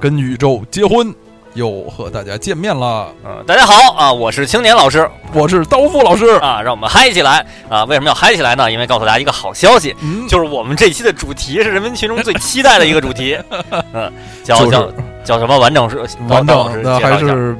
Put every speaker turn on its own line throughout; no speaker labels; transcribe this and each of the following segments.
跟宇宙结婚，又和大家见面了。
嗯，大家好啊，我是青年老师
我是刀夫老师，
啊，让我们嗨起来啊！为什么要嗨起来呢？因为告诉大家一个好消息，
嗯，
就是我们这期的主题是人民群众最期待的一个 主题，嗯，叫、
就是
叫叫什么完整是
完
刀老
整
师
的
介绍
还
一下
是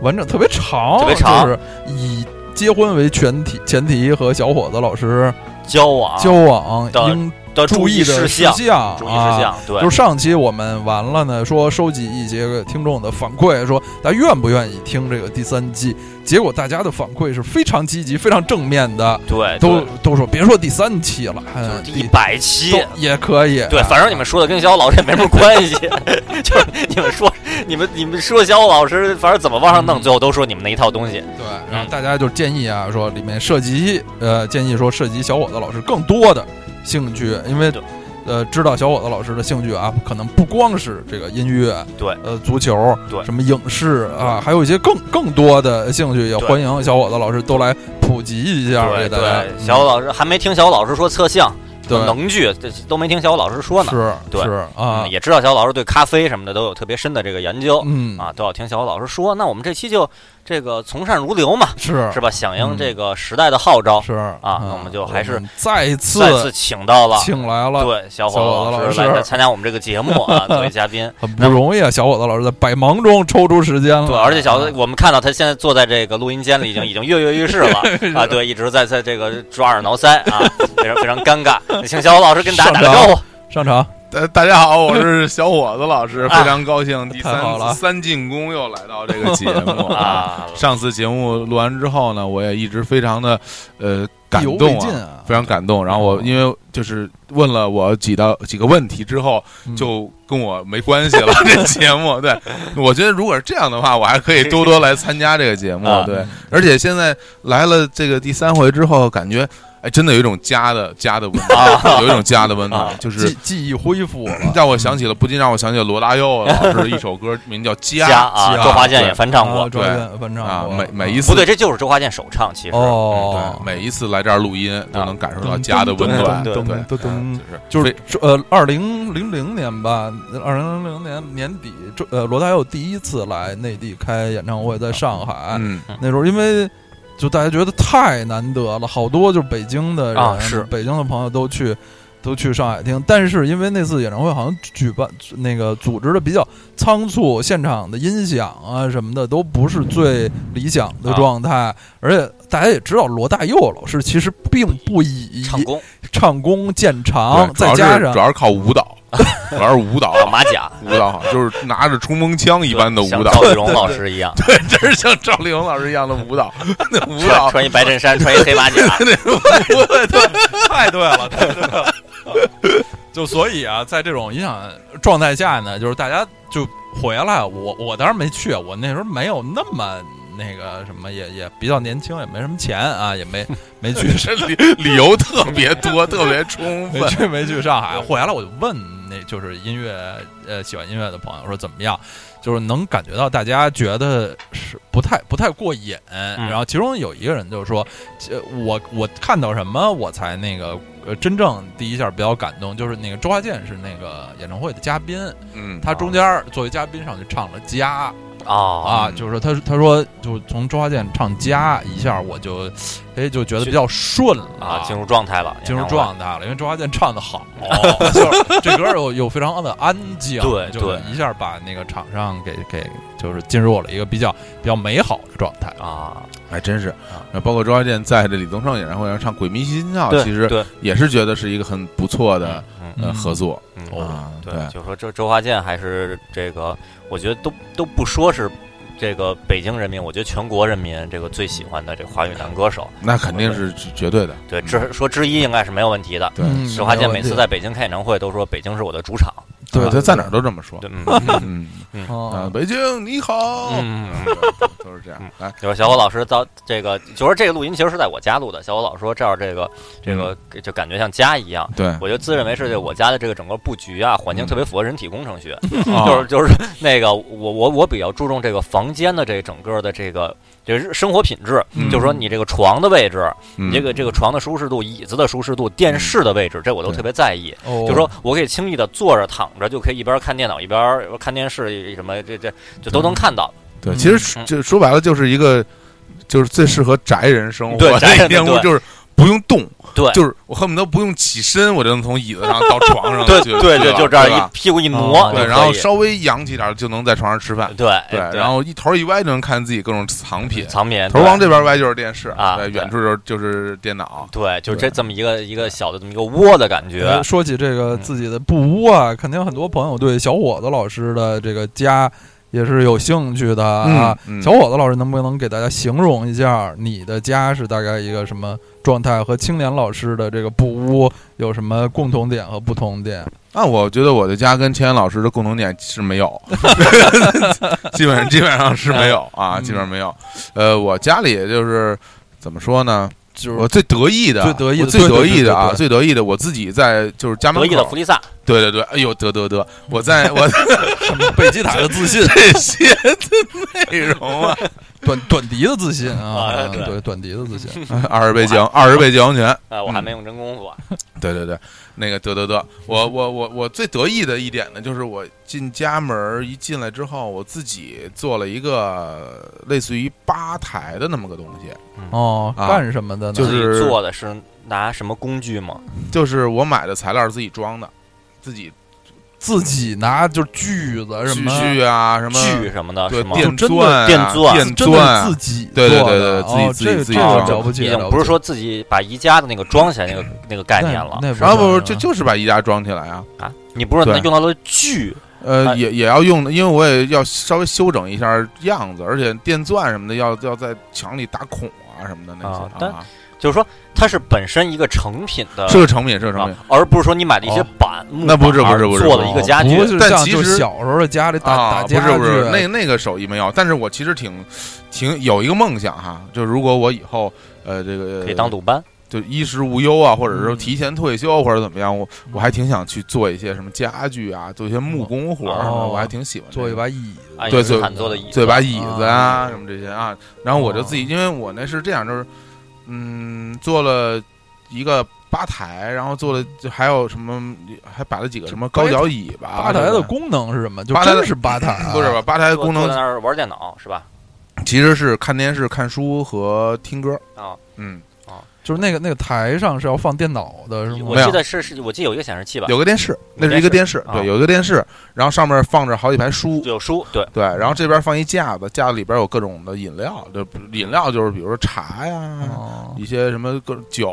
完整特别长，
特别长
就是以结婚为前提前提和小伙子老师
交往
交往
啊的
应
的注
意的
事
项
项，
啊，
注意事项，对
就，是上期我们完了呢，说收集一些听众的反馈，说大家愿不愿意听这个第三季？结果大家的反馈是非常积极、非常正面的，
对，
都都说别说第三期了，嗯
一百期
都。也可以。啊
对，反正你们说的跟小虎老师也没什么关系， 就是你们说，你们你们说小虎老师，反正怎么往上弄，
嗯
最后都说你们那一套东西。
对，然后大家就建议啊，说里面涉及呃，建议说涉及小伙子老师更多的兴趣，因为
对
呃，知道小伙子老师的兴趣啊，可能不光是这个音乐，
对，
呃，足球，
对
什么影视啊，还有一些更更多的兴趣，也
对
欢迎小伙子老师都来普及一下
对
给大家。嗯
对，小虎老师还没听小虎老师说测项，
对
能剧这都没听小虎老师说呢。
是
对
是啊
嗯，也知道小虎老师对咖啡什么的都有特别深的这个研究、
嗯
啊，都要听小虎老师说。那我们这期就这个从善如流嘛，
是嗯
是吧？响应这个时代的号召，
是啊，
那我们就还是
我们再次
再次请到了
请来了，
对小
小伙
伙子
子
老
老
师
师
来参加我们这个节目啊，作为 嘉宾。
很不容易啊，小伙子老师在百忙中抽出时间了，
对，而且小
啊
子，我们看到他现在坐在这个录音间里，已经已经跃跃欲试了啊！对，一直在在这个抓耳挠腮啊，非常非常尴尬。请小伙老师跟大家打个
上
招呼。
上场。
大呃大家好，我是小伙子老师，
啊
非常高兴，第
太好了
三三进宫又来到这个节目
啊，
啊。上次节目录完之后呢，我也一直非常的呃感
意犹未
动
尽
啊，
啊
非常感动。然后我因为就是问了我几道几个问题之后，
嗯
就跟我没关系了。这节目，对，我觉得如果是这样的话，我还可以多多来参加这个节目
啊。
对，而且现在来了这个第三回之后，感觉哎，真的有一种家的家的温度，有一种家的温度
啊，
就是嗯
记记忆恢复了，
让我想起了，不禁让我想起了罗大佑啊老师的一首歌，名叫《家》
家啊，
家
周华健也翻唱
啊
过，
周华健翻唱
啊
过，
每每一次嗯
不对，这就是周华健首唱，其实
哦
对，，每一次来这儿录音
啊
都能感受到家的温暖，
对
对，
对
对对
嗯
就
就是
是呃，二零零零年吧，二零零零年年底，周呃罗大佑第一次来内地开演唱会，在上海、
嗯，
那时候，因为就大家觉得太难得了，好多就是北京的人，
啊是
北京的朋友都去都去上海听，但是因为那次演唱会好像举办那个组织的比较仓促，现场的音响啊什么的都不是最理想的
啊
状态，而且大家也知道罗大佑老师其实并不以
唱功
唱功见长，
哎对，主
再
要
加
是主
上
要是靠舞蹈，主要是舞蹈
啊，马甲
舞蹈好，就是拿着冲锋枪一般的
像
舞蹈，
赵丽蓉老师一样，
对，真是像赵丽蓉老师一样的舞蹈，那舞蹈
穿穿一白衬衫，穿一黑马甲，
太对了，太对了。就所以啊，在这种影响状态下呢，就是大家就回来，我我当然没去，我那时候没有那么那个什么，也也比较年轻，也没什么钱啊，也没没去
这理理由特别多，特别 充
没
分，
去没去上海，回来我就问那就是音乐呃喜欢音乐的朋友说怎么样，就是能感觉到大家觉得是不太不太过瘾，然后其中有一个人就说，呃我我看到什么我才那个呃真正第一下比较感动，就是那个周华健是那个演唱会的嘉宾，
嗯，
他中间作为嘉宾上去唱了《家》。
哦，
啊，就是说他他说就从周华健唱《家》一下，我就哎就觉得比较顺了
啊，进入状态了，
进入
态。
状态了，因为周华健唱的好， 就是这歌儿又又非常的安静，
对
就是
对
一下把那个场上给给就是进入了一个比较比较美好的状态。
啊，
还真是，呃包括周华健在这李宗盛演唱会上唱《鬼迷心窍
对，》，
啊其实
对
也是觉得是一个很不错的
嗯
呃
嗯
合作
嗯
哦
啊，
对，就是说这周华健还是这个，我觉得都都不说是这个北京人民，我觉得全国人民这个最喜欢的这个华语男歌手，
那肯定是绝对的，
对，之说之一应该是没有问题的。
对，
嗯
周华健每次
没有问
在北京开演唱会都说北京是我的主场，
题
对，
啊
他在哪儿都这么说。
对，嗯
嗯啊，
哦
北京你好，
嗯。
对都是这样。来，
就是小伙老师到这个，就是这个录音其实是在我家录的。小伙老师说这儿这个这
嗯
个就感觉像家一样，
对，
我就自认为是这我家的这个整个布局啊，环
嗯
境特别符合人体工程学， 就
啊
是就是那个我我我比较注重这个房间的这整个的这个这个生活品质，
嗯
就是说你这个床的位置，
嗯嗯
你这个这个床的舒适度、椅子的舒适度、电视的位置，这我都
对
特别在意。
哦
就说我可以轻易的坐着、躺着，就可以一边看电脑一边看电视，什么这这就都能看到。
对，
嗯
其实就说白了就是一个，就是最适合宅人生活
对
的
宅人
一间屋，
对哎
就是不用动，
对
就是我恨不得不用起身，我就能从椅子上到床上
啊 对
去，
对
对吧，
就这样
对
一
吧
屁股一挪
哦
就可以，哎
对，然后稍微扬起点儿就能在床上吃饭，
对
对，然后一头一歪就能看自己各种藏品，
藏品
头
对
往这边歪就是电视
啊
对
对
远处就是就是电脑，
对，就
对
这这么一个一个小的这么一个窝的感觉
呃，说起这个
嗯
自己的布屋啊，肯定很多朋友对小伙子老师的这个家也是有兴趣的啊。
嗯嗯
小伙子老师能不能给大家形容一下你的家是大概一个什么状态，和青年老师的这个布屋有什么共同点和不同点？
那我觉得我的家跟千言老师的共同点是没有， 基本上基本上是没有啊，
嗯
基本上没有。呃，我家里就是怎么说呢？
就是
我最得意的，
最得意的
我最得意的啊，
对对对对对
最得意的，我自己在就是家门
得
口，
意的弗利萨，
对对对，哎呦得得得，我 在我，
什么贝吉塔的自信
这些的内 容啊，
短短笛的自信啊，
啊
嗯
对
对，短笛的自 信。
二十倍解二十倍解放权，
呃，我还没用真功夫啊，
对对对，那个得得得，我我我我最得意的一点呢，就是我进家门儿一进来之后，我自己做了一个类似于吧台的那么个东西，
哦，
啊
干什么的呢？
就
自己
是
做的是拿什么工具吗？
就是我买的材料自己装的，自己
自己拿就是锯子呃什
锯
么，
锯啊什么
锯什么的，
对
是吗？
电
就真的
钻啊
电钻
电
真的
钻啊
是自己
对对
做
对
的
对
哦
自己自己
这个
自
这
己
个
装
了不
已
起，
经
了
不是
解
说自己把宜家的那个装起来那个那个概念了
那
啊不不，
这
就就是把宜家装起来啊，
啊！你不是
对
用到了锯
呃，
哎
也也要用的，因为我也要稍微修整一下样子，而且电钻什么的要要在墙里打孔啊什么的那
啊
些
但
啊，
就是说它是本身一个成品的，
是个成品，是个成品
啊，而不是说你买的一些
哦
板木
那不是
板
不是不是
做的一个家具
不，是
但
像
其
就
实
小时候的家里打
啊，
打
不
家
是
具，
不是，那那个手艺没有，但是我其实挺挺有一个梦想哈，就如果我以后呃这个
可以当鲁班。
就衣食无忧啊，或者说
嗯
提前退休或者怎么样，我我还挺想去做一些什么家具啊，做一些木工活儿什么的，
哦
我还挺喜欢这
做一
个
把椅
啊
子，
对
也是
做
砍做的椅
做
子，
一把椅子啊
啊哦
什么这些啊。然后我就自己，因为我那是这样，就是嗯，做了一个吧台，然后做了就还有什么，还摆了几个什么高脚椅啊吧。
吧台的功能是什么？就
吧台的
真是吧台啊，
不是吧？吧台的
坐
哎功
坐在
能
那儿玩电脑是吧？
其实是看电视、看书和听歌。
啊，
嗯，
就是那个那个台上是要放电脑的，是
我
吗
没？有
记得是是，我记得有一个显示器吧，
有个电视，那是一个电视，
啊
对，有一个电视，然后上面放着好几排书，
有书，对，
对，然后这边放一架子，架子里边有各种的饮料，就饮料就是比如说茶呀，
哦
一些什么各种酒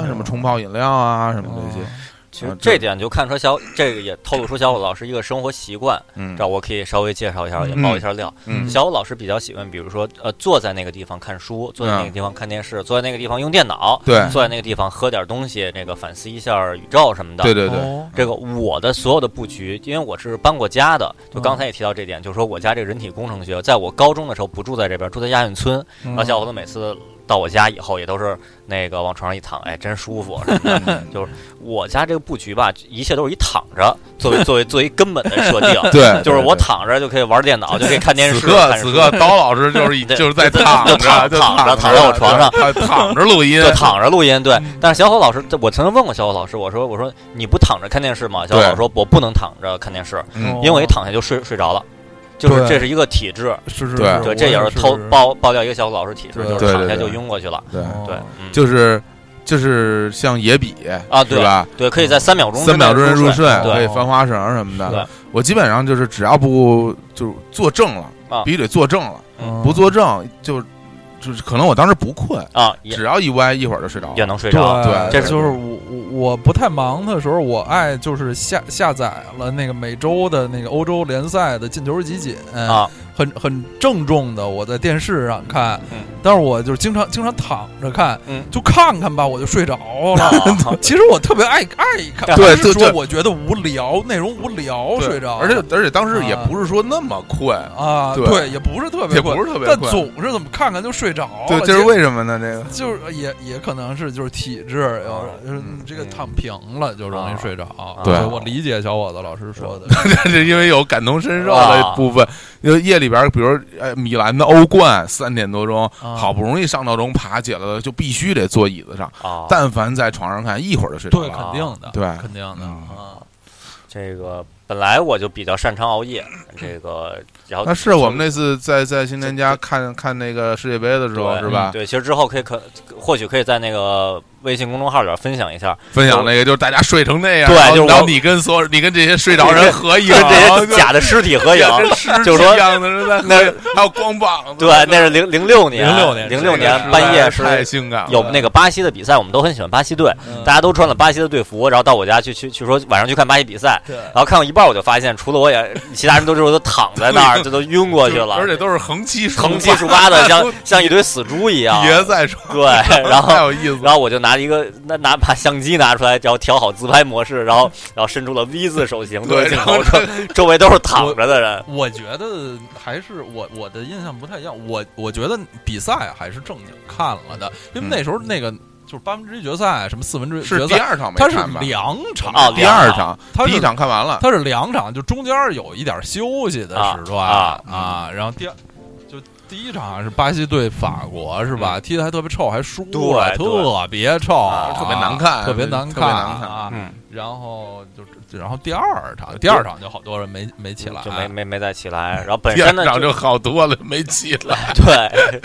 哦
嗯
什么冲泡饮料啊，什么这
哦
些。
其
啊
实这
对
点就看出小这个也透露出小虎老师一个生活习惯，
嗯
这我可以稍微介绍一下，也
嗯
爆一下料。
嗯
小虎老师比较喜欢，比如说呃，坐在那个地方看书，坐在那个
嗯
地方看电视，坐在那个地方用电脑，
对
坐在那个地方喝点东西，那个反思一下宇宙什么的。
对对对，
哦
这个我的所有的布局，因为我是搬过家的，就
嗯
刚才也提到这点，就是说我家这个人体工程学，在我高中的时候不住在这边，住在亚运村，
嗯
然啊后小伙子每次到我家以后，也都是那个往床上一躺，哎，真舒服。
嗯
就是我家这个布局吧，一切都是以躺着作为作为作为根本的设定，
对，
就是我
对。
躺着就可以玩电脑，就可以看电
对
视。
此刻
看
此
书
刻，刀老师就是已
对
就是在
就
躺
就
着，
躺
就
躺
着
着躺在我床上
上，躺着录音
就。躺着录音，对
嗯。
但是小虎老师，我曾经问过小虎老师，我说我说你不躺着看电视吗？小虎老师说我不能躺着看电视，
嗯
因为我一躺下就睡睡着了，就是
对
这是一个体质，
是是，
对
是
对，这也
我
是偷
是
爆爆料一个小虎老师体质，
对
就是躺
对
下
对
就
对
晕过去了，
对，
哦
对，嗯
就是就是像野比
啊
是
对
吧？
对，可以在三秒钟
三秒
之
钟
内
入哦
睡，
对
可以翻花绳什么的
对。
我基本上就是只要不就是坐正了
啊，
必须得坐正了。
嗯
不坐正就就是可能我当时不困，
啊也
只要一歪一会儿就睡着
也
了。
能睡着，
对，
这是
就是我我我不太忙的时候，我爱就是下下载了那个每周的那个欧洲联赛的进球集锦
啊，
很很郑重的，我在电视上看，
嗯
但是我就是经常经常躺着看，
嗯
就看看吧，我就睡着了。
啊
其实我特别爱爱看，
对
不是
对
说
对
我觉得无聊，内容无聊
对
睡着了，
而且而且当时也
啊
不是说那么困，
啊，
对
对，也不是特别
也
困
不，是特别
但
困。
总是怎么看看就睡着了。
对，这是为什么呢？这个
就是也也可能是就是体质，有
啊
就是
嗯啊
这个躺平了就容易睡着。啊
对
所以我理解小伙子老师说的。
这是因为有感同身受的
啊
部分。就夜里边，比如呃，米兰的欧冠三点多钟，
啊
好不容易上闹钟爬起来了，就必须得坐椅子上。
啊，
但凡在床上看，一会儿就睡着
对，
了。啊
肯定的，
对
肯定的
嗯
啊。
这个本来我就比较擅长熬夜，这个然后
那是我们那次在在新天家看看那个世界杯的时候，
对嗯
是吧？
对，其实之后可以可或许可以在那个微信公众号里边分享一 下，
分享那个就是大家睡成那样，
对
然后
就是我
然后你跟所有你跟这些睡着人合影，
跟这
然
些
后
假的尸体合影。
跟尸体
就是说
一样的人在合影，还有光膀子，
对，那是零零六年，
06年
零
这个
六
实
年
在
半夜
是
是
太性感了，
有那个巴西的比赛，我们都很喜欢巴西队，
嗯
大家都穿了巴西的队服，然后到我家去去去说晚上去看巴西比赛，
对
然后看到一半我就发现，除了我也，其他人都是都躺在那 儿，这都晕过去
就
了，
而且都是横七竖
横七竖八 的，像
都
像一堆死猪一样。
叠在床，
对，然后
太有意思了。
然后我就拿一个拿拿把相机拿出来，然后调好自拍模式，然 后然后伸出了 V 字手型对
对
着镜
然后
头，周周围都是躺着的人。
我觉得还是我我的印象不太一样，我我觉得比赛还是正经看了的，因为
嗯
那时候那个就是八分之一决赛，什么四分之一
是
决
第
赛，
二场没
它是
看吧？
两场
哦
第二
两
场，
它
第
是
一场看完了，
它是两场，就中间有一点休息的时段
啊
啊
然后第二就第一场好像是巴西对法国是
嗯
吧？踢的还特别臭，还输
对
了，
对
特别臭
啊，
特别难看
特别难看，
特别难看
啊。
嗯，
然后就然后第二场，第二场就好多人没没起来，啊
就没没没再起来。然后本
第二
身呢，
场
就
就好多了，没起 来。
对，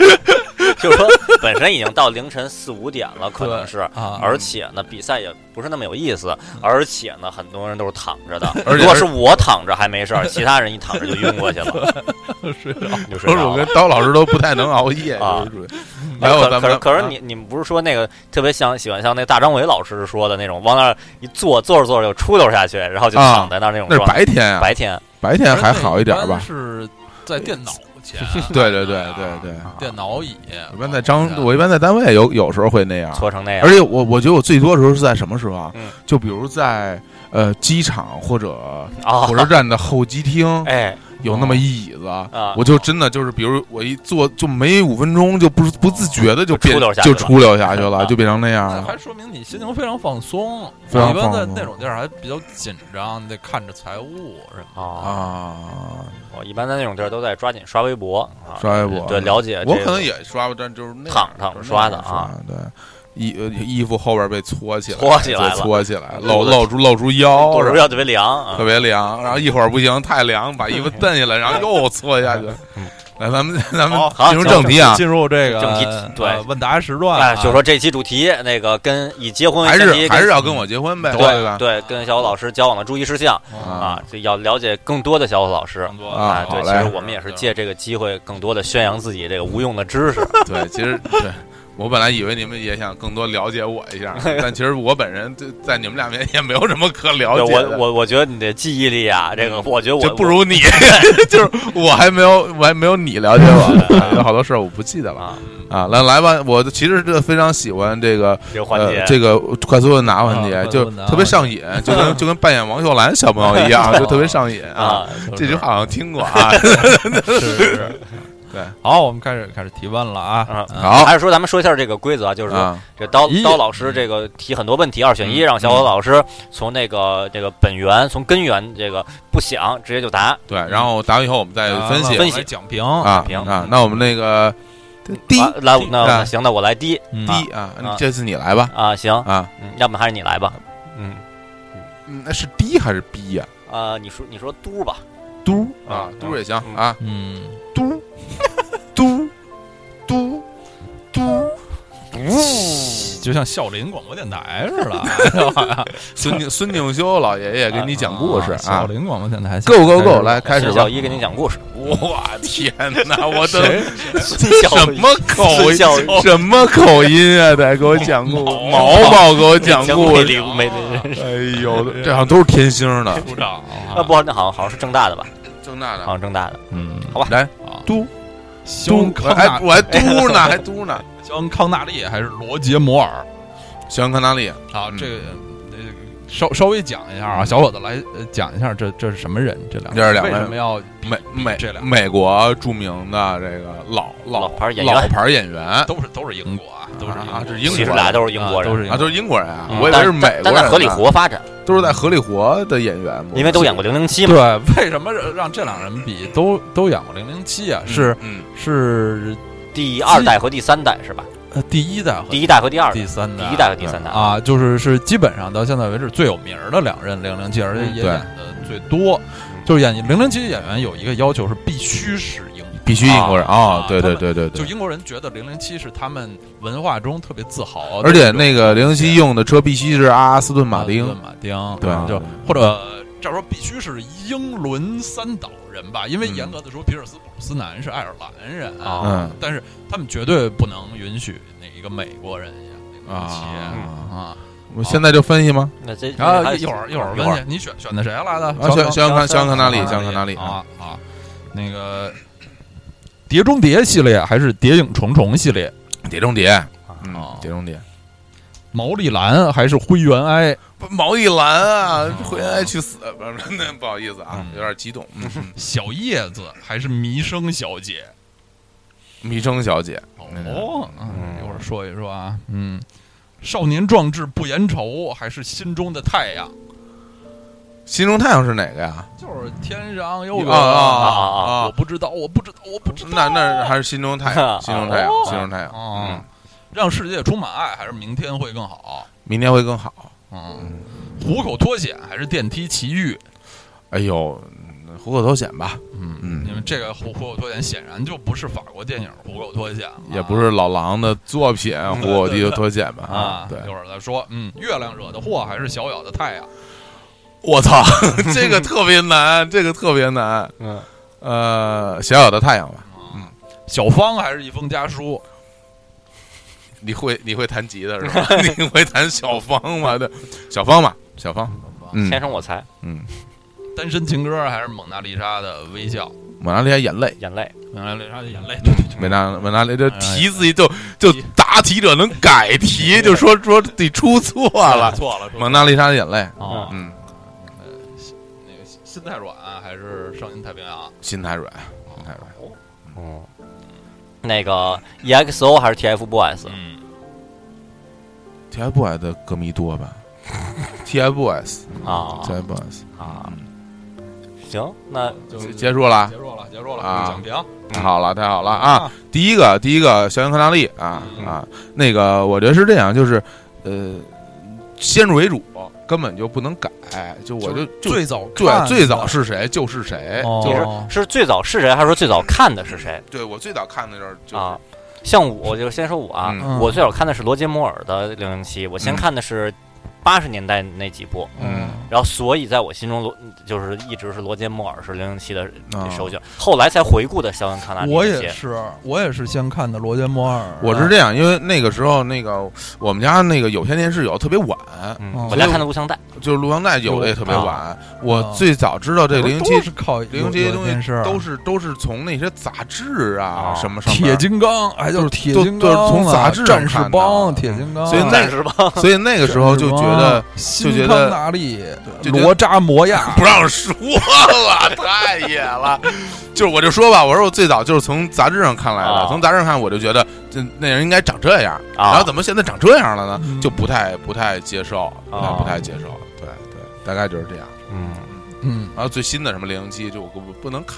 就是说本身已经到凌晨四五点了，可能是。
啊，
而且呢，比赛也不是那么有意思，而且呢，很多人都是躺着的。
嗯而且
如果是我躺着还没事儿，其他人一躺着就晕过去了，
睡着
就睡
说是
着
我
了
跟。刀老师都不太能熬夜，
啊
就是属于还有
可可
咱
是
们
可是你你们不是说那个特别像喜欢像那大张伟老师说的那种，往那儿一坐坐着坐着就出溜下去，然后就
啊
躺在那儿那种
那是
状态。
白天啊，
白天
白天还好一点吧？，
是在电脑前
啊
对啊对对对对，
电脑椅。
我一般在张，我一般在单位有有时候会那样，
搓成那样
而，且我我觉得我最多的时候是在什么时候啊？
嗯
就比如在呃机场或者
啊
火车站的候机厅，
哎
有那么一椅子，
啊
我就真的就是，比如我一坐就没五分钟，就不不自觉的就
哦就出
变
溜下去
就
了
出溜下去了，
啊
就变成那样
那
了。
还说明你心情非常放松。
非常
一般
放
在
松
那种地儿还比较紧张，你得看着财务什么
啊！
啊，
我一般在那种地儿都在抓紧刷微博，啊
刷微博
对了解这个。
我可能也刷过，但就是那
躺躺
就是那
刷的
样
啊
刷，对。衣呃衣服后边被搓起来，
搓起来
就
了
搓起来，
肚
露
子
露出露出腰，
肚子
然后
要特别凉啊
特！别凉，然后一会儿不行太凉，把衣服蹬下来，然后又搓下去
嗯。
来，咱们 咱们
好好
进入正题啊
的。，进入这个
正题
呃
对
问答时段啊，
哎，就说这期主题，那个跟以结婚为
还
前
是
提，
还是
跟
要跟我结婚呗，
对
吧？
对，跟小伙老师交往的注意事项
啊
啊，这要了解更多的小伙老师。
多
啊好
对，其
嘞
实我们也是借这个机会，更多的宣扬自己这个无用的知识。
对，其实对我本来以为你们也想更多了解我 一下，但其实我本人就在你们俩面前也没有什么可了
对
解的
我我我觉得你的记忆力啊，这个
嗯
我觉得我
就不如你， 就是我还没有我还没有你了解 我，有好多事儿我不记得
我
了
啊，
啊。来来吧，我其实这非常喜欢这个
这个环节
呃这个快速问答环
啊
节，
快速
就
问答
特别上瘾，就跟就跟扮演王秀兰小朋友一 样，就特别上瘾啊。
啊，
这句好像听过 啊，
是是是
对。
好，我们开始开始提问了啊
啊。
嗯
好
还是说咱们说一下这个规则啊，就是说
啊，
这刀
一
刀老师这个提很多问题，二选一，
嗯
让小伙老师从那个这个本源，从根源这个不想直接就答。
对。然后答完以后我们再啊分析
然后
析
来讲评
啊
评
啊。那我们那个第一
啊来
滴，
那
啊
那行，那我来滴
嗯
第一啊，你这次你来吧
啊，行，
啊，
嗯，要不还是你来吧，嗯，
嗯那是 D 还是 B 呀？
啊，你说你说嘟吧，
嘟
啊
啊，嘟也行
嗯
啊，
嗯，
嘟嘟嘟嘟，
就像孝林广播电台似的
孙敬孙敬修老爷爷给你讲故事
孝
啊
林广播电台
，Go Go
开始
Go，来开始
孙
吧
小。一给你讲 故事，
我天哪，我都
谁
孙
什
小一
么口
孙
音？
小一
什么口音啊？得给我讲故毛毛给我讲故
没
事。啊
理没理，
哎呦，这好像都是天星的，
鼓掌啊
呃啊，不，那好像好像是正大的吧，
正大
好，像正大的，
嗯，
好吧
来都
肖
我
康
还
纳
我还嘟呢，还嘟呢。
肖恩康纳利还是罗杰摩尔
肖恩康纳利，
啊
嗯？
这个呃稍稍微讲一下啊，小伙子来呃讲一下这这是什么人？这两
这是两
哎为
个人
什么要
美美
这俩
美国著名的这个老
老牌演员
老牌演员啊，
都是都是英国啊，都是英国
啊是英
其实
国
俩
人
都是英国
啊
人，
都是英国
都是英国人啊，
嗯
我以为
但
是美国
但
人
在，
呢
合里活发展，
都是在合里活的演员嘛，
因为都演过零零七嘛。
对，为什么让这两人比都都演过零零七啊？
嗯
是
嗯
是
第二代和第三代是吧？
呃第一代和
第一代和第二代，
第三代
第一代和第三代，
啊，就是是基本上到现在为止最有名儿的两任零零七，而且也演
嗯对
的最多。就是演零零七演员有一个要求是必须是英国人，
必须英国人啊
啊，
对对
他
对对
就
对。
英国人觉得零零七是他们文化中特别自豪的一种
而
东西，
且那个零零七用的车必须是阿斯顿马丁，
马丁，啊
对嗯
就或者这样说，必须是英伦三岛人吧，因为
嗯
严格的说，皮尔斯普鲁斯南是爱尔兰人
啊
嗯
但是他们绝对不能允许哪一个美国人演零零七
啊，
啊。
我现在就分析吗？
那这
然后
还
一会儿
一
哎一会儿问去，你选选的谁来的？
啊，肖肖恩康肖
肖
恩康纳利，
肖
肖恩康纳利啊，
啊啊，那个《碟中谍》系列还是《谍影重重》系列，
碟中谍，嗯
哦，
碟中谍，
毛利兰还是灰原哀？
不毛一兰啊，
哦
回来去死吧！那不好意思啊
嗯，
有点激动。嗯嗯
小叶子还是弥生小姐？
弥生小姐，
哦，嗯
嗯
一会儿说一说啊，嗯，少年壮志不言愁，还是心中的太阳，
心中太阳是哪个呀？
就是天上有
啊
啊
个，
啊啊！
我不知道，我不知道，我不知道，
那那还是心中太阳，
啊
心中太阳
哦，
心中太阳。
啊
嗯，，
让世界充满爱，还是明天会更好，
明天会更好。
嗯，虎口脱险还是电梯奇遇，
哎呦，嗯虎口脱险吧，
嗯
嗯
因为这个虎虎口脱险显然就不是法国电影《虎口脱险》了，
也不是老狼的作品《虎口地就脱险》吧？
啊，
对
一，会儿再说，嗯，月亮惹的祸还是小咬的太阳，
我操，这个特别难，这个特别难。
嗯，
呃，小小的太阳吧，
嗯，小芳还是一封家书，
你会你会弹吉他是吧？ 你会弹小芳吗？对，小芳吧，小芳，嗯
先生我猜
嗯，
单身情歌还是蒙娜丽莎的微笑？
蒙娜丽莎眼泪。
眼泪，
蒙娜丽莎的眼
嗯
泪，
蒙娜
嗯
蒙娜丽就
哎
提自己就就答题者能改题，就说说自己出错了。
错
哎
了，
蒙娜丽莎的眼泪，
哦
啊，
嗯，
那个心太软啊还是声音太平洋？
心太软，心太软。
嗯，那个 EXO 还是 TFBOYS？
嗯
TFBOYS 的歌迷多 吧？TFBOYS，TFBOYS，
啊啊，行，那
就
嗯结束了啊
结。束了，结束了，
啊
讲评
嗯
太好了，太好了啊！！第一个，第一个，小英克纳利啊
嗯
啊，那个我觉得是这样，就是呃，先入为主，根本就不能改，就我就就
最早
对最早是谁就是谁，
哦
就是
是最早是谁，还是说最早看的是谁
对我最早看的就是就是
啊？像我就先说我啊，
嗯
我最早看的是罗杰摩尔的《零零七》，我先
嗯
看的是八十年代那几部，
嗯
然后所以在我心中罗就是一直是罗杰摩尔是《零零七》的
啊
首选，后来才回顾的肖恩康纳利
我
这
也
些。
是，我也是先看的罗杰啊摩尔，
我是这样，因为那个时候那个我们家那个有线电视有特别晚，
嗯
哦，
我家看的录像带，
就是录像带有的也特别晚。我最早知道这
不
零
是都
零七
是靠
零
这
零这些
些
东
电视啊
西都是都是从那些杂志
啊
啊什么上
铁
面，
金刚，哎，就是铁金刚
就
啊，
是从杂志上
战士
看的啊
帮、铁金刚，啊
所以那
暂时吧。
所以那个时候就觉得
新
觉得
康纳利、
就觉得
罗扎摩亚
不让说了，太野了。就是我就说吧，我说我最早就是从杂志上看来的，
啊
从杂志上看我就觉得这那人应该长这样，
啊
然后怎么现在长这样了呢？
嗯
就不太不太接受，不太
啊
不太接受。对对，大概就是这样。
嗯
嗯，
然后最新的什么零零七，就我不不能看，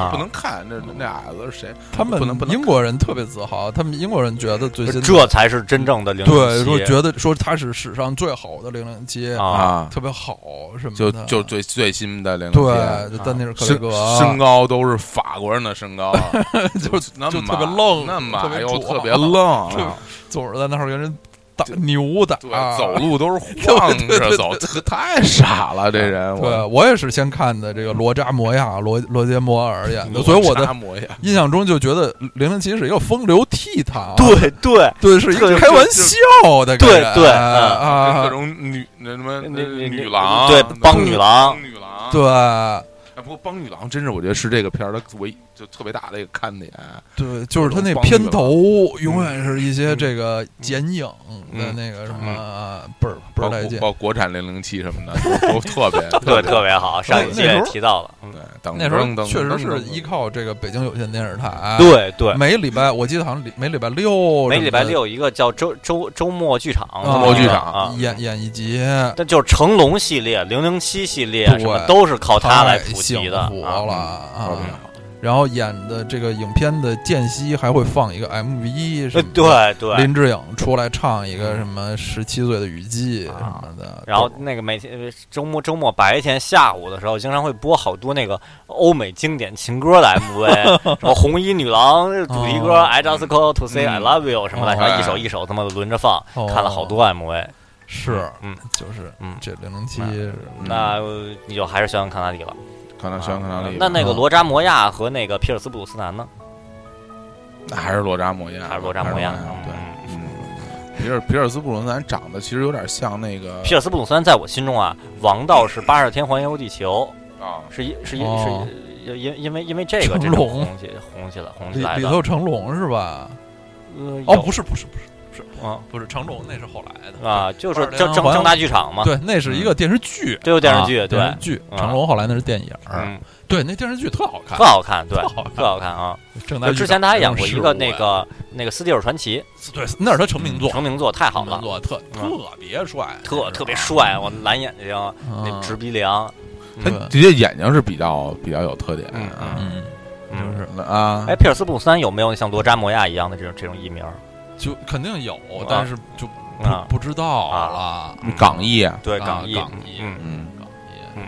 啊
不，能看，那那矮子是谁？
他们
不能不能
英国人特别自豪，他们英国人觉得最新的
这才是真正的零
对
零
说
七。
觉得说它是史上最好的零零七，
啊，
特别好什么
就
的，
就最最新的零零七。
嗯对，就丹尼尔克雷
身
格啊
身高都是法国人的身高，
就
那么
就特别愣
那么
特别
又
壮
特别 愣
特别
啊，
总是在那儿跟人打啊
就
扭打，
对，走。路都 是晃着走，特 太傻了，这人。
对
我，
我也是先看的这个罗扎摩亚罗罗杰摩尔演的，所以我的
啥模样？
印象中就觉得零零七是一个风流倜傥，啊
对对，
对，是一
特
个
别
开玩笑的感觉，
对对
啊
各，种女那什么
那那
女郎，
对帮女郎
帮女郎，
对，
哎，不过《帮女郎》真是我觉得是这个片儿的唯就特别大的一个看点。
对，就是他那
各种
片
帮
头永远是一些这个剪影的
嗯
那个什么
嗯
啊倍儿倍
包
儿
括
带劲。
包括国产零零七什么的，都都特 别
对，
特
特别好。上一
那
期
时
也
候
提到了，嗯
别对。等
那时候
等等
确实
等
是
等
依靠这个北京有线电视台，，
对对，
每礼拜我记得好像礼每礼拜六，
每礼拜六一个叫周周周末剧场，
周末
剧场
啊。
演演一集，
但就是成龙系列、零零七系列
对
什么都是靠哦他来
太
普及
幸
的
福
啊。
了
特别
啊！
好。
然后演的这个影片的间隙还会放一个 MV，
呃
什么的
对对，嗯
林志颖出来唱一个什么十七岁的雨季什
啊
么的，
然后那个每天呃周末周末白天下午的时候，经常会播好多那个欧美经典情歌的 MV，什么红衣女郎主题歌
哦
《I Just Call to Say I Love You》什么的，
哦
然后一首一首他妈的轮着放，
哦
看了好多 MV。
是
嗯，
就是
嗯
这零零七
嗯那呃你就还是想想康纳利了。啊
看
啊
到香港那里，
那
嗯
那个罗扎摩亚和那个皮尔斯布鲁斯南呢？
那还是罗扎啊摩
啊
亚，
还是罗扎摩亚？
对，
嗯
嗯，皮尔皮尔斯布鲁南长得其实有点像那个
皮尔斯布鲁斯南在我心中啊，王道是八十天环游地球，
啊，
是因是因
哦
是因因为因为这个
成
这种
龙
红起红起来红起
里
来
里
的。
头有成龙是吧？
呃
哦，
有
不是不是不是
啊
不是，成龙那是后来的，
啊，就是
二零
正正
环
正大剧场嘛，
对，那是一个电视剧，
这嗯有电视剧
啊
对
电视剧，
嗯
成龙后来那是电影儿，
嗯，
对，那电视剧特好看
特，好看，对
特，好看
特好看啊！
正在
就之前他还演过一个那
个。
个那个《斯蒂尔传奇》，
对，那是他成名作，
成名作太好
成名啊作
了，
特特别帅，
特特别帅，我蓝眼睛，
啊
那直鼻梁，
他
对
的确眼睛是比较比较有特点
嗯
啊
嗯，就
嗯。
是
啊
哎，，皮尔斯布鲁斯南有没有像罗扎摩亚一样的这种这种艺名儿
就肯定有，
啊
但是就
啊
不？不知道了。
嗯
港艺啊，
对
啊
港艺，
港艺
嗯，
嗯，
港爷
嗯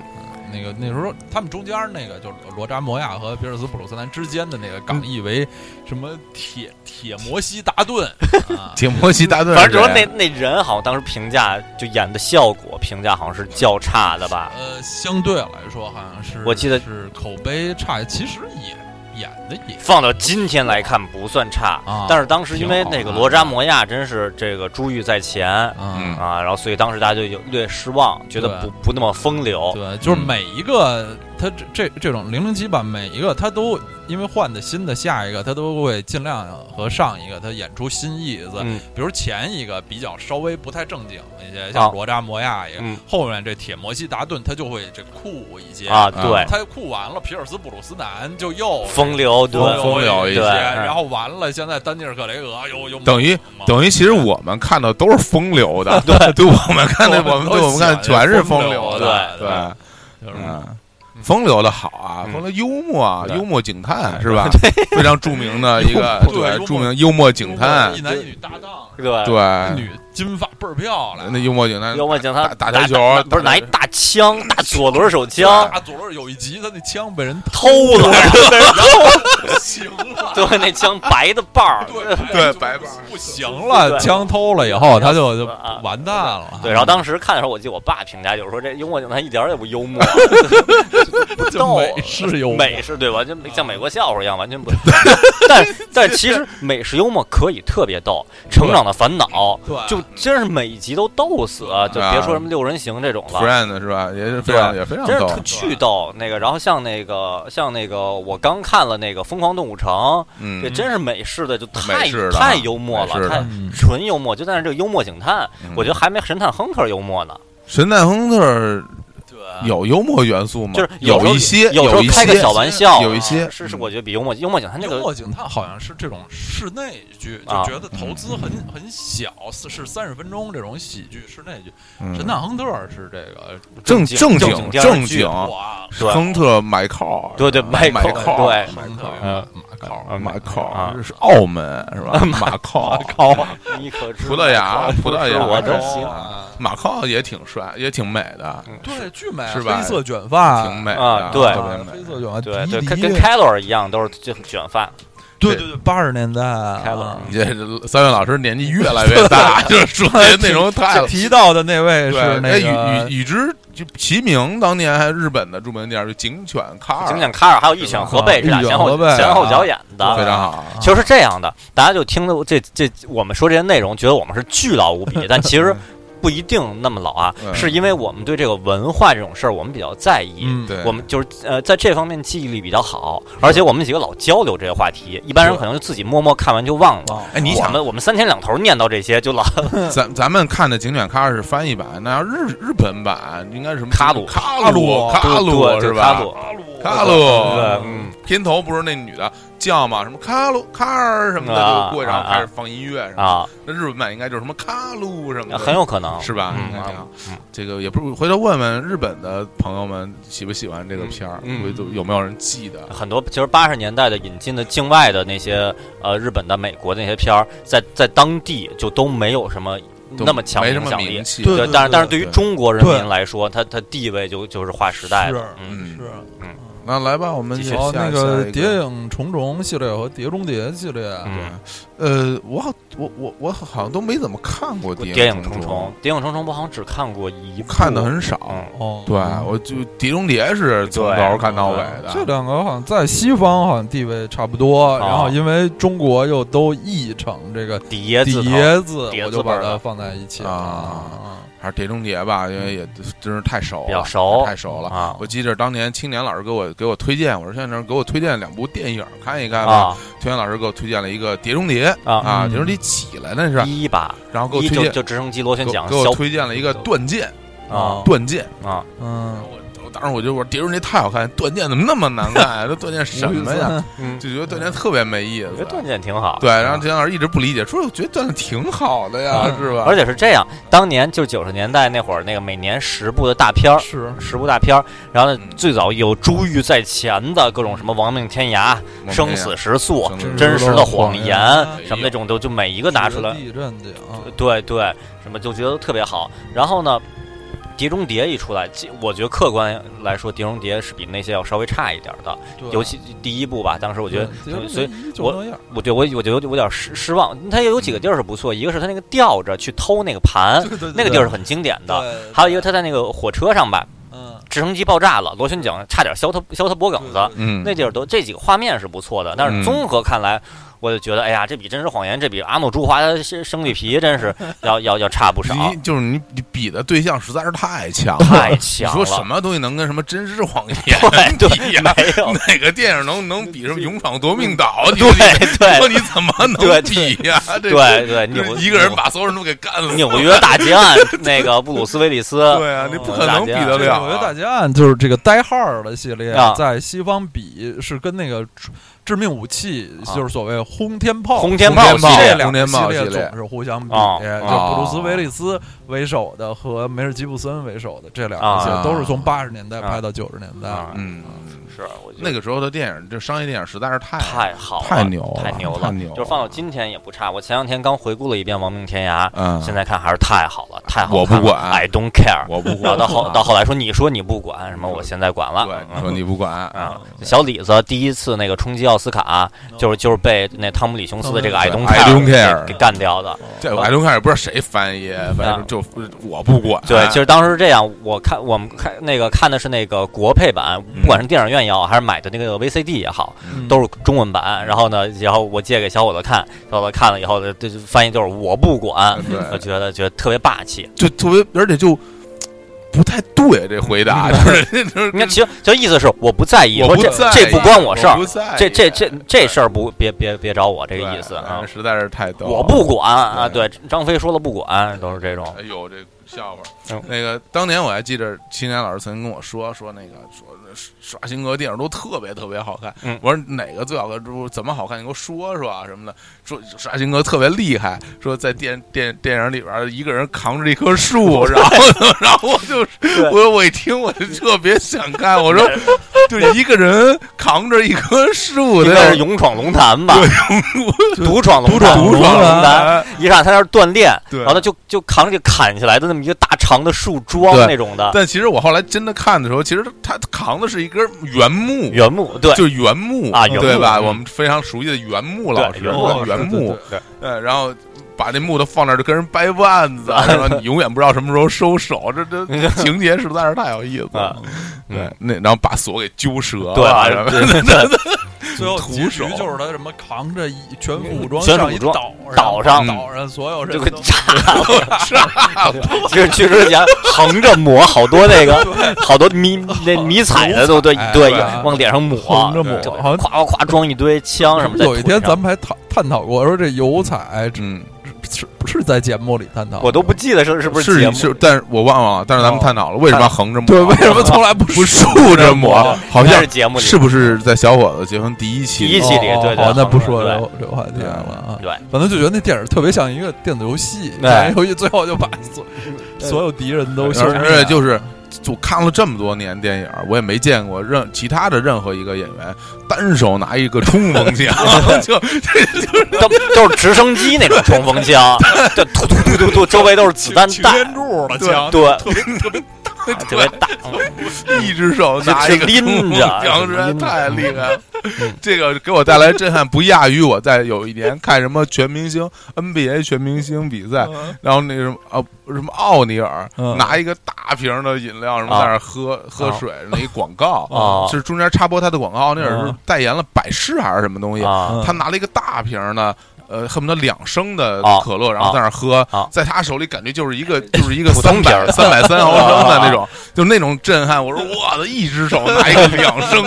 那个那时候，他们中间那个就是罗扎摩亚和皮尔斯布鲁斯南之间的那个港译为什么铁铁摩西达 顿啊？
铁摩西大顿
反
是
正主要
谁，
那那人好像当时评价就演的效果评价好像是较差的吧？
呃，相对来说好像是
我记得
是口碑差，其实也演的也
放到今天来看不算差
啊，
但是当时因为那
挺好
个
啊
罗扎摩亚真是这个珠玉在前
嗯
嗯
啊，然后所以当时大家就有略失望，觉得
对
不不那么风流。
对，就是
嗯
每一个它这这这种零零七版，每一个它都因为换的新的下一个，它都会尽量和上一个它演出新意思。
嗯，
比如前一个比较稍微不太正经一些，像
啊
罗扎摩亚一个，
嗯
后面这铁摩西达顿他就会这酷一些
啊，
啊
对，
他酷完了，皮尔斯布鲁斯南就又
风流，对，
风流
一
一
些，
些
嗯
然后完了，现在丹尼尔克雷格又又
等于
猛了
等于其实我们看到都是风 流的，对，对我们看那我们对我们看全是风流的，
的
对，
就是
嗯。风流的好啊，
嗯
风流幽默啊，
对
幽默警探是吧？ 非常著名的一个
幽默对
对，著名幽默警探
一，男一女搭档，
对
对，
女金发倍儿漂亮，
哎那幽默警探
幽默警察
打打台球
打不
打
是拿一大枪，大左轮手枪
啊大左轮有一集，他那枪被人
偷了，
行了，
对，那枪白的棒儿，
对
对白板
不行了，
对
枪偷了以后，他就就
啊
完蛋了。
对，然后当时看的时候，我记得我爸评价就是说，这幽默警察一点儿也不幽默，不
就
逗，
美式幽默
美式对吧？就像美国笑话一样，完全不。 但但其实美式幽默可以特别逗，《成长的烦恼》
啊
对
就真是每一集都逗死，啊就别说什么六人行这种了。
friend 是吧？也是非常
对
也非常
真是
逗
特，巨逗那个，然后像那个像那个，我刚看了那个《疯狂动物城》，这
嗯，
真是美式的，就太
美式的啊
太幽默
美
了，
式的嗯
太
嗯
纯幽默。就但是这个幽默警探，我觉得
得
还没神探亨特幽默呢。
神探亨特
对，
有幽默元素吗？
就是有时
嗯有
候
一些，
有时候
一
开个
些
小玩笑，啊
有一些
是是，我觉得比幽默幽默警探那
幽
个嗯
默警探好像是这种室内剧，就
啊
觉得投资很很小，是是三十分钟这种喜剧室内剧。
嗯
神探亨特是这个
正
正
经
经电视
正
剧
经，
哇，
对
亨特买靠，
对对
买
买
靠，
靠对
亨特
嗯
马考
嗯
买靠
啊
这是澳门是 吧？马靠，
靠，你可知
葡萄牙，葡萄牙，
我啊
真
的
喜
心
欢
马靠也挺帅，也挺美的，
对，巨美，啊
是吧
黑色卷发，
挺美的
啊，对
特
黑
别美。
色卷发，
对对，
迪
跟
迪
跟凯 r 一样，都是就卷发，
对对对，八十年代啊
凯勒
你这三位老师年纪越来 越大，就是说的内容太
这提到的那位
对
是，那
哎
个
与与与之就齐名，当年还日本的著名电视剧《警犬卡尔
景》，点凯尔还有一犬河背这俩
一犬
前
河
后
背啊
前后脚演
非
的。
常好。
其实是 这样的，大家就听着这这我们说这些内容，觉得我们是巨老无比，但其实不一定那么老啊，
嗯
是因为我们对这个文化这种事儿我们比较在意。
嗯，
对，
我们就是呃，在这方面记忆力比较好，而且我们几个老交流这些话题，一般人
是
可能就自己默默看完就忘了。
哦
哎，你
我
想，
们我们三天两头念叨这些，就老
咱咱们看的警犬咖是翻译版，那要日日本版应该是什么
卡鲁
卡鲁卡
对
鲁
对
是
卡
吧？
鲁，
卡鲁，
对，嗯，
片头不是那女的叫嘛，什么卡鲁卡尔什么的，
啊
就过去
啊
然后
啊
开始放音乐什么的。
啊，
那日本版应该就是什么卡鲁什么的，
很有可能
是吧？
嗯
应该这样
嗯
这个也不是回头问问日本的朋友们喜不喜欢这个片儿，
嗯嗯
估计都有没有人记得？
很多其实八十年代的引进的境外的那些呃日本的、美国的那些片儿，在在当地就都没有什么
都
那么强的
没什
影
么
响力
名。气。
对
但是但是对
对
于
对
中国人
对
民来说，它它地位就就是划时代
是
了。嗯，
嗯
是，
嗯
那来吧，我们
继续
下
哦，那
下
个《
一
谍影重重》系列和《碟中谍》系列，
嗯
呃，我好，我我我好像都没怎么看过《
谍
影
影重
重
重，，谍影重重，我好像只看过一部，》，
看的很少
嗯。
哦，
对，我就《碟中谍》是从
对
头看到尾
这
的。
两个好像在西方好像地位差不
哦
多，然后因为中国又都译成这个
碟字头
碟字，
碟字
我就把
辈儿
它
的
放在一起
啊还是《碟中谍》吧，因为也真是太熟了，
比较熟
太熟了。
啊
我记着当年青年老师给我给我推荐，我说现在给我推荐两部电影看一看吧。
啊
青年老师给我推荐了一个《碟中谍》
啊！
啊，
嗯
《碟中谍》几来那是，
一吧，
然后给我
一
推
就
荐
就直升机螺旋
给
桨
我给我
小
推荐了一个《断剑》，
啊
断剑。
啊！
嗯，
我我当时我就我说《碟中谍》太好看，《断剑》怎么那么难看啊？这《断剑》什么呀？
嗯，
就觉得断剑特别没意
我觉得
思
断。剑挺好。
对，然后
嗯
金老师一直不理解，说我觉得断的挺好的呀，
啊
是吧？
而且是这样，当年就九十年代那会儿，那个每年十部的大片儿，
是
十部大片儿，然后呢
嗯
最早有珠玉在前的各种什么亡命天涯、
我们
生死时速、
生死
真实的谎
真实的
言
谎
言
什么那种都就每一个拿出来，呃
地震啊警，
对对，什么就觉得特别好。然后呢，碟中谍一出来，其我觉得客观来说，碟中谍是比那些要稍微差一点儿的，
对
尤其第一部吧，当时我觉得
对碟中谍
所以
一就
我
嗯那样
我对我我觉得有点有点失失望。它也有几个地儿是不错，一个是它那个吊着去偷那个
嗯
盘，呃那个地儿是很经典的。
对
还有一个，他在那个火车上吧，
嗯，
直升机爆炸了，螺旋桨差点削他削他脖梗子，
嗯，
那地儿都这几个画面是不错的，但
嗯
是综合看来，我就觉得，哎呀，这比《真实谎言》，这比《阿诺朱华的生生绿皮》真是要要要差不少
你，就是你你比的对象实在是太 强了。
太
你
强
说什
了。
么东西能跟什么真实谎言
对
比呀？
没有，
哪个电影能能比什么《勇闯夺命岛》？你
嗯 对
你
对
说你怎么能
对
比呀？这
对对，
这
纽
一个人把所有人都给干死，
纽纽约大劫 案，那个布鲁斯威利斯，嗯
对啊，你不可能比
这
得了
个
啊。
纽约大劫案就是这个呆号儿的系列
啊，
在西方比是跟那个致致命武器，
啊
就是所谓轰天炮、
轰天
炮系列
这两个系
轰天炮系列
总是互相比，
啊
就布鲁斯·威利斯为首的和梅尔吉布森为首的这两个
啊
系列都是从八十年代
啊
拍到九十年代。
啊
嗯，
是我觉得
那个时候的电影，这商业电影实在是太
太好了，
太牛了
太牛了，
太牛了
就是放到今天也不差。我前两天刚回顾了一遍《亡命天涯》，
嗯
现在看还是太好了，太好看了。
我不管
，I don't care。
我不
然 后
管
到后到后来说，你说你不管什么，
对
我现在管了。
对，
嗯
你说你不管，
啊，小李子第一次那个冲击奥斯卡，就是就是被那汤姆李琼斯的这个
对
I don't
I don't care
给给干掉的。
这我还都开始不知道谁翻译，反正就我不 管。
啊
啊
对，其实当时是这样，我看我们看那个看的是那个国配版，不
嗯
管是电影院也好，还是买的那个 VCD 也好，
嗯
都是中文版。然后呢，然后我借给小伙子看，小伙子看了以后，这这翻译就是我不 管，我
啊对，
觉得觉得特别霸气。
就特别，而且就不太对这 回答，就是就是
你看，其实其实意思是我不在意，
我不
这
在意，
这不关我事儿，
不在意啊
这这这这事儿不别别别找我这个
对
意思
反
啊
正，实在是太逗了。
我不管啊。
对
对，张飞说了不管，都是这种。
哎呦，这笑话！
嗯
那个当年我还记着，青年老师曾经跟我说说那个说刷新格电影都特别特别好看。
嗯
我说哪个最好看？我怎么好看？你给我说说啊什么的。说刷新格特别厉害，说在电电电影里边一个人扛着一棵树，然后然后我就我说我一听我就特别想看，我说就一个人扛着一棵树，
应该是
对，
勇闯龙潭吧？独闯龙
闯
潭，
独
独
闯龙
龙
潭
潭。一上他那儿锻炼，
对
然后他就就扛着砍下来的那么一个大长的树桩
对
那种的
但其实我后来真的看的时候，其实他扛的是一根原木，
原木，对
就是原木
啊原木
对吧？
嗯
我们非常熟悉的原木老师，
对原木
哦
原
是
木，
对对
呃，然后把那木头放那儿就跟人掰腕 子，然后你永远不知道什么时候收手，这这情节实在是太有意思了
啊。
嗯对，那然后把锁给揪折
对啊
了，然后
对对对
最后
徒
结
手
局就是他什么扛着一全副武装
全副
上一
武装
岛
岛
上
上
岛上所有人
这个
都
炸了，
差 不多
就是确实讲横着抹好多那个好多迷那迷彩的都对
哎
对
对
往脸上抹，
横着抹
就
好像
夸夸夸装一堆枪什么的。
有一天咱们还讨探讨过，说这油彩
嗯，
是是在节目里探讨，
我都不记得是是不
是
节
你
目哦
是，但是我忘了，但是咱们探讨了为什么要横着抹？
对，为什么从来不
不
说？
竖着抹？好
应该
像
是节目里
是不是在小伙子结婚第一期？
第一期里
哦
对对
哦那
好
不
的
说这
对嗯
个这个话题了啊。
对
反正就觉得那电影特别像一个电子游戏，
对
电子游戏最后就把所所有敌人 都消
而
灭
而且就是，我看了这么多年电影，我也没见过任其他的任何一个演员单手拿一个冲 锋枪，就
都都是直升机那种冲锋枪，就突突突突突，周围都是子弹
擎
弹，
天柱了，枪
对，啊
特别特别
特别大。
一只手拿一
是
个
拎着啊
杨实
是
在
拎着
太厉害了
嗯。
这个给我带来震撼，不亚于我在有一年看什么全明星 NBA 全明星比赛，
嗯
然后那什么啊什么奥尼尔
嗯
拿一个大瓶的饮料，什么
啊
在那儿喝喝
啊
水，那一广告
啊
是中间插播他的广告，奥尼尔是
啊
代言了百事还是什么东西？
啊
他拿了一个大瓶的，呃，恨不得两升的
啊
可乐，然后在那儿喝
啊，
在他手里感觉就是一个 就是一个
普
三
通瓶
百
儿啊
三百三毫升的那种，就那种震撼。我说我的一只手拿一个两 升，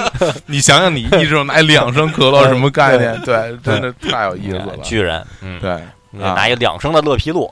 你想想你一只手拿两升可
嗯
乐什么概念？对，真的太有意思了。
巨人，嗯，
对，
你拿一个两升的乐皮露，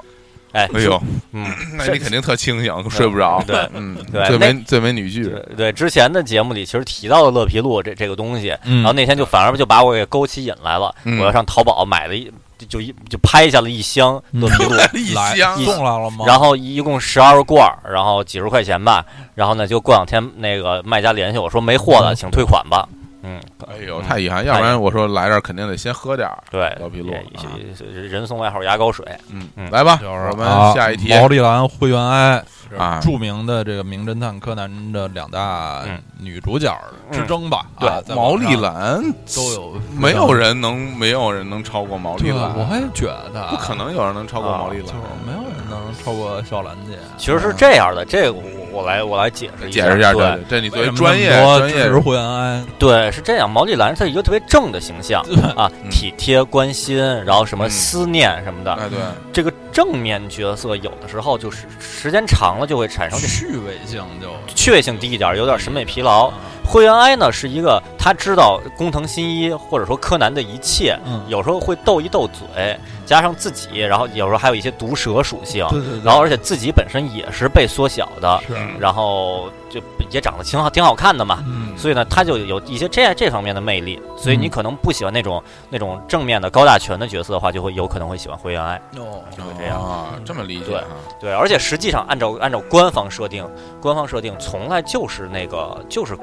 哎，
哎呦，
嗯，
那你肯定特清醒，睡不着。
对
嗯，
对
最
那
美最美女巨人，
对对，之前的节目里其实提到了乐皮露这这个东西，
嗯
然后那天就反而就把我给勾起瘾来了，
嗯
我要上淘宝买了一就一就拍下了一箱乐 皮露，
一
来
箱
送来了吗？
然后一共十二罐儿，然后几十块钱吧，然后呢就过两天那个卖家联系我说没货了，请退款吧，嗯，
哎呦，
嗯
太遗憾，要不
太遗
然我说来这儿肯定得先喝点儿。
对，
乐皮露
也
啊
也人送外号牙膏水，
嗯
嗯，
来吧，
就是
我们
啊
下一题。
毛利兰灰原哀
啊
著名的这个名侦探柯南的两大
嗯
女主角之争吧。
嗯
啊在
毛
网上
利兰
都有
没有人能没有人能超过毛利
对，
兰，
我还觉得
不可，能有人能超过毛利
就
兰
是。没有人能超过小兰姐。
其实是这样的，这个我我来我来解释一
解释一下，
对
这这你作
为
为
什么
专业
那么多
专业
支持，灰原哀，
对，是这样。毛利兰是一个特别正的形象啊
嗯，
体贴关心，然后什么
嗯
思念什么
啊
的。
哎对，
这个正面角色有的时候就是时间长了就会产生这
趣味性就
趣味性低一点，有点审美疲劳
啊。
灰原哀呢是一个他知道工藤新一或者说柯南的一切，
嗯，
有时候会斗一斗嘴，加上自己，然后有时候还有一些毒舌属性，
啊对对对，
然后而且自己本身也是被缩小的，
是
然后就也长得挺好，挺好看的嘛。
嗯，
所以呢，他就有一些这这方面的魅力，所以你
嗯
可能不喜欢那种那种正面的高大全的角色的话，就会有可能会喜欢灰原哀。
哦
就会这样
啊，这么理解
对
啊。
对，而且实际上按照按照官方设定，官方设定从来就是那个就是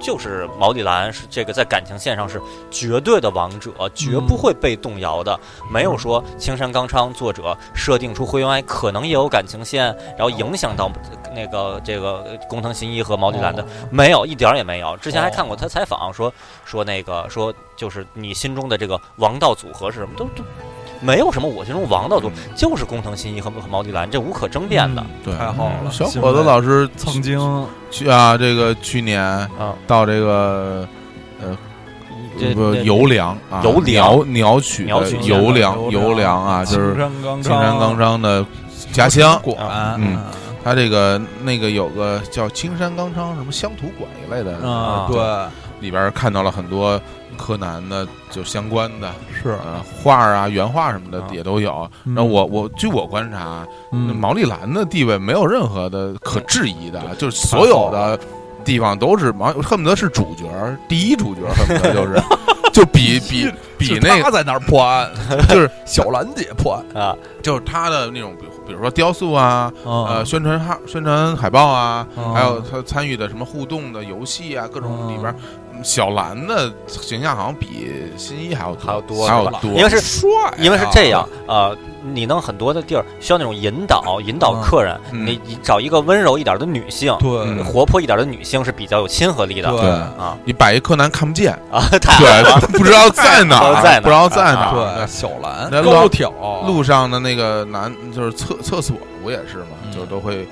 就是毛利兰是这个在感情线上是绝对的王者，绝不会被动摇的。没有说青山刚昌作者设定出灰原哀可能也有感情线，然后影响到那个这个工藤新一和毛利兰的
哦嗯
没有，一点儿也没有。之前还看过他采访说，说那个说就是你心中的这个王道组合是什么，都都没有什么。我心中王道组合
嗯
就是工藤新一和和毛利兰，这无可争辩的。
对，
太好了，
小伙子老师
曾经
去啊，这个去年
啊，
到这个
这
不
这
游梁啊，
游
辽
梁
鸟曲
鸟
的
取
游梁
良
游梁啊，就是
青山刚啊
青山刚昌的家乡。
馆，
嗯他这个那个有个叫青山刚昌什么乡土馆一类的
啊，
啊
对，
里边看到了很多柯南的就相关的
是。
呃画儿啊、原画什么的
啊
也都有。
嗯
那我我据我观察，啊那
嗯
毛利兰的地位没有任何的可质疑的，就是所有的地方都是毛，恨不得是主角儿，第一主角儿恨不得就是 就比比比
就
那
他
个
在那儿破 案，
就是
小兰姐破案，
啊，
就是他的那种，比如比如说雕塑啊，呃，
嗯
呃，
宣传号、宣传海报啊，
嗯
还有他参与的什么互动的游戏啊，各种里边儿，嗯小兰的形象好像比新一还要
还要多
还要
是吧
多，
因为是
帅啊，
因为是这样，呃，你能很多的地儿需要那种引导，引导
嗯
客人，
嗯
你你找一个温柔一点的女性，
对，
嗯
活泼一点的女性是比较有亲和力的
对
啊
你摆一柯南看 不见，
啊，太好了，
对，不知道在哪
不知道 在哪儿啊
儿，不知道在哪儿。
对，小兰
那
高
路
挑
路上的那个男，就是厕厕所不也是嘛，
嗯
就是都会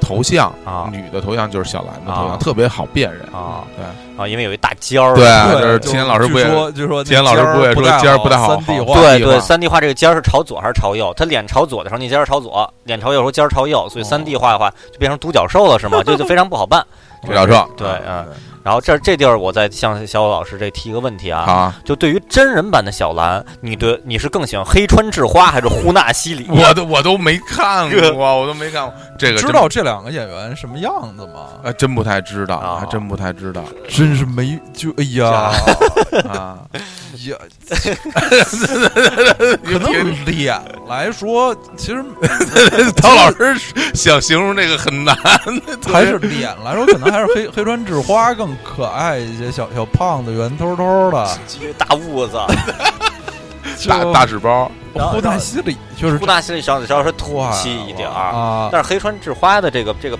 头像，
啊
女的头像就是小兰的头
啊
像，特别好辨认。
啊
对
啊，因为有一大尖儿，
对
对
哎就是
就
秦岩老师
据
不也
说，就说那
秦岩老师
尖儿
不也说
太
尖儿不太
好，
好啊
三 D
好
画
画
对
地
对，
画
三 D 画这个尖儿是朝左还是朝右？他脸朝左的时候，那尖儿是朝左；脸朝右的时候，尖儿朝右。所以三 D 画的话，就变成独角兽了，是吗？就就非常不好办。
独角兽，
对嗯然后这这地儿，我再向小五老师这提一个问题啊，
啊，
就对于真人版的小兰，你对你是更喜欢黑川智花还是呼纳西里？
我都我都没看过，我都没看过这个真，
知道这两个演员什么样子吗？
啊，真不太知道，
啊
还 真不太知道
真是没就哎呀
啊。
呀， 可能脸来说，其 实
陶老师 想形容这个很难，
还是脸来说，可能还是黑黑川智花更可爱一些，小小胖子圆偷偷的，
大痦子，
大大纸包，
然后
呼大西里就是
呼纳西里稍微稍微土
哇
气一点儿，
啊，
但是黑川智花的这个这个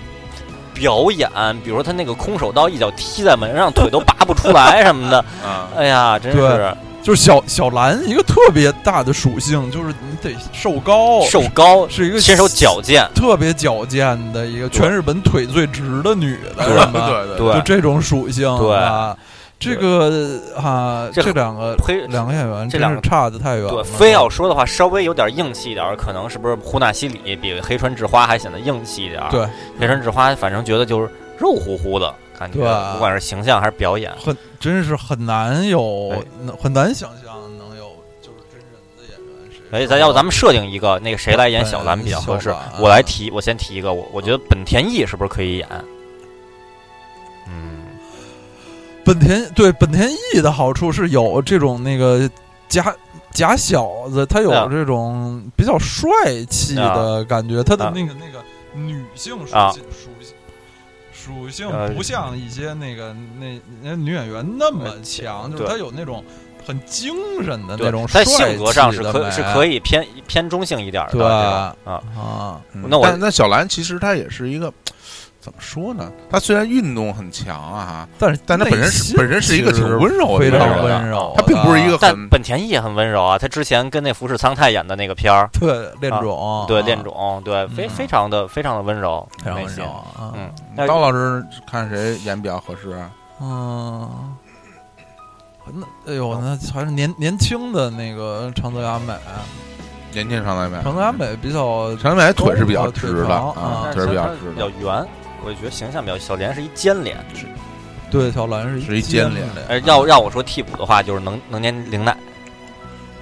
表演，比如说他那个空手道一脚踢在门上，腿都拔不出来什么的，
啊，
哎呀，真
对
是
就是小小兰一个特别大的属性，就是你得瘦高，
瘦高，
是一个
身手矫健，
特别矫健的一个全日本腿最直的女的，
对
是吧
对
对
就这种属性，
对
啊，这个啊，
这
这两个
黑
两个演员
这
真
两
是
个
差的太远了
对，，非要说的话，稍微有点硬气一点儿，可能是不是呼纳西里比黑川智花还显得硬气一点儿？
对，
黑川智花反正觉得就是肉乎乎的感觉，
对啊
不管是形象还是表演，
很真是很难有
哎，
能很难想象能有就是真人的演员是。
哎，咱要不咱们设定一个，那个谁来演小兰比较合适
小兰？啊
我来提，我先提一个，我我觉得本田翼是不是可以演？嗯，
本田对本田翼的好处是有这种那个假假小子，他有
啊
这种比较帅气的感觉，他的那个那个女性属
啊
性属性。属性
呃
不像一些那个那那女演员那么强，就是
呃对
她有那种很精神的
对
那种帅
在
气
性格上是
的
可
美
是可以偏偏中性一点儿的
对
这种啊，
啊，
那我
但那小兰其实她也是一个，怎么说呢？她虽然运动很强啊，
但是
但她本身
内
是
心
本身是一个
其实
挺温柔的
非
一个
常
人，啊
温柔的，
她并不是一个
但
很
本田翼也很温柔啊，他之前跟那福士苍太演的那个片儿，
对恋种，
对
啊
恋，种，对非
嗯
非常的非常的温柔，
非常温
内心
柔，啊，
嗯，那
刀老师看谁演比较合适啊？
嗯，那哎呦，那还是年年轻的那个长泽雅美，
年轻常在美，
长泽雅美比较
常在美腿是比较
高
直
腿
的
长
啊，
嗯
腿是比较
但是
直
比较
的。
圆，我就觉得形象比较小莲是一尖脸，
对小兰是
是一
尖
尖脸
呃，要让我说替补的话，就是能能年龄奈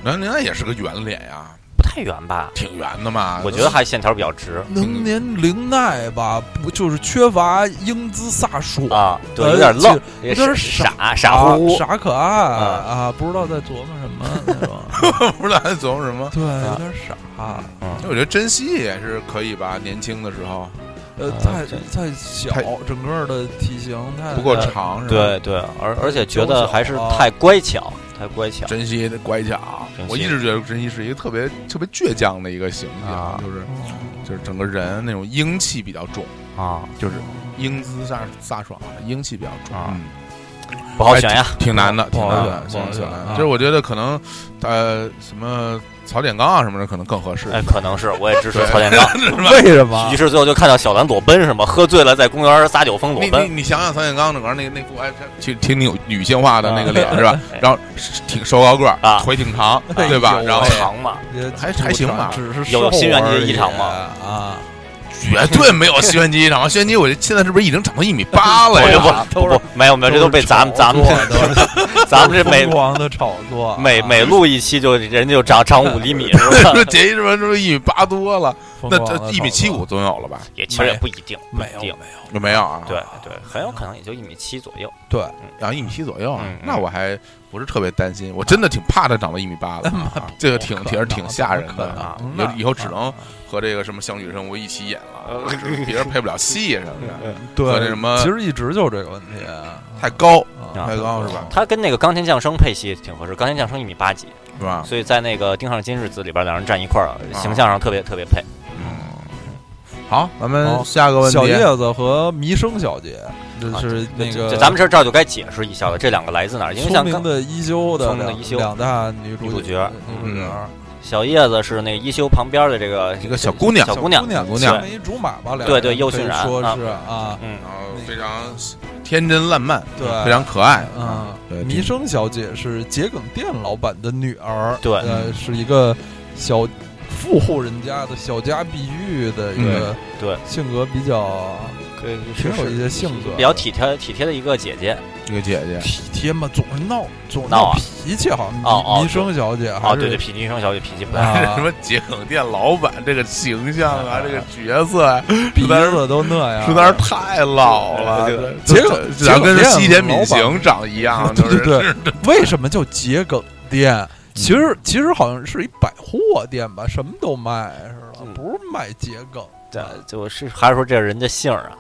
南宁也是个圆脸呀，
不太圆吧，
挺圆的嘛。
我觉得还线条比较直
能年龄奈吧，不就是缺乏英姿飒爽，
啊，对，
呃
有点愣，
有点
傻傻
傻
乎乎。
傻可爱
啊
啊，不知道在琢磨什么那种，
不知道还琢磨什么。
对，有点傻。
因为我觉得珍惜也是可以吧，年轻的时候
呃，
啊
太
这
太小
太，
整个的体型太呃
不够
太
长是吧？，
对对，而而且觉得还是
娇小啊
太乖巧，太乖巧。
珍惜的乖巧
珍，惜
我一直觉得珍惜是一个特别特别倔强的一个形
啊
象，就是
嗯
就是整个人那种英气比较重，
啊，
就是英姿飒飒爽的英气比较重
啊，
嗯，
不好选呀。
挺难的，
不
挺
好
难
选
的，
不好
挺
选
难
啊
的。就是我觉得可能呃什么曹典刚啊什么的可能更合适，
哎，可能是我也支持
对啊
曹建 刚。
是吧？
为什么
于？是最后就看到小兰裸奔是吗？喝醉了在公园撒酒疯裸
你你
奔，
你想想曹建刚整个那那副哎，他挺挺有女性化的那个脸
啊
是吧
对？
然后挺瘦高个儿
啊，
腿挺长，
哎
对吧？
呦
然后
喂
长嘛，
也
还还行吧
只是
有
瘦
新垣结
而
衣
已
长吗
啊，
绝对没有轩辕姬长。轩辕姬，我这现在是不是已经长到一米八了
我就
呀？
不不不，没有没有，这
都
都
是
被咱们 咱们
炒作的
咱们这每
疯狂的炒作，
每
啊
每录一期就人家就长长五 厘米是 吧？
这杰一是不是一米八多了？
疯
那
狂地
这一米
炒
七
作
五总有了吧？
也其实也不一定，
没有
不一定
没有，
有没有啊？
对对，很有可能也就一米七左右。
对，
啊，一米七左右啊
嗯嗯，
那我还不是特别担心。我真的挺怕他长到一米八 的啊，这个挺挺挺吓人的
啊
嗯
有以后只能和这个什么小女生我一起演了，就是别人配不了戏什么的，
对
和那什么
其实一直就是这个问题，
太高
啊
太高是吧？
他跟那个钢琴降生配戏挺合适，钢琴降生一米八几，
是
嗯
吧？
所以在那个《盯上今日子》里边，两人站一块儿，
啊
形象上特别特别配。
好，咱
好
们下个问题
嗯小，叶子和弥生小姐，就
啊
是那
这
个
这咱们这儿这儿就该解释一下了，这两个来自哪儿？因为
聪
像
明
刚
的一休的
聪明的
两
一休
两大女
女主
主
角
女
嗯
主角，
小叶子是那个一休旁边的这个
一个小姑娘
小姑
娘
娘，
姑
娘
青梅竹马吧，两
对
个人
对右
可以
迅然
说
啊
是啊，
嗯，
然后非常天真烂漫，
对
非常可爱，
嗯
对，
弥生小姐是桔梗店老板的女儿，
对
呃，是一个小富户人家的小家碧玉的一个，
对，
性格比较
可以
挺
是
有一
是
些性格，
比较体贴体贴的一个姐姐，
这个姐姐，
体贴嘛，总是闹，总是
闹啊
脾气，好像
哦哦
弥弥生小姐还
哦，
是
对对，皮女生小姐脾气不太好，
啊
什么桔梗店老板这个形象啊，这个角色啊，
鼻子都那样，
实在是太老了，
对
这
结果
这咱跟
结果
西
店
田敏
老板
行长一样，就
对
是
对对，为什么叫桔梗店？其实其实好像是一百货店吧，什么都卖是吧？
嗯
不是卖桔梗，
对，呃就是还是说这是人家姓儿啊，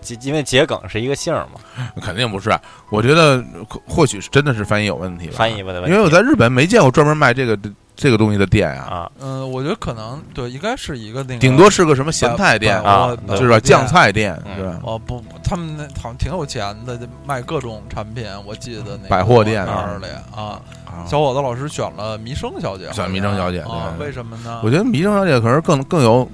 桔因为桔梗是一个姓儿嘛，
嗯肯定不是。我觉得或或许是真的是翻译有问题吧，
翻译吧的问
因为我在日本没见过专门卖这个这个东西的店啊，
啊，
嗯、我觉得可能对，应该是一个那个，
顶多是个什么咸菜店，
啊
百
是吧？酱。
百货店
菜店，
嗯
对吧？
哦不，不他们那好像挺有钱的，就卖各种产品。我记得那个
百货店
那
啊
儿里啊，
啊
小伙子老师选了弥生小姐，
选弥生小姐
啊，
对
为什么呢？
我觉得弥生小姐可能更更有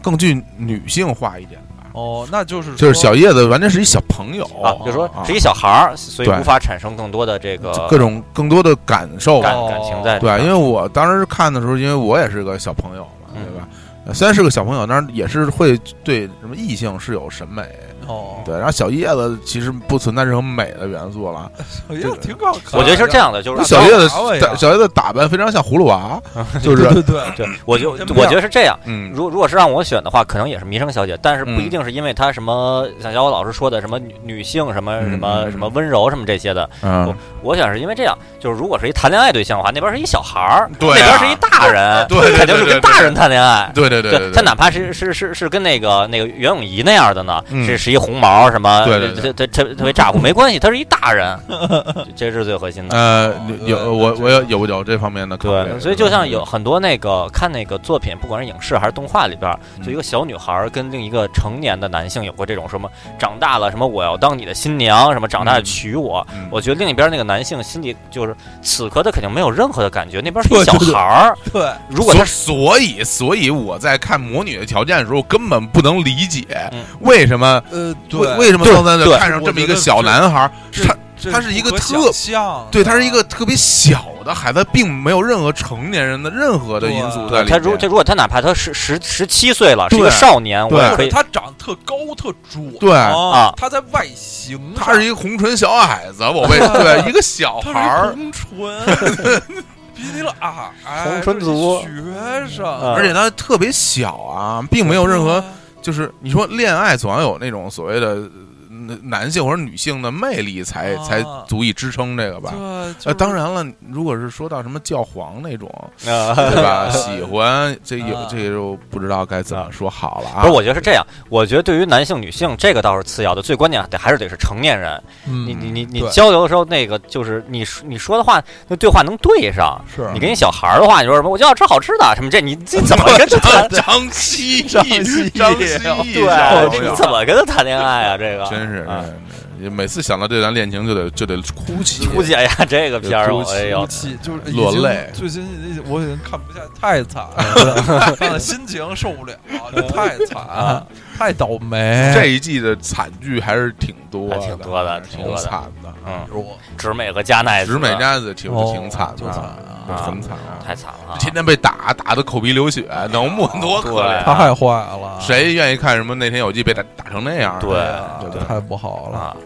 更具女性化一点吧，
哦，那就是
就
说
是小叶子完全是一小朋友，
啊，就说
啊
是一小孩儿，所以
对
无法产生更多的这个
各种更多的感受吧
感
哦
感情在里
对，啊
边，
因为我当时看的时候，因为我也是个小朋友嘛，
嗯
对吧？呃虽然是个小朋友，但是也是会对什么异性是有审美。
哦，
对，然后小叶子其实不存在任何美的元素了。
小叶
这
子
个
哎挺好看的。
我觉得是这样的，就是
那
小叶子
娃娃呀
打小叶子打扮非常像葫芦娃，就是
对对对，
对，我就
真不
我
像
觉得是这样。
嗯，
如如果是让我选的话，可能也是弥生小姐，但是不
嗯
一定是因为她什么，像小伙老师说的什么女女性什么
嗯
什
嗯
么什么温柔什么这些的。
嗯，
我想是因为这样，就是如果是一谈恋爱对象的话，那边是一小孩儿，
对啊
那边是一大人，
对对对
肯定是跟大人谈恋爱。
对对对对，
他哪怕是是是是跟那个那个袁咏仪那样的呢，
嗯
是是一红毛什么，
对对对
特特特特别咋呼，没关系，他是一大人，这这是最核心的。
呃
哦对
有我
对
我有有有这方面的考虑
嗯对，所以就像
嗯
有很多那个看那个作品，不管是影视还是动画里边儿，
嗯
就一个小女孩儿跟另一个成年的男性有过这种什么长大了什么我要当你的新娘，什么长大了
嗯
娶我。
嗯
我觉得另一边那个男性心里就是此刻他肯定没有任何的感觉，那边是
对
一小
对对
孩儿。
对，
如果他是
所所以所以我在看魔女的条件的时候，根本不能理解
嗯
为什么
呃，
为
对，
为什么
对
高三就
对
看上这么一
我觉
个
得
小
这
男孩儿，
这
他
这
他是一个
不可
特
想象
对，
的
他是一个特别小的孩子，并没有任何成年人的任何的因素
对
在里
他如他
面。
如果他哪怕他十十十七岁了，是一个
对
少年，我也
或
可
者
以。
他长得特高特壮，
对
啊
啊，
他在外形
他是
一
一个红唇小矮子，我 为对一个小
他
孩
是
儿
一，红唇，比你老矮，
红唇族
学生，
啊
而且他特别小啊，并没有任何就是你说恋爱总要有那种所谓的呃男性或者女性的魅力才
啊
才足以支撑这个吧。
对，就是
呃，当然了，如果是说到什么教皇那种，
啊
对吧？
啊
喜欢这有
啊
这个就不知道该怎么说好了啊。
不是，我觉得是这样。我觉得对于男性、女性，这个倒是次要的，最关键啊得还是得是成年人。你
嗯
你你你
对
交流的时候，那个就是你说你说的话，那对话能对上。
是
你跟一小孩儿的话，你说什么我就要吃好吃的什么这，你这怎么跟他谈？
张希，
张希
张希，小
哦对，
朋友
你怎么跟他谈恋爱啊？这个
真是
啊，
真是每次想到这段恋情就得就得哭泣，
估计哎呀，这个片儿我
哭泣
哎
哭
呦，
泣就是已
落
经
泪
最近我已经看不下，太惨了，看了心情受不了，太惨，太倒霉。
这一季的惨剧还是挺多的，
哎还挺多的挺多的哎
惨的。
嗯，
我
直美和加奈子，
直美家子挺
哦
挺惨
就
的
惨
啊，
啊
很惨啊，
太惨了啊，
天天被打打的口鼻流血，能不多可
啊对啊
怜？
他太坏了，
谁愿意看什么那天有记被打打成那样？
对
啊
对
太不好了。
啊。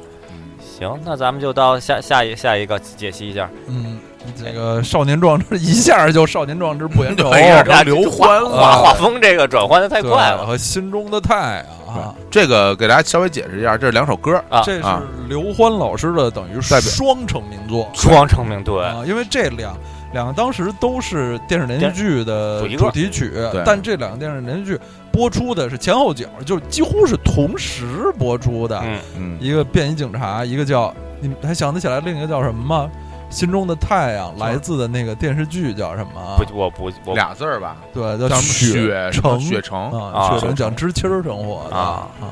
行，那咱们就到下下一下一个解析一下，
嗯，这个少年壮志一下就少年壮志不言愁，
一下就
哦
刘欢
画
了。
画风这个转换的太
对
快了，
和心中的太啊，
这个给大家稍微解释一下，这是两首歌，
啊
这
啊
是刘欢老师的等于
代表
双成名作
双成名对，
啊，因为这两两个当时都是电视连续
电
剧的
主题
主
歌
题曲
对，
但这两个电视连续剧播出的是前后脚，就是几乎是同时播出的，
嗯，
嗯，
一个便衣警察，一个叫你们还想得起来另一个叫什么吗？心中的太阳来自的那个电视剧叫什么啊？
不，我不我
俩字儿吧，
对，叫
叫
雪
什么
城
雪城，
啊，
啊
雪城讲知青儿生活的
啊
啊，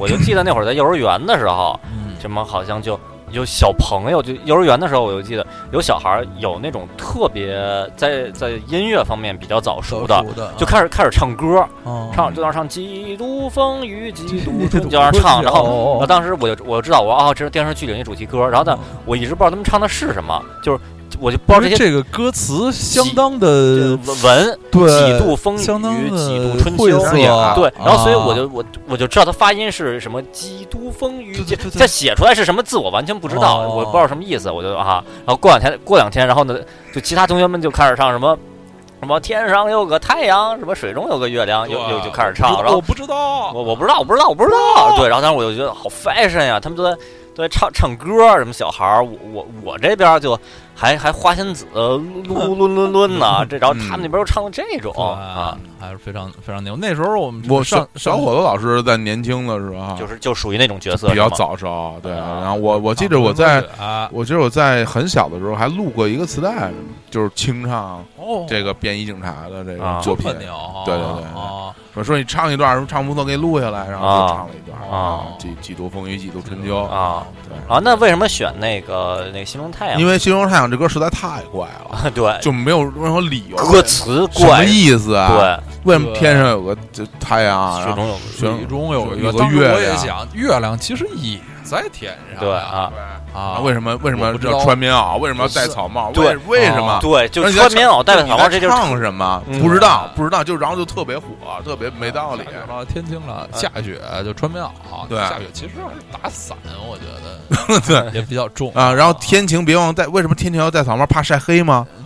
我就记得那会儿在幼儿园的时候，
嗯，
什么好像就有小朋友，就幼儿园的时候，我就记得有小孩儿有那种特别在在音乐方面比较早熟的，
的啊
就开始开始唱歌，
唱
唱就那唱《几度风雨几度春》，就那唱，然
哦
后然后当时我就我知道我哦，这是电视剧里那主题歌，然
哦
后但我一直不知道他们唱的是什么，就是我就不知道这些
这个歌词相当的
就是文
对
几度风雨
相当的
几度春
晦
秋
涩，
对，然后所以
啊
我就我我就知道他发音是什么“几度风雨”，
对对
这
对对
这写出来是什么字，我完全不知道，
哦
我不知道什么意思，我就啊，然后过两天过两天，然后呢，就其他同学们就开始唱什么什么“天上有个太阳”，什么“水中有个月亮”，又又就开始唱，然后
啊我不知道，
我我不知道，我不知道，我不知道。对，然后当时我就觉得好 fashion 呀、他们都在都在唱唱歌儿，什么小孩儿，我我我这边儿就还还花仙子抡抡抡抡 呢，这然后
嗯
他们那边又唱这种啊，，
哦还是非常非常牛。那时候我们
我
上
小小伙子老师在年轻的时候啊
就是就属于那种角色，
比较
是吗。
早熟，对。
啊
然后我我
我
记得我在，
啊
我记得我在很小的时候还录过一个磁带，就是清唱
哦
这个便衣警察的这个
啊
作品
这么。牛，
对对对
啊
我说你唱一段，说唱不错，给录下来，然后
啊
就唱了一段
啊
几几度风雨几度春秋
啊
对。
啊，那为什么选那个那个新龙太阳？
因为《西游太阳》这歌实在太怪了，
对
就没有任何理由。
歌词
什么
哎怪，
意思啊？
对，
为什么天上有个这太阳啊？
水
然后
中有
水
水中有
有个
当时
月
我也
亮
想，月亮其实也在天上，
对
啊
啊，
啊，
为什么为什么
我不知道
要穿棉袄？啊为什么要戴草帽？
对
为为什么？
对，就
啊而且
穿棉袄戴
在
个草帽，这就是
唱什么？
嗯
不知道，不知道，就然后就特别火，特别没道理。
了，天晴了，下雪就穿棉袄。啊
对
下雪其实还是打伞，我觉得
对
也比较重
啊，然后天晴别忘戴，为什么天晴要戴草帽？怕晒黑吗？
嗯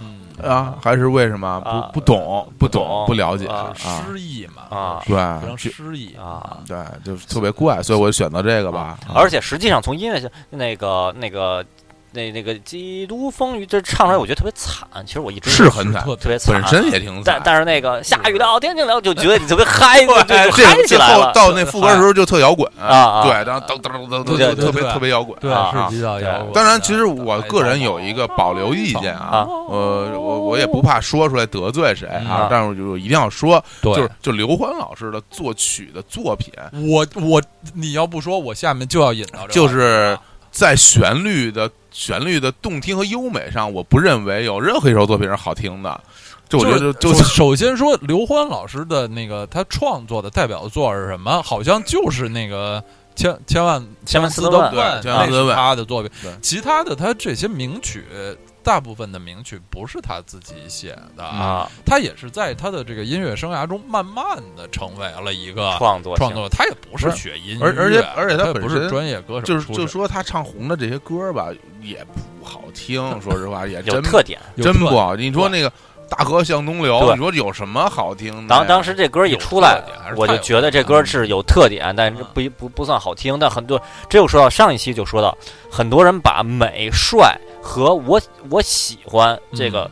啊，还是为什么？
啊
不不懂，不懂，
懂
不了解
啊
诗意嘛
啊
就是
对
非常
就
诗意
啊。
对，就是特别怪，所以我选择这个吧。
而且实际上从音乐上那个那个那那个《基督风雨》这唱出来，我觉得特别惨。其实我一直
是很惨，
特
特别惨，
本身也挺
但
惨。
但是那个下雨了，天晴了，就觉得你特别 嗨，就就
这
嗨起
这
来
后
了。
到那副歌的时候就特摇滚
啊啊
对，然后噔噔噔噔
对对
噔，特别
对
特别摇滚。
对
啊
是比较摇滚。
当然，其实我个人有一个保留意见啊
啊，
呃，我我也不怕说出来得罪谁啊
嗯，
但是我就一定要说，
对
就是就刘欢老师的作曲的作品，
我我你要不说，我下面就要引到这个，
就是在旋律的旋律的动听和优美上，我不认为有任何一首作品是好听的。就我觉得就
就
就是
首先说刘欢老师的那个他创作的代表作是什么？好像就是那个千千万
千万
斯
斯
德
德
问
问，
对千万
那
斯德
是
问
他的作品
对。
其他的他这些名曲，大部分的名曲不是他自己写的啊，
啊，
嗯
他也是在他的这个音乐生涯中慢慢的成为了一个
创作
创
性
作，他也不是
不是
学音乐，
而而且而且
他
他
也
本
不是
身
专业歌手出
就
身，
是就说他唱红的这些歌吧，也不好听，说实话也
有
真
特点。
有
真
特
不好。你说那个大河向东流，
对
你说有什么好听的呀？
当当时这歌一出来，我就觉得这
嗯
歌是有特点，但是不不不算好听。但很多这又说到上一期就说到，很多人把美帅和我我喜欢这个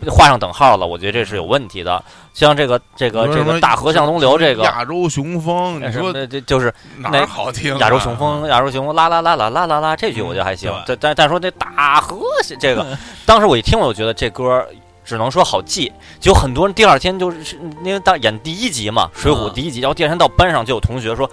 嗯
画上等号了，我觉得这是有问题的。像这个这个
你说
这
什么
个大河向东流这个。
亚洲雄风，你
什
说
么这就是
哪
那
儿好听啊？
亚洲雄风，亚洲雄风，啦啦啦啦啦啦啦，这句我觉得还行
嗯。
但但但说那大河是这 个，当时我一听我就觉得这歌只能说好记，就很多人第二天就是是因为当演第一集嘛，《水浒
嗯》
第一集，然后第二天到班上就有同学说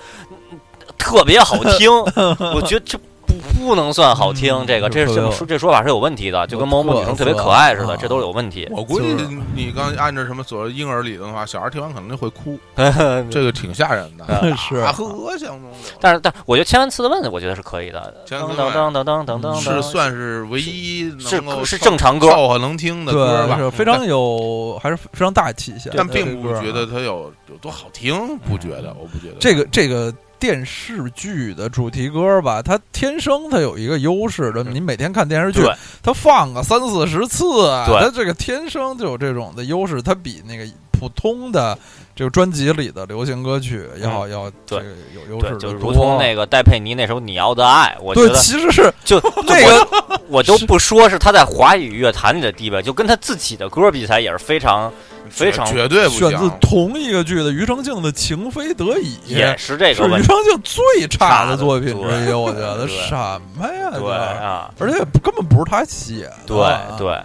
嗯特别好听， 我觉得这。不不能算好听
嗯，
这个
就
这
特别
是这么
有
说，这说法是有问题的，就跟某某女生特别可爱似的，
嗯
这都是有问题。
我估计
就是
你刚按照什么所谓婴儿理论的话，小孩听完可能就会哭，
但
这个挺吓人
呃
的。
嗯是
大河向东流
是但是，我觉得千万次的问，我觉得是可以的。
千万
噔
次的
噔
问嗯
噔噔噔噔噔，
是算是唯一能够
是是
凑
正常歌，
凑合能听的歌
对，
吧，
是非常有，还是非常大气象，
但
对
并不觉。
这歌啊
得它有有多好听，不觉
嗯
得，我不觉得
这个这个电视剧的主题歌吧，它天生它有一个优势的，
嗯
你每天看电视剧
对，
它放个三四十次啊，
对
它这个天生就有这种的优势，它比那个普通的这个专辑里的流行歌曲也好要这
嗯对
个有优势
对，
的
就
多。
如同那个戴佩妮那首《你要的爱》，我觉
对，
得
其实是
就
那个
我都不说是她在华语乐坛里的地位，就跟她自己的歌比起来也是非常非常
绝对不
选自
行。
同一个剧的庾澄庆的《情非得已》，
也是这
是
个
庾
问题。
澄庆最差的作品之一，
对
我觉得
对
什么呀？
对
这
啊，
而且根本不是他写的。
对对，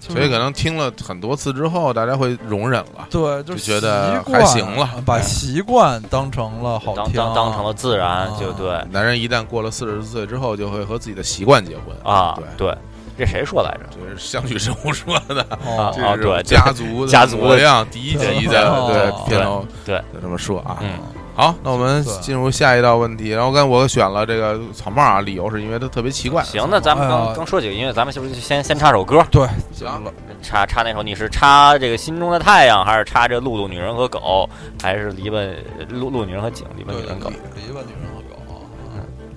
就是
所以可能听了很多次之后，大家会容忍了。
对，就
就是觉得
习惯
还行了
把
哎
习惯当成了好
当
听，
当当成了自然
啊，
就对
男人一旦过了四十岁之后，就会和自己的习惯结婚
啊
对，，
对，这谁说来着？
就是相许神武说的，
哦
啊
这
对
是家 族
家族哦
的量第一 集的
对
对片头
对
就这么说啊。
嗯
好，那我们
对
进入下一道问题，然后刚才我选了这个草帽啊，理由是因为它特别奇怪。
行，那咱们
哎
刚
呀
刚说几个音乐，咱们是不是就先先插首歌？
对，
行
了
插插那首，你是插这个心中的太阳，还是插这露露女人和狗，还是篱笆呃露露女人和井，篱笆女人狗？
篱笆女人和狗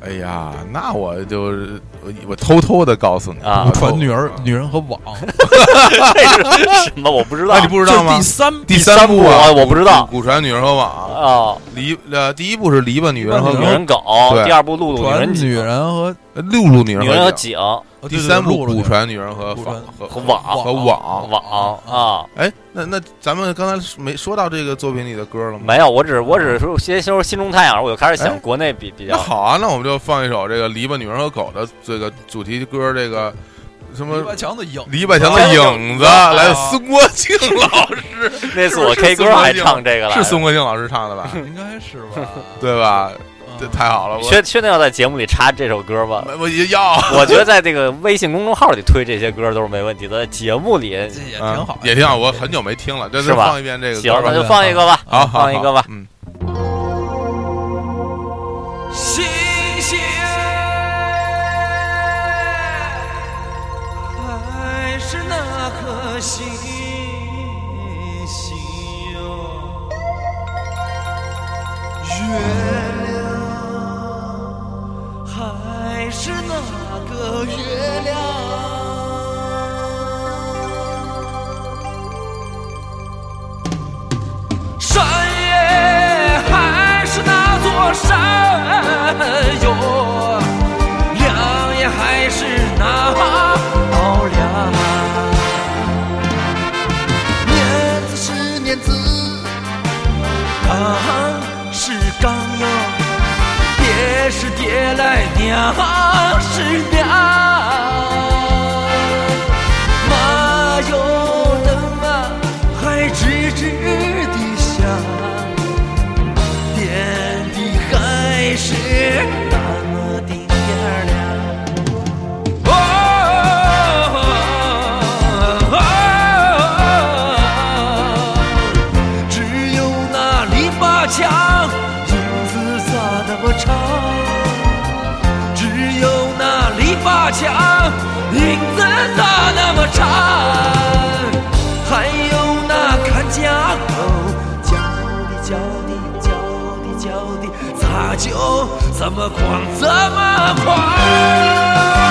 哎呀，那我就是我我偷偷的告诉你
啊，
啊
传女儿
啊、
女人和网，
这是什么？我不知道
啊，你不知
这
道
是
吗
第？三
第
三
部
部
啊，
啊我不知道
古。古传女人和网，
哦，
篱呃第一部是篱笆女人和
篱笆
女
女
人狗
对，
第二部露露女
传
人井，
啊
女人和
呃露露女
女人
人
和
和井
井
哦
第
对对
三
对
部
露露女
古
人
传女人和
古
房
传
和
和网
和网。
网啊。
哎，那那咱们刚才没说到这个作品里的歌了吗？
没有，我只我只是说先先说心中太阳，我就开始想
哎
国内比比
那
较
好啊，那我们就放一首这个《篱笆女人和狗》的这个主题歌，这个什
篱
么
笆墙的 影，
篱笆墙的影子，
啊
来自孙国庆老师，
那次我
是不
K
是
歌
孙
还
国庆
唱这个来
是
着，
孙国庆老师唱的吧？
应该是吧？
对吧？
嗯，
这太好了，我
确确定要在节目里插这首歌吗？
我也要，啊
我觉得在这个微信公众号里推这些歌都是没问题的，在节目里
这也
嗯
挺好，
也挺好。我很久没听了，这
是吧
放一遍这个
行
歌，吧
那。就放一个吧。
好好，
放一个
好
吧。
嗯，
新鲜，还是那颗星星哟，月亮，还是那个月亮。山耶，还是那座山哟，梁也还是那梁，年子是年子，钢是钢哟，爹是爹来，娘是娘。妈哟，灯啊，还直直地下，点的还是那么的点亮。哦哦哦只有那篱笆墙，影子咋那么长？只有那篱笆墙，影子咋那么长？还有那看家狗，叫的叫的叫的叫的，咋就这么狂这么狂？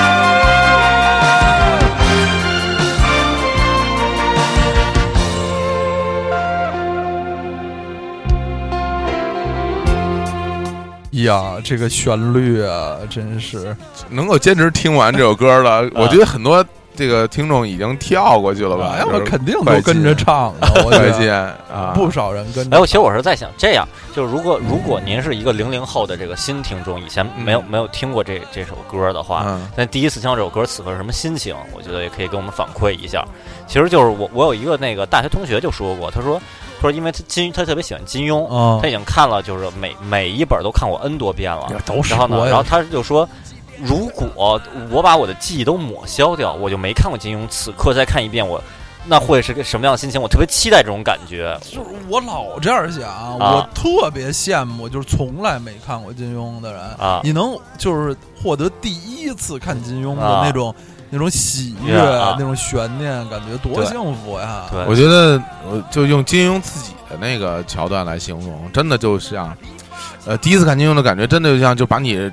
哎呀，这个旋律啊，真是
能够坚持听完这首歌了，我觉得很多这个听众已经跳过去了吧？
哎，我
就是
肯定
快
都跟
进
着唱啊，我
快
觉
进
得
啊！
不少人跟
哎，
着
我其实我是在想，这样就是如果如果您是一个零零后的这个新听众，以前没有没有听过这这首歌的话，
嗯，
那第一次听到这首歌，此刻是什么心情？我觉得也可以给我们反馈一下。其实就是我我有一个那个大学同学就说过，他说他说因为他金他特别喜欢金庸，
哦
啊
他，已经看了就是每每一本都看过 N 多遍了，
都是
啊然后呢，
我
然后
呀，
他就说，如果我把我的记忆都抹消掉，我就没看过金庸，此刻再看一遍我。那会是个什么样的心情？我特别期待这种感觉。
就是我老这样想，我
啊
特别羡慕，就是从来没看过金庸的人
啊
你能就是获得第一次看金庸的
啊
那种那种喜悦，
对啊
那种悬念，感觉多
对
幸福呀！
对，
我觉得我就用金庸自己的那个桥段来形容，真的就像，呃，第一次看金庸的感觉，真的就像就把你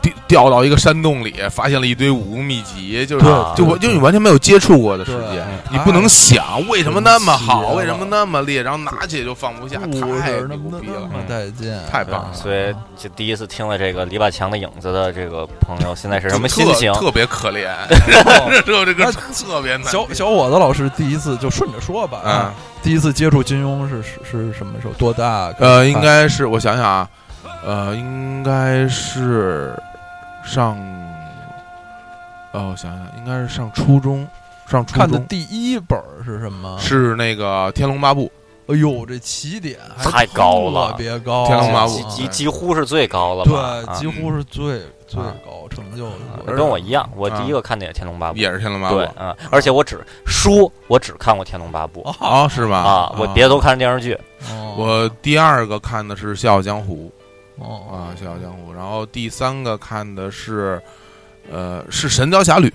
掉掉到一个山洞里，发现了一堆武功秘籍，就是
对
就我就你完全没有接触过的世
对
界，
太
你不能想为什么那么好，
神奇了
为什么那么烈，然后拿起来就放不下，
故
太
事那
牛
么
逼
那
了。
么带劲，
太棒了
嗯啊所以就第一次听了这个篱笆墙的影子的这个朋友，现在是什么心情
特？特别 可怜，
了！
这这个 特别难听。
哎小小伙子老师第一次就顺着说吧，
啊，，
第一次接触金庸是是是什么时候？多大？
呃，应该是我想想啊，呃，应该呃是上，哦，我想想，应该是上初中，上初
看的
中啊
第一本儿是什么？
是那个《天龙八部》，
哎呦，这起点还
太高了
特别高，
天龙八部
几
嗯
几几乎是最高了吧？
对，
啊
几乎是最最
啊
高成就
啊
的
而
跟我一样，我
啊
第一个看的也《天龙八部》。
也是《天龙八部
对》，嗯，而且我只书我只看过《天龙八部》
哦，是吧？啊
啊，我别的都看电视剧。
哦
我第二个看的是《笑傲江湖》
哦
啊，《笑傲江湖》，然后第三个看的是，呃，是《神雕侠侣》，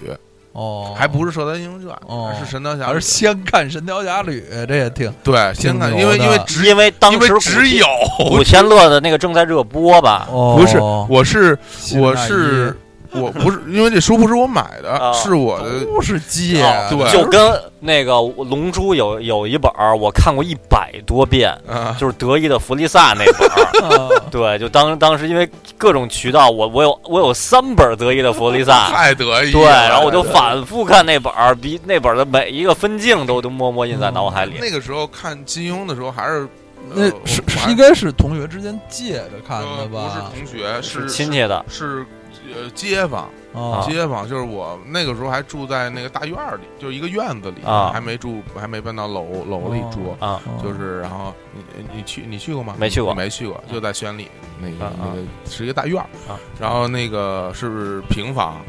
哦，
还不是《射雕英雄传》，
哦
是《神雕侠
还
侣
是》。先看《神雕侠侣》，这也挺
对，先看，
挺
因为
牛
因为
的
只
因为当
因
时古
为只
天
有
古天乐的那个正在热播吧？
哦
不是，我是
新
我
大衣
是我不是因为这书不是我买的，
啊
是我的啊
都是鸡
哦
对
就跟那个《龙珠》有有一本儿，我看过一百多遍，
啊
就是德意的弗利萨那本儿。
啊
对，就当当时因为各种渠道，我我有我有三本德意的弗利萨，
太得意了。
对，然后我就反复看那本儿，比那本儿的每一个分镜都都默默印在脑海里。
那个时候看金庸的时候还是
那
呃
是
我
是
还
应该是同学之间借着看
呃
的
不是
吧？
同学，是
亲戚的，
是呃街坊，
啊
街坊就是我那个时候还住在那个大院儿里，就是一个院子里，
啊
还没住，还没搬到楼楼里
哦
住。
嗯
就是，然后你你去你去过吗？
没去过
你没去过，就在宣礼那个
啊啊
那个是一个大院儿
啊，
然后那个是平房，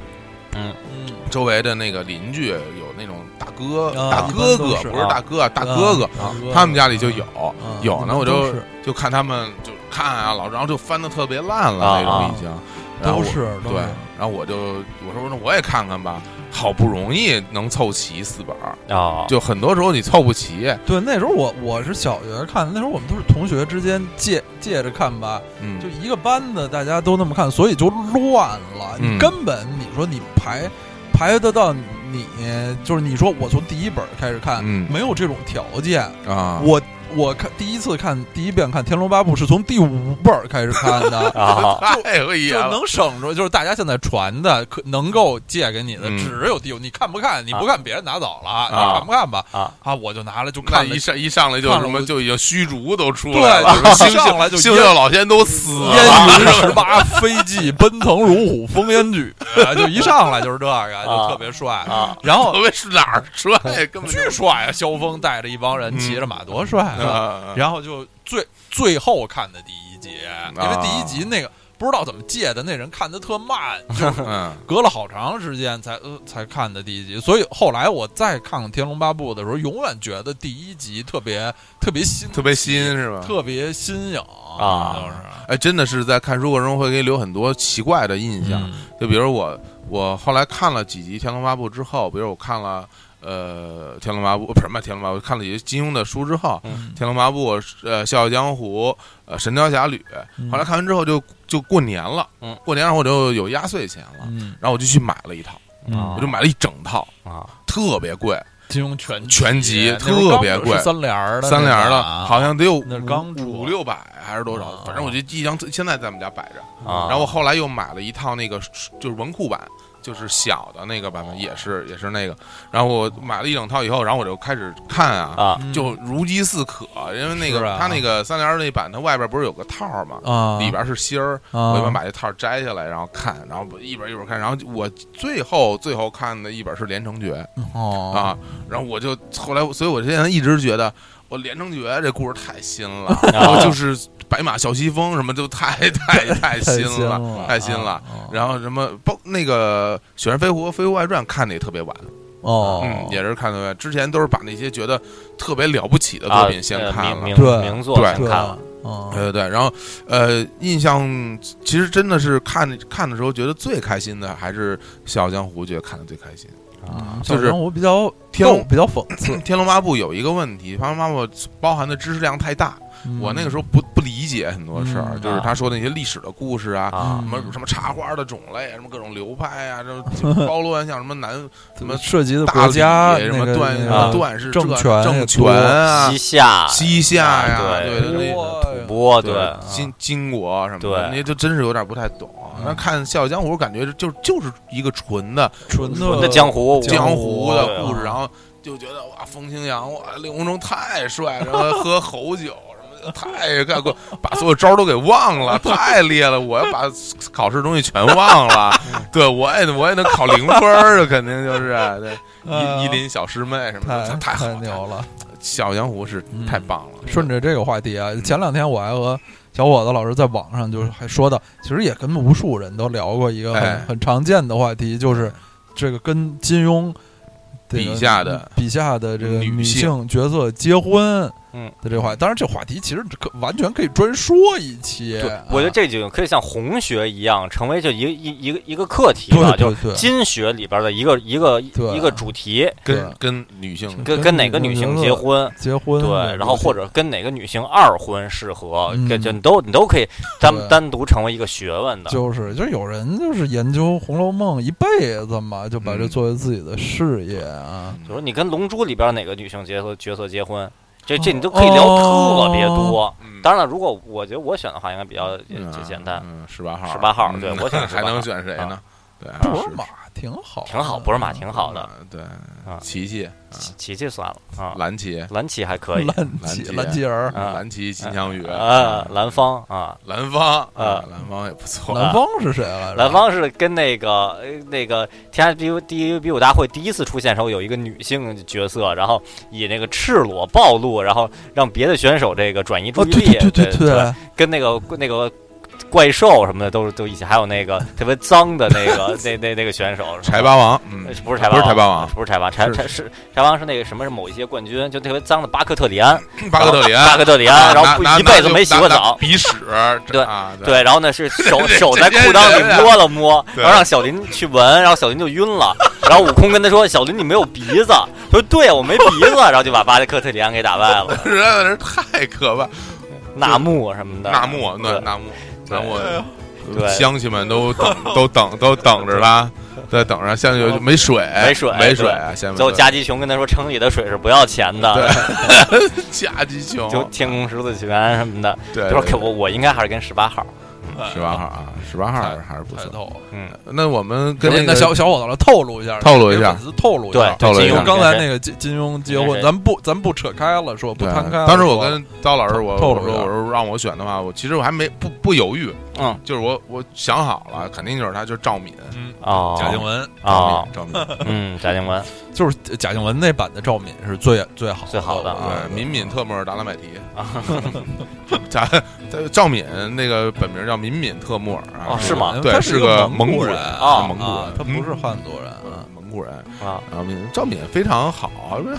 嗯
周围的那个邻居有那种大哥
啊
大哥哥
一般都，是
不是大哥啊，大哥哥，
啊
他们家里就有
啊
有呢，
一般
我
都
就是就看他们就看啊，老然后就翻的特别烂了
啊
那种已经，然
啊都
后我
是都
对
是，
然后我就我说那我也看看吧，好不容易能凑齐四本儿，
啊，
就很多时候你凑不齐，
对，那时候我我是小学看，那时候我们都是同学之间借借着看吧，
嗯
就，一个班子大家都那么看，所以就乱了。
嗯
你根本你说你排排得到你，就是你说我从第一本开始看，
嗯
没有这种条件。
啊，
我我看第一次看第一遍看《天龙八部》是从第五本开始看 的。
啊，
太有意思
就
了，
能省着，就是大家现在传的，可能够借给你的
嗯
只有第五，你看不看？你不看，别人拿走了，
啊
你看不看吧？
啊
我就拿了，就
那
看了
一上一上来就
看了
什么
我
就已经虚竹都出
对
来了，
就是
星
上来就
宿星
烟
宿老仙都死了，
烟云十八飞际，奔腾如虎，风烟举，啊就一上来就是这个，就特别帅。
啊
然 后
我们是哪儿帅，根本就
巨帅啊！萧峰带着一帮人
嗯
骑着马，多帅啊！
啊
然后就最最后看的第一集，因为第一集那个不知道怎么借的，那人看的特慢，
嗯
隔了好长时间才呃才看的第一集。所以后来我再看《天龙八部》的时候，永远觉得第一集特别特别新，
特别新
嗯
是吧？
特别新颖
啊
就是
哎，真的是在看书过程中会给你留很多奇怪的印象。
嗯
就比如我，我后来看了几集《天龙八部》之后，比如我看了呃《天龙八部》不是嘛《天龙八部》，看了几集金庸的书之后，
嗯
《天龙八部》呃《笑傲江湖》呃《神雕侠侣》，
嗯
后来看完之后就就过年了，
嗯
过年然后我就有压岁钱了，
嗯
然后我就去买了一套，
嗯
我就买了一整套，
啊，
特别贵，
金庸全
全集
那时候
特别
刚是
贵
三联儿的那个啊，
三联儿的，好像得有
那是
五
刚出
五六百还是多少
啊，
反正我就一张，现在在我们家摆着。
啊
然后我后来又买了一套那个就是文库版，就是小的那个版本，也是也是那个。然后我买了一整套以后，然后我就开始看啊，
啊
嗯
就如饥似渴，因为那
是
个
啊
它那个三联儿那版，它外边不是有个套儿嘛，
啊
里边是芯儿，
啊
我一般把这套摘下来，然后看，然后一本一本看，然后我最后最后看的一本是《连城诀》。
哦
啊，然后我就后来，所以我现在一直觉得我《连城诀》这故事太新了，然后就是白马啸西风什么就太太太新了，太新
啊
了。然后什么包那个《雪山飞狐》《飞狐外传》看的也特别晚，
哦，
嗯，也是看的。之前都是把那些觉得特别了不起的
啊
作，品先
呃
看了，
名
对
名名作
对
先看了，
哦，
对对对。然后呃，印象其实真的是看看的时候觉得最开心的还是《笑傲江湖》，觉得看的最开心。
啊，
就是
我比较
天龙
逗比较讽刺
《天龙八部》有一个问题，《天龙八部》包含的知识量太大。我那个时候不不理解很多事儿，
嗯
就是他说的那些历史的故事啊，
啊
什
嗯
么什么茶花的种类，啊什么各种流派啊， 这包罗万象，什么南
候
什么
涉及的
大
国
理
家
什么
那个
段
那
什
个
么
啊
段氏
政
这
权也
政权
多
啊，
西夏
西夏呀，
啊
对
对
对
哇
对。
呀
播对
对
啊，
金金国啊什么的，
对
那就真是有点不太懂。啊
嗯
那看《笑傲江湖》，感觉就就是一个纯的
纯
纯
的
的江湖
江
江
湖
湖的
对
故
啊
事，然后就觉得哇，风清扬哇，令狐冲太帅，然后喝猴酒什么的，太干过，把所有招儿都给忘了，太厉害了！我要把考试的东西全忘了，对我也我也能考零分儿，肯定就是啊对
哎
依依林小师妹什么
太
的，太好了
牛了！
小江湖是
嗯
太棒了，
顺着这个话题啊，前两天我还和小伙子老师在网上就是还说到，其实也跟无数人都聊过一个很、
哎
很常见的话题，就是这个跟金庸、这个
笔下的
笔下的这个
女
女
性
性角色结婚，
嗯
的这话，当然这话题其实可完全可以专说一期，
对
啊，
我觉得这就可以像红学一样，成为就一个一一个一个课题吧，
对
就
对
是
对
金学里边的一个一个
对
一个主题，
跟跟女性
跟
跟跟哪
女
个女性
角色
结婚，
结婚
对，然后或者跟哪个女性二婚适合，
嗯
这这你都你都可以单
对
单独成为一个学问的。
就是就是有人就是研究《红楼梦》一辈子嘛，就把这
嗯
作为自己的事业啊。
就说你跟《龙珠》里边哪个女性角色角色结婚，这这你都可以聊特别多。
嗯
当然了，如果我觉得我选的话，应该比较也
嗯
就简单，
嗯，十八号，
18号
嗯
对我选
还
18
能
号啊
选谁呢？对，还
博
有
尔
十
玛挺好，
挺好，博尔玛挺好的，，
对
啊，
琪琪，啊
琪琪琪算了啊，
蓝旗，
蓝旗还可以
蓝
蓝嗯
旗
旗
蓝旗人儿，
啊
蓝旗金枪鱼
啊，蓝方啊，
蓝方
啊
蓝方也不错，
蓝方是谁啊来着？
蓝方是跟那个呃那个《天下第一第一比武大会》第一次出现的时候，有一个女性角色，然后以那个赤裸暴露，然后让别的选手这个转移注
哦，
意
对
力，
对对
对
对，
跟那个那个怪兽什么的都是都一起，还有那个特别脏的那 个那那那个选手
柴八王，嗯，
呃不是柴
不
王，
是柴八王，
不是柴王，柴
是
柴是柴王是那个什么是某一些冠军，就特别脏的巴克特里安，
巴克特里安，
巴克特里
啊
安，然后
拿
不一辈子没洗过，
拿拿
澡。
鼻屎，这
对
啊，
对，然后呢是 手
这
手在
这
裤
些
裆
人啊
里摸了摸，
对
然后让小林去闻，然后小林就晕 了。然后悟空跟他说：“小林，你没有鼻子。”他说：“对呀，我没鼻子。” 然后就把巴克特里安给打败 了。
实在是太可怕。
纳木啊什么的，
纳木，啊那
对
纳木，
对
纳木，
对
乡亲们都等， 都等，都等着他，在等着，乡亲们就没水，没
没水
没水
对
啊，乡亲
最后
们
加吉熊跟他说：“城里的水是不要钱的。”
对加鸡胸，
就天空十字拳什么的，
对
就，是我我应该还是跟十八号，
十八号啊，十八号还是还是不
太
错。
透了。
嗯，
那我们跟
那
个
那小小伙子来透露一下，
透露一
给
下
粉丝透露一
对
下。，
到了
金
因
庸
为
对
刚才那
个，
个金金庸结
跟
婚，
谁
咱们不咱们不扯开了说，不
对
摊开了说。
当时我跟刀老师，我
透
我
露
说
一下
我说让我选的话，我其实我还没不不犹豫，
嗯，
就是我我想好了，肯定就是他，就是赵敏，
嗯
哦，
贾静雯，
赵
哦
敏，，赵 敏，
嗯，贾静雯，
就是贾静雯那版的赵敏是最最好
最好的
我觉
啊
得，
敏敏特木达拉麦提啊，贾赵敏那个本名叫敏敏特木尔啊
哦，是吗
因为
对
他
是
是
个蒙
蒙
古人
人
啊
蒙古
啊
人，
他不是
嗯
汉族人啊。
蒙古人
啊，
啊，敏赵敏非常好，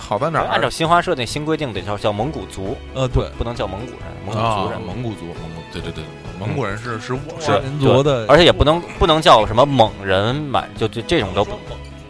好在哪
按照
儿？
新华社那新规定得叫叫蒙古族，
呃，对，
不能叫蒙古人，蒙古族
啊，
人，
蒙古族，蒙古对对对，蒙古人是啊是倭
是
民族的
而且也不能不能叫什么蒙人满，就就这种都不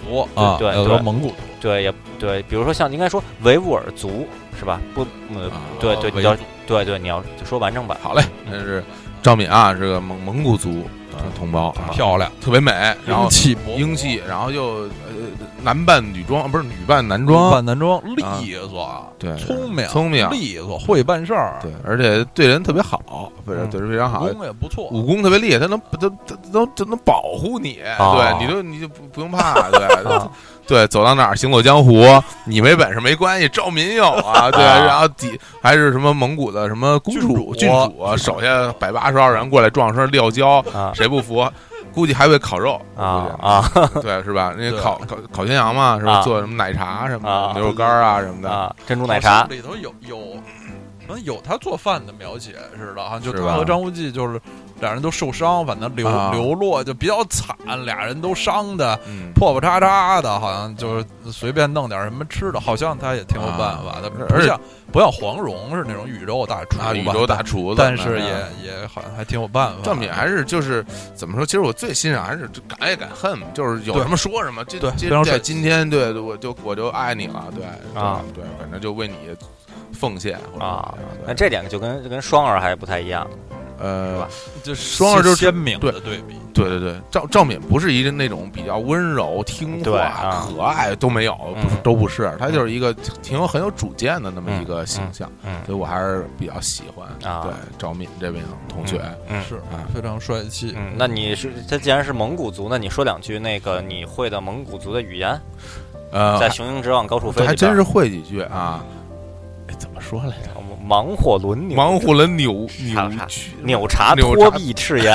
族啊，
对
有
对
个蒙古族
对，也对，比如说像应该说维吾尔族是吧？不，嗯
啊，
对对，
维
你
族
要对对，你要说完整版，
好嘞，那是赵敏啊，是个蒙蒙古族啊同胞啊，
漂亮，
特别美，然后
英气勃勃
英气，然后又呃男扮女装，啊不是女扮男
女
装，
扮男装，
啊
利索，
对
聪明，
聪明
利索，会办事儿，
对，而且对人特别好，对人对人非常好
嗯武，功也不错，
武功特别厉害，他能他他他他能保护你，
哦
啊
对，你就你就不不用怕，对 对，走到哪儿行走江湖，你没本事没关系，赵敏有 啊，对，
啊
然后底还是什么蒙古的什么公主
郡
郡
主
主啊，手下百八十二人过来撞声撂跤，
啊
谁不服？估计还会烤肉
啊啊
估计对是吧？那
对
烤烤烤全羊嘛，是吧？
啊
做什么奶茶什么
啊
的牛肉干儿啊什么的，
啊！珍珠
好
奶
像
茶，
里头有有，好像有他做饭的描写似的，好像就是他
吧
和张无忌就是俩人都受伤，反正流
啊
流落就比较惨，俩人都伤的。
嗯，
破破叉叉的，好像就是随便弄点什么吃的，好像他也挺有办法的，
啊
不
而且
像不像黄蓉是那种宇宙大厨吧
啊，宇宙大厨子，
但是
嗯
也也好像还挺有办法。
赵敏还是就是怎么说？其实我最欣赏还是就敢爱敢恨嘛，就是有
对
什么说什么。这
对
这
非常
这
帅
今天对我就我就爱你了，对
啊
对，对反正就为你奉献或者
啊
怎么
那
样
这点就跟就跟双儿还不太一样，
对呃，
就是
双儿就是
鲜明的对比，
对嗯对对，赵赵敏不是一个那种比较温柔、听
对
话、
啊
可爱都没有，不是
嗯
都不是，她就是一个挺有很有主见的那么一个
嗯
形象，
嗯
所以我还是比较喜欢
啊
对赵敏这位同学。
嗯。
是
啊
非常帅气。
嗯，那你是他既然是蒙古族，那你说两句那个你会的蒙古族的语言，
呃，
嗯在《雄鹰直往高处飞》
还
里
真
边
是会几句啊。哎，怎么说来着？
蒙忙火轮扭，
忙活了扭
啥
扭
啥
曲
扭察
扭
托
察
壁赤 炎，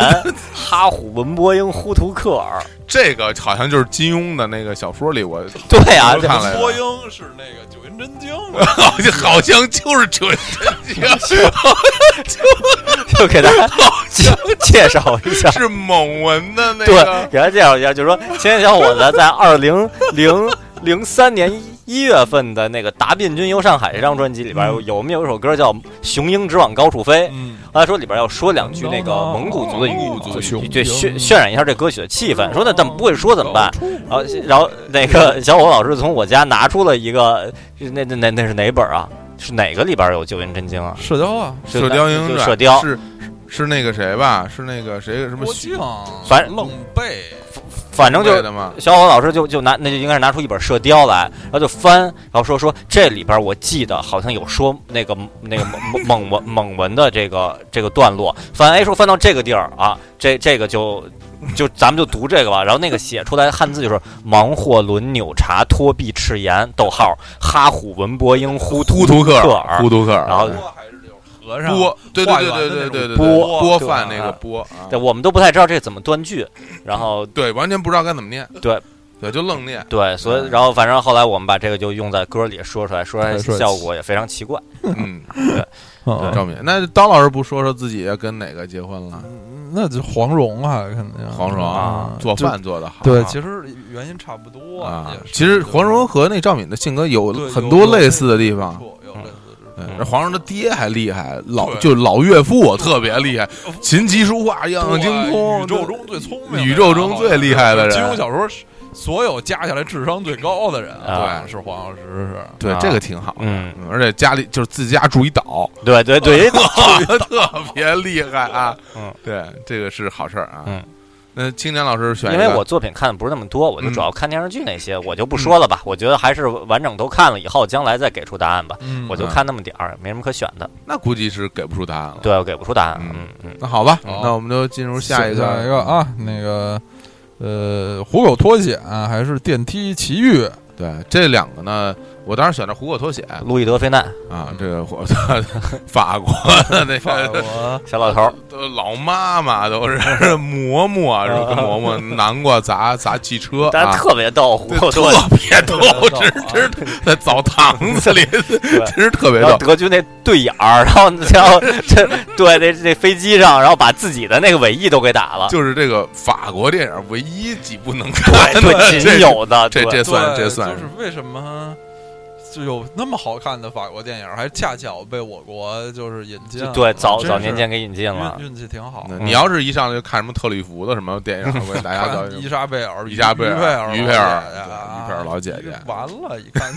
哈虎文波英呼图克尔，
这个好像就是金庸的那个小 说里，我
对啊，
我
这
看了
波英是那个九阴真 经啊，
好像好像 就是九阴真经，
就给大家 介介绍一下。
是蒙文的那
啊对
个，
给大家介绍一下，就是说，青年小伙子在二零零零三年一月份的那个《答辩军游上海》这张专辑里
嗯
边，有有没有一首歌叫《雄鹰直往高处飞》？
嗯，
他说里边要说两句那个蒙古族的语
蒙古族
语
语，对渲渲染一下这歌曲的气氛。说那怎么不会说怎么办？然后然后那个
嗯
小伙老师从我家拿出了一个，那那那那是哪本啊？是哪个里边有九阴真经啊？
射雕啊，
是
射雕英雄
就
传
射雕，
是是那个谁吧？是那个谁什么
郭靖，
反
啊冷背，
反正就
的嘛，
小伙老师就就拿那就应该是拿出一本《射雕》来，然后就翻，然后说说这里边我记得好像有说那个那个蒙蒙文蒙文的这个这个段落，翻哎说翻到这个地儿啊，这这个就就咱们就读这个吧，然后那个写出来汉字就是忙霍伦扭察托壁赤炎逗号哈虎文伯英呼
呼
图
图克
克尔
呼图克尔，
然后
波还是有和尚
波，对对
化
对
缘的
对
那
对
种
对对，
钵
波
对
饭那
啊
个波，啊
对，我们都不太知道这怎么断句，然后
对，完全不知道该怎么念，
对
对，就愣念。
对，所以然后反正后来我们把这个就用在歌里说出来，说出来
对说
效果也非常奇怪。
嗯，
嗯
赵敏，那刀老师不说说自己跟哪个结婚了？
嗯那就黄蓉啊，肯定
黄蓉
啊
做
就
饭做得好啊。
对，其实原因差不多
啊
也，是
其实
就是
黄蓉和那赵敏的性格有
对
很
有
多
有
类
类
似的地
有
方。
类似之处
对
嗯，
这黄蓉的爹还厉害，老
对呃
就老岳父特别厉害，琴棋书画样样精通，
宇宙中最聪明的人，啊
宇宙中最厉害的人
金庸小说是所有加起来智商最高的人，
啊
是黄药师是。
对
啊
这个挺好。
嗯，
嗯而且家里就是自家住一 岛，
对对 对，
特别厉害啊！
嗯，
对，这个是好事儿啊。
嗯，
那青年老师选一
因
个，
为我作品看的不是那么多，我就
嗯
主要看电视剧那些，我就不说了吧。我觉得还是完整都看了以后，将来再给出答案吧。
嗯
我就看那么点儿，没什么可选的。
那估计是给不出答案了。，
对，我给不出答案。
嗯
嗯嗯，
那好吧，
好
那我们就进入下一个
嗯下一个，啊，那个呃，虎口脱险还是电梯奇遇？
对，这两个呢，我当时选的虎口脱险
嗯
嗯
路易德·菲奈，
啊，这个我 法国的那
法
个
国
小老头儿，
都老妈妈都是嬷嬷是吧？嬷嬷 南瓜砸砸汽车
但
啊
是。特别逗，胡口
特
多。
别逗，真是真是在澡堂子里，真是特别
啊然后
逗。
德军那对眼儿，然后然后这对那那飞机上，然后把自己的那个尾翼都给打了。
就是这个法国电影唯一几部能看
对
的，
对，
这
仅有的
这
对
这算
对
这算
就是为什么就有那么好看的法国电影，还恰巧被我国就是引进了，
对早
真
早
是
年间给引进了
运。运气挺好。
你要是一上来就看什么特里弗的什么电影，我给大家
看
讲
伊莎贝尔、
伊莎贝
于
尔
佩尔、
于
于
佩尔
于
对于佩尔老姐姐
完了，一 看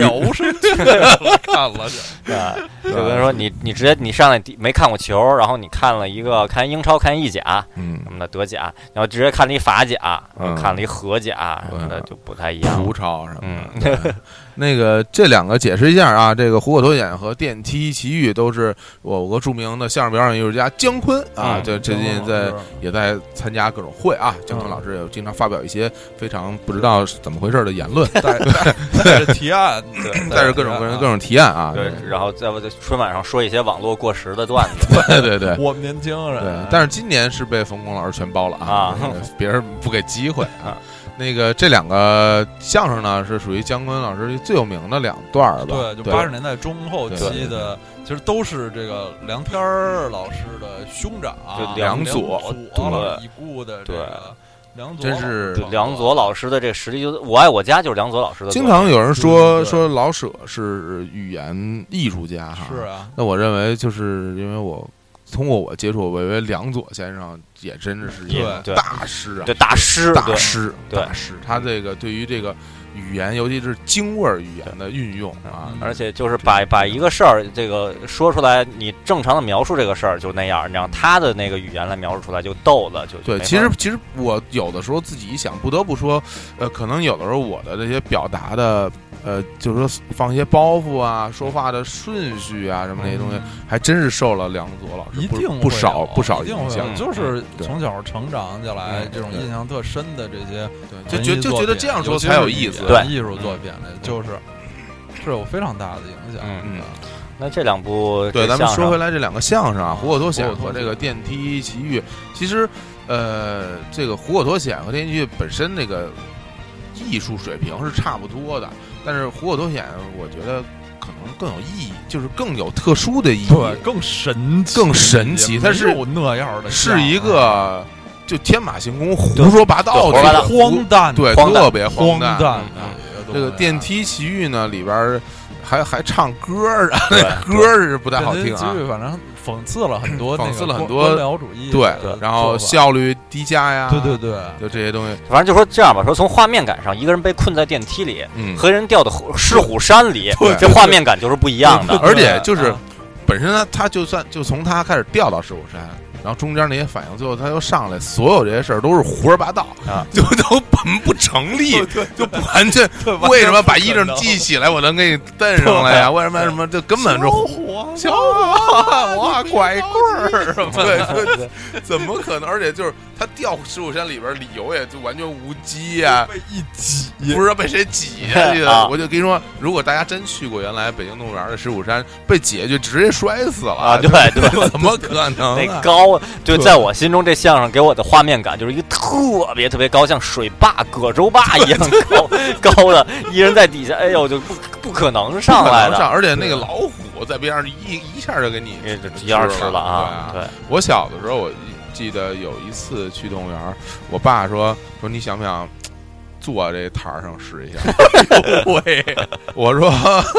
了无生趣了，看了就。
啊，就跟说你你直接你上来第没看过球，然后你看了一个看英超、看意甲
嗯，
什么的德甲，然后直接看了一法甲，
嗯
看了一荷甲什么的就不太一样
葡
了。
超什么
嗯
的。对 那个这两个解释一下啊，这个《虎口脱险》和《电梯奇遇》都是我国著名的相声表演艺术家姜昆啊，
嗯
这最近在也在参加各种会啊。姜
嗯
昆老师也经常发表一些非常不知道是怎么回事的言 论，
带带带着提案，对
带着各种各种各。种提案啊。
对，然后在我在春晚上说一些网络过时的段子
对对对
带着。啊我们年轻人，
对，但是今年是被冯巩老师全包了啊
啊，
那个 别人不给机会
啊。
啊那个这两个相声呢，是属于姜昆老师最有名的两段儿吧？
对，就八十年代中后期的，其实都是这个梁天儿老师的兄长，啊
就
梁
梁
左
左老已故的这个梁左，啊
真是
对梁左老师的这个实力就是《我爱我家》就是梁左老师的作品，
经常有人说
对
说老舍是语言艺术家哈，
是啊，
那我认为就是因为我通过我接触，我认为梁左先生也真的是一个
对
大师啊
对，大师，
大
对
师，
对
大师，他这个对于这个语言，尤其是京味儿语言的运用啊，
嗯
而且就是把把一个事儿这个说出来，你正常的描述这个事儿就那样，你让他的那个语言来描述出来就逗了，就
对，
没法
其实其实我有的时候自己一想，不得不说，呃，可能有的时候我的这些表达的，呃，就是说放一些包袱啊，说话的顺序啊，什么那些东西，还真是受了梁左老师
嗯一
不
定
不
会
少
有
不少
一定
影
会
响嗯
有，就是
对
从小成长起来
嗯
这种
对
印象特深的这些
就
文
觉
艺
就
作
觉得
品
这样
尤
说
其
才
是
有
语
意思。嗯
言艺术作品，就是是有非常大的影响啊
嗯
嗯
的。
那这两部
对，咱们说回
来，
来这两个相声啊，《虎口脱险
虎》口脱
和
险
这个《电梯奇遇》，其实，呃，这个《虎口脱险》和《电梯奇遇》本身这个艺术水平是差不多的，但是《虎口脱险》我觉得可能更有意义，就是更有特殊的意义，
对，更神奇，
更神奇
也
它是
没有那样的像啊，
是一个就天马行空、胡说八道
对胡说八
的
道
胡
荒诞的，
对，
荒诞
特别
荒
诞。
的
嗯
一个
这个
东西
电
啊
梯奇遇呢，里边儿还还唱歌儿啊，那
对
歌儿是不太好
电
听
梯
啊嗯
机。遇反正讽刺了很多那
讽
个
刺了很
官
多
官僚主义
对
的做法，
然后啊效率低下呀，
对对对，
就这些东西，
反正就说这样吧，说从画面感上，一个人被困在电梯里，
嗯，
和人掉到虎狮虎山里
对，
这画面感就是不一样的。
而且就是
啊
本身呢，他就算就从他开始掉到石虎山，然后中间那些反应，最后他又上来，所有这些事儿都是胡说八道
啊，
就都本不成立，
对
就不完全。
对
为什么把衣裳系起来，我能给你蹬上来啊呀？为什么什么就根本就
火
小伙，我拐棍儿什么的， 对
对
对，怎么可能？而且就是他掉石虎山里边，理由也就完全无稽啊呀。
被一挤，
不知道被谁挤 下去
啊
的。我就跟你说，如果大家真去过原来北京动物园的石虎山，被挤下去直接摔死了
啊对对
怎么可能
那
啊？
高，就
对
在我心中，这相声给我的画面感就是一个特别特别高，像水坝、葛洲坝一样高高的，一人在底下，哎呦，就不不可能上来
不可能
的，
上， 而且那个老虎在边上一一下就给你
这这一下吃
吃
了啊！
对
对，
我小的时候，我记得有一次去动物园，我爸说说你想不想坐这台儿上试 一下？喂，我说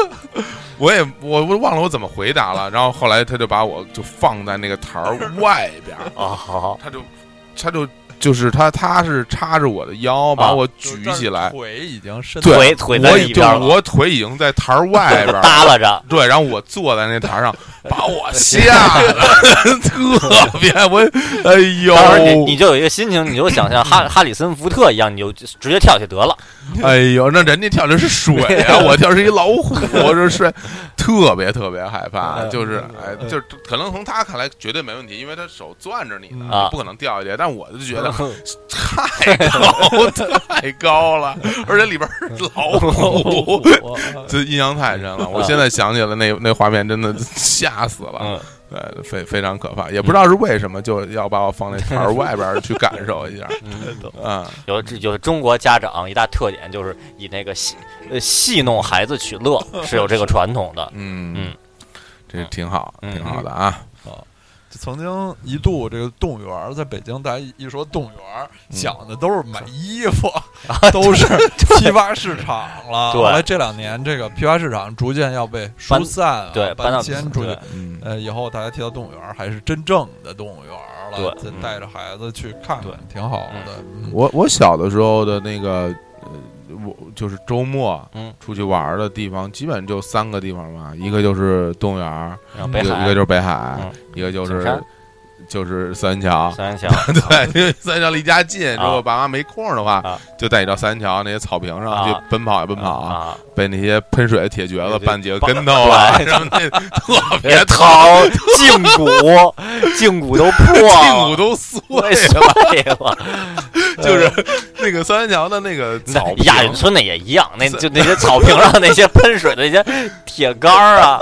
我也我我忘了我怎么回答了。然后后来他就把我就放在那个台儿外边儿，
哦，好好，
他就他就就是他他是插着我的腰把
啊
我
就是
举
但是
起来，
腿已经伸
对
腿腿在
我
里
已就
边
是
了，
我腿已经在台儿外 边了。
耷拉着，
对，然后我坐在那 台上，把我吓得 特别，我哎呦，
当时你你就有一个心情，你就想像哈哈里森福特一样，你就直接跳下去得了。
哎呦，那人家跳的是水啊，我跳是一老虎，我这是特别特别害怕，
嗯
就是哎
嗯，
就是可能从他看来绝对没问题，因为他手攥着你呢，
啊
不可能掉下去，但我就觉得太高太高了，而且里边是老 虎，
啊
这印象太深了。我现在想起来那那画面，真的 吓死了，
嗯，
对，非非常可怕，也不知道是为什么就要把我放那台儿外边儿去感受一下，嗯。
有这有中国家长一大特点就是以那个戏呃戏弄孩子取 乐，是有这个传统的。
嗯
嗯，
这挺好，
嗯
挺好的啊。
就曾经一度这个动物园儿在北京，大家一一说动物园儿，
嗯啊
想的都是买衣服，都是批发市场了。
对
后来这两年，这个批发市场逐渐要被疏
搬
散啊，
对，搬到
搬迁出去
对。
嗯，
呃，以后大家提到动物园儿，还是真正的动物园儿了，
对
再
嗯
带着孩子去看
对
看，挺好的。嗯
我我小的时候的那个呃，我就是周末
嗯
出去玩儿的地方，基本就三个地方嘛，一个就是动物园儿，
然后
一
北
个一
海
个就是北海
嗯，
一个就
景
是
山
就是三元桥。
三 啊元桥
对，因为三元桥离家近，如
啊
果爸妈没空的话
啊，
就带你到三元桥那些草坪上
啊
去奔跑呀奔跑啊，
啊，
被那些喷水的铁橛子
对
绊几个跟头啊，
对
然后 那特别
别
疼，
掏 胫骨，胫骨都破
胫
了，
骨
哎
都碎
都
了。
碎 了。
就是那个三元桥的那个草
呃那
坪，
亚运村那也一样， 那就那些草坪上那些喷水的那些铁杆儿啊，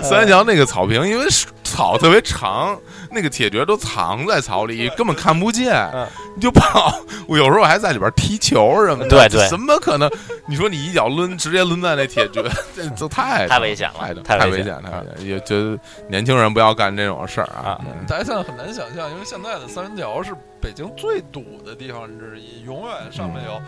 三元桥那个草坪，因为草特别长，那个铁橛都藏在草里，根本看不见
嗯，
你就跑。我有时候还在里边踢球什么的，
对对
怎么可能？ 你说你一脚抡，直接抡在那铁橛，这这 太
太危险了
太
太
太
危
危
险
险，太危险。也觉得年轻人不要干这种事儿啊
啊。
嗯
大家现在很难想象，因为现在的三元桥是北京最堵的地方之一，永远上面
嗯
有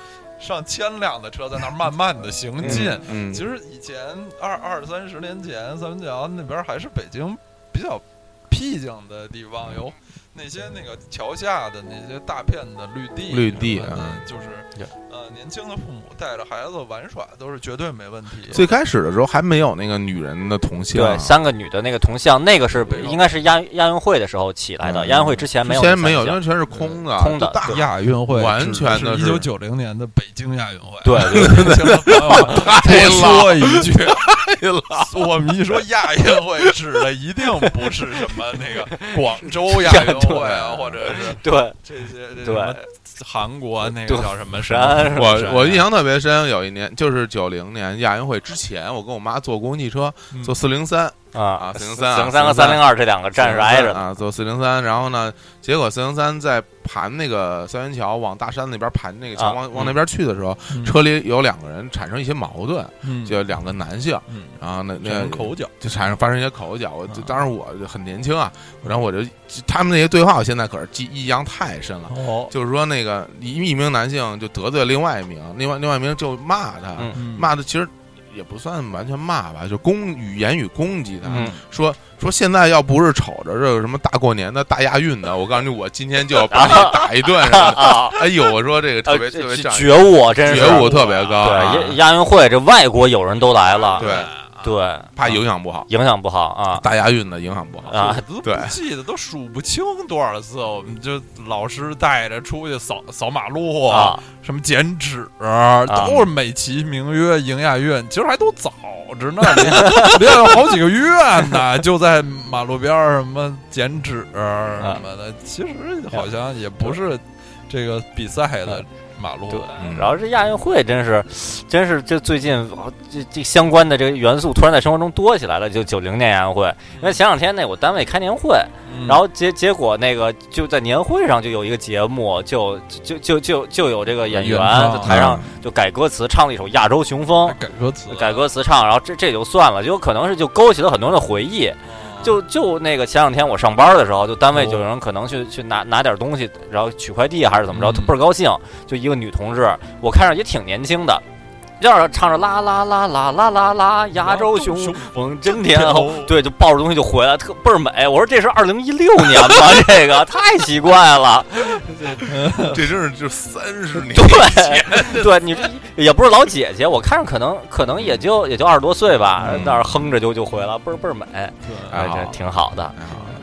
上千辆的车在那儿慢慢的行进。
嗯，
其实以前二二三十年前，三元桥那边还是北京比较僻静的地方，有那些那个桥下的那些大片的绿地，
绿地
什么的
嗯
就是
对
呃年轻的父母带着孩子玩耍都是绝对没问题。
最开始的时候还没有那个女人的啊铜像，
对，三个女的那个铜像，那个是
对
应该是亚亚运会的时候起来的，
嗯
亚运会之前没有
之
那
前
三
没有，因
项
为全是空的，
空的
就大
对
亚运会
完全的
一
是
九九零年的北京亚运会，
对对
行了朋友 们
太老
多说一句，
了。
我们一说亚运会指的一定不是什么那个广州亚运会啊，或者是
对，
这些这
对
什么韩国那个叫什么什么
山 什么
是
我
啊
我印象特别深，有一年就是九零年亚运会之前，我跟我妈坐公共汽车，
嗯
坐四零三
啊
403
四零三和三零二这两个站是挨着的，
啊，走四零三，然后呢，结果四零三在盘那个三元桥往大山那边盘那个
啊
桥，往往那边去的时候，
嗯
车里有两个人产生一些矛盾，
嗯
就两个男性，
嗯，
然后那那
全口角，
就产生发生一些口角。我就
啊
当时我就很年轻啊，然后我就他们那些对话，我现在可是记印象太深了。
哦，
就是说，那个一一名男性就得罪了另外一名，另外另外一名就骂他，
嗯
骂的其实也不算完全骂吧，就攻语言语攻击他，
嗯
说说现在要不是瞅着这个什么大过年的大押运的，我告诉你，我今天就要 把你打一顿什么的。
啊，
哎呦，我说这个特
呃
别特别
这
像，
觉悟啊真是
觉悟特别高
对
啊，
亚亚运会这外国友人都来了，
对
对，嗯
怕影响不好，
影响不好啊
大押运的影响不好。
啊，
我都
对
不记得都数不清多少次，我们就老师带着出去扫扫马路，
啊，
什么剪纸，啊都是美其名曰迎亚运，其实还都早着呢， 离亚运好几个月呢，就在马路边儿什么剪纸啊什么的，其实好像也不是这个比赛的马路，啊
对
嗯
然后这亚运会真是，真是这最近哦这这相关的这个元素突然在生活中多起来了。就九零年亚运会，因为前两天那我单位开年会，
嗯
然后结结果那个就在年会上就有一个节目，就就就就就有这个演员
演员
啊
在台
嗯
上就改歌词唱了一首《亚洲雄风
哎
还》，改歌词，
改歌词唱，然后这这就算了，就可能是就勾起了很多人的回忆。
哦
就就那个前两天我上班的时候，就单位就有人可能去去拿拿点东西，然后取快递还是怎么着，
嗯
她倍儿高兴。就一个女同志，我看着也挺年轻的，要是唱着啦啦啦啦啦啦啦，亚洲雄
雄
风真天
后
后，对，就抱着东西就回来，特倍儿美。我说这是二零一六年吧，这个太奇怪了。
嗯这真是就三十年，
对，对你也不是老姐姐，我看着可能可能也就也就二十多岁吧
嗯，
那儿哼着就就回来，倍儿倍儿美，
哎
哎，
好
这挺好的。
哎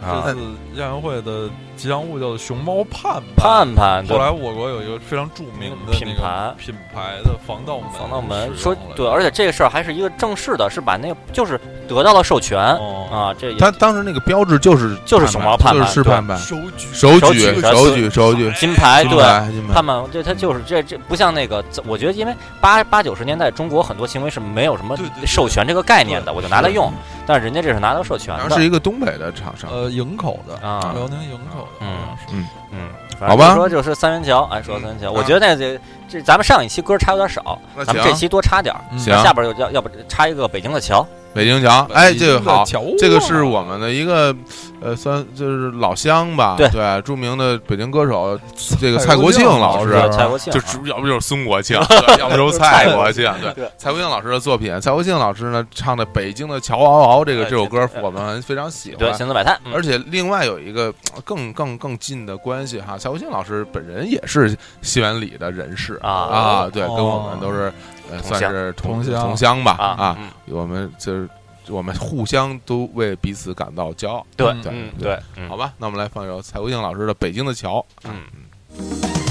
好
啊
这次亚运会的吉祥物叫做熊猫盼盼。
盼盼，对
后来我国有一个非常著名的那个
品牌
品牌的防盗门，
防盗门说对，而且这个事儿还是一个正式的，是把那个就是得到了授权
哦，
啊，这也
他当时那个标志就是
就是熊猫盼盼
就是是
对
盼盼，
手举
手
手
举
举
手举手举，
金牌
金
对。
牌金牌
盼盼，这他就是这这不像那个，我觉得因为八八九十年代中国很多行为是没有什么
对对对
授权这个概念的，我就拿来用。
嗯
但是人家这是拿到授权
然后
的
是一个东北的厂商，
呃营口的，
啊，
辽宁营口的，
嗯
好像是
嗯，反正
好吧
就说就是三元桥，哎，说三元桥，我
嗯
觉得那这这咱们上一期歌插有点少，
那
咱
行
们这期多插点儿，
嗯
行
下边儿就要要不插一个北京的桥，
北京桥，哎，这个好，
桥
这个
啊
是我们的一个，呃，算就是老乡吧，
对
著名的北京歌手，这个
蔡
蔡
国
国庆
庆
老
老
师
师，
蔡国庆
哦就
啊
主要不就是孙国 庆，对要不就是蔡国庆，对
对，
蔡国庆老师的作品，蔡国庆老师呢唱的《北京的桥嗷嗷》这个
哎
这首歌，
对
我们非常喜
对，
欢。
行走百态，嗯
啊而且另外有一个呃更更更近的关系哈，蔡国庆老师本人也是西园里的人士
啊
啊，对，
哦
跟我们都是呃
同乡
算是同
同乡
同乡吧
啊，嗯
我们就是我们互相都为彼此感到骄傲。
对，
嗯
对
嗯，对，嗯
好吧，那我们来放一首蔡国庆老师的《北京的桥》。
嗯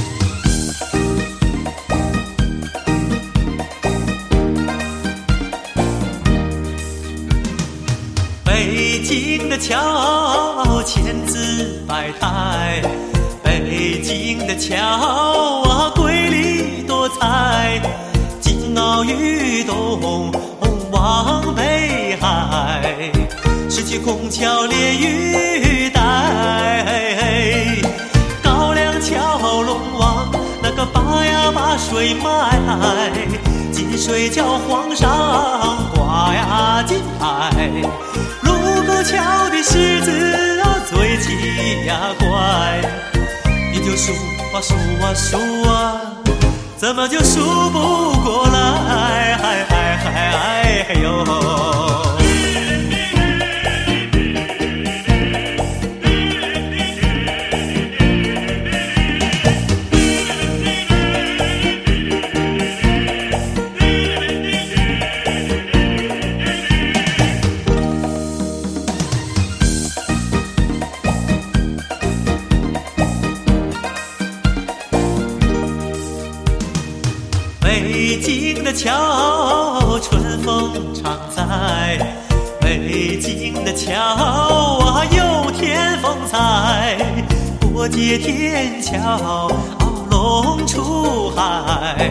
北京的桥千姿百态，北京的桥啊瑰丽多彩，金鳌玉洞望北海，石渠拱桥连玉带，高粱桥龙王那个把呀把水卖，金水桥皇上挂呀金牌。卢沟桥的狮子啊，最奇呀怪，你就数啊数啊数啊，怎么就数不过来？哎哎哎哎呦！北京的桥，春风常在。北京的桥啊，有天风采。过街天桥，龙出海。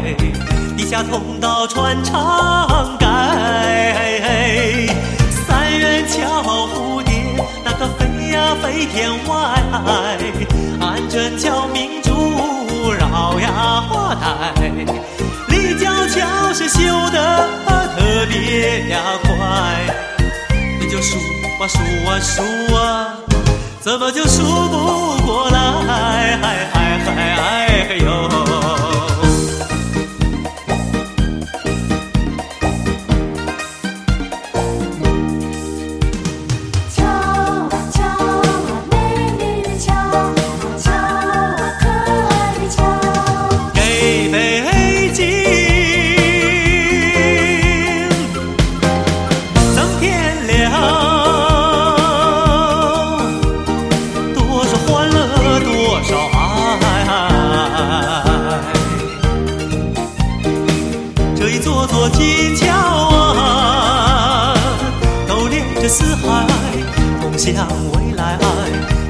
地下通道穿长街，三元桥小蝴蝶，那个飞呀飞天外，安全桥明珠绕呀花台，立交桥是修得特别呀快，你就数啊数啊数啊，怎么就数不过来？嗨嗨嗨哎呦！
敲啊敲啊，美丽的敲，敲啊可爱的敲，
给北京增添了多少欢乐，多少爱。这一座座金桥啊，都连着四海，通向未来，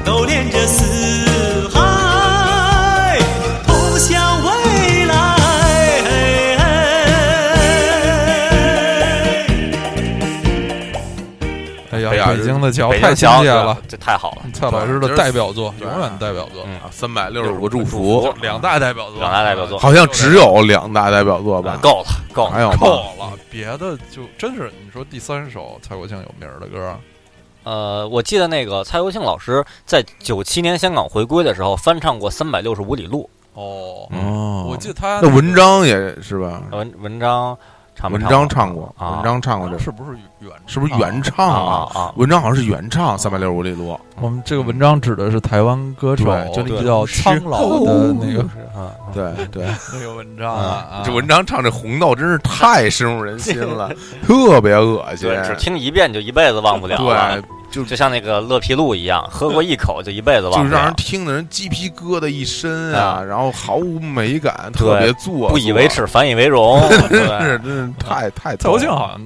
都连着四海，通向未来。
哎呀
哎呀，
北京的桥
北
太
京
亲
桥
切
是
了，
这太好了，
蔡老师的
对就是
代表作，
对
永远代表作，
嗯，
啊三百六十
65
五个
个
祝
祝
福
福，
两大代表作，
两大代表作
啊
好像只有两大代表作吧？
够了，够
还
了。
有吗？
够了， 别的就真是你说第三首蔡国庆有名儿啊的歌，
呃，我记得那个蔡国庆老师在九七年香港回归的时候翻唱过《三百六十五里路
哦，
嗯
哦
我记得他
那文章也是吧》？
文文章哦唱不
文
唱
章唱过，
啊
文章唱过这
章
首，
是不是原
是不是原唱
啊
啊？
啊！
文章好像是原唱《三百六十五里路》，
我们这个文章指的是台湾歌手，
对就那
比
个
较
舞狮
苍老的那个
啊，
对对，
哦 那个文章啊，
这文章唱这红豆真是太深入人心了，特别恶心。
对，只听一遍就一辈子忘不了了
对，，就
就像那个乐皮露一样，喝过一口就一辈子
就
忘
是
不
让人
了。
听的人鸡皮疙瘩一身啊，
啊
然后毫无美感，
对
特别做作，
不以为耻，反以为 荣。
真
对嗯
是真是太太
蔡国庆
好，
好像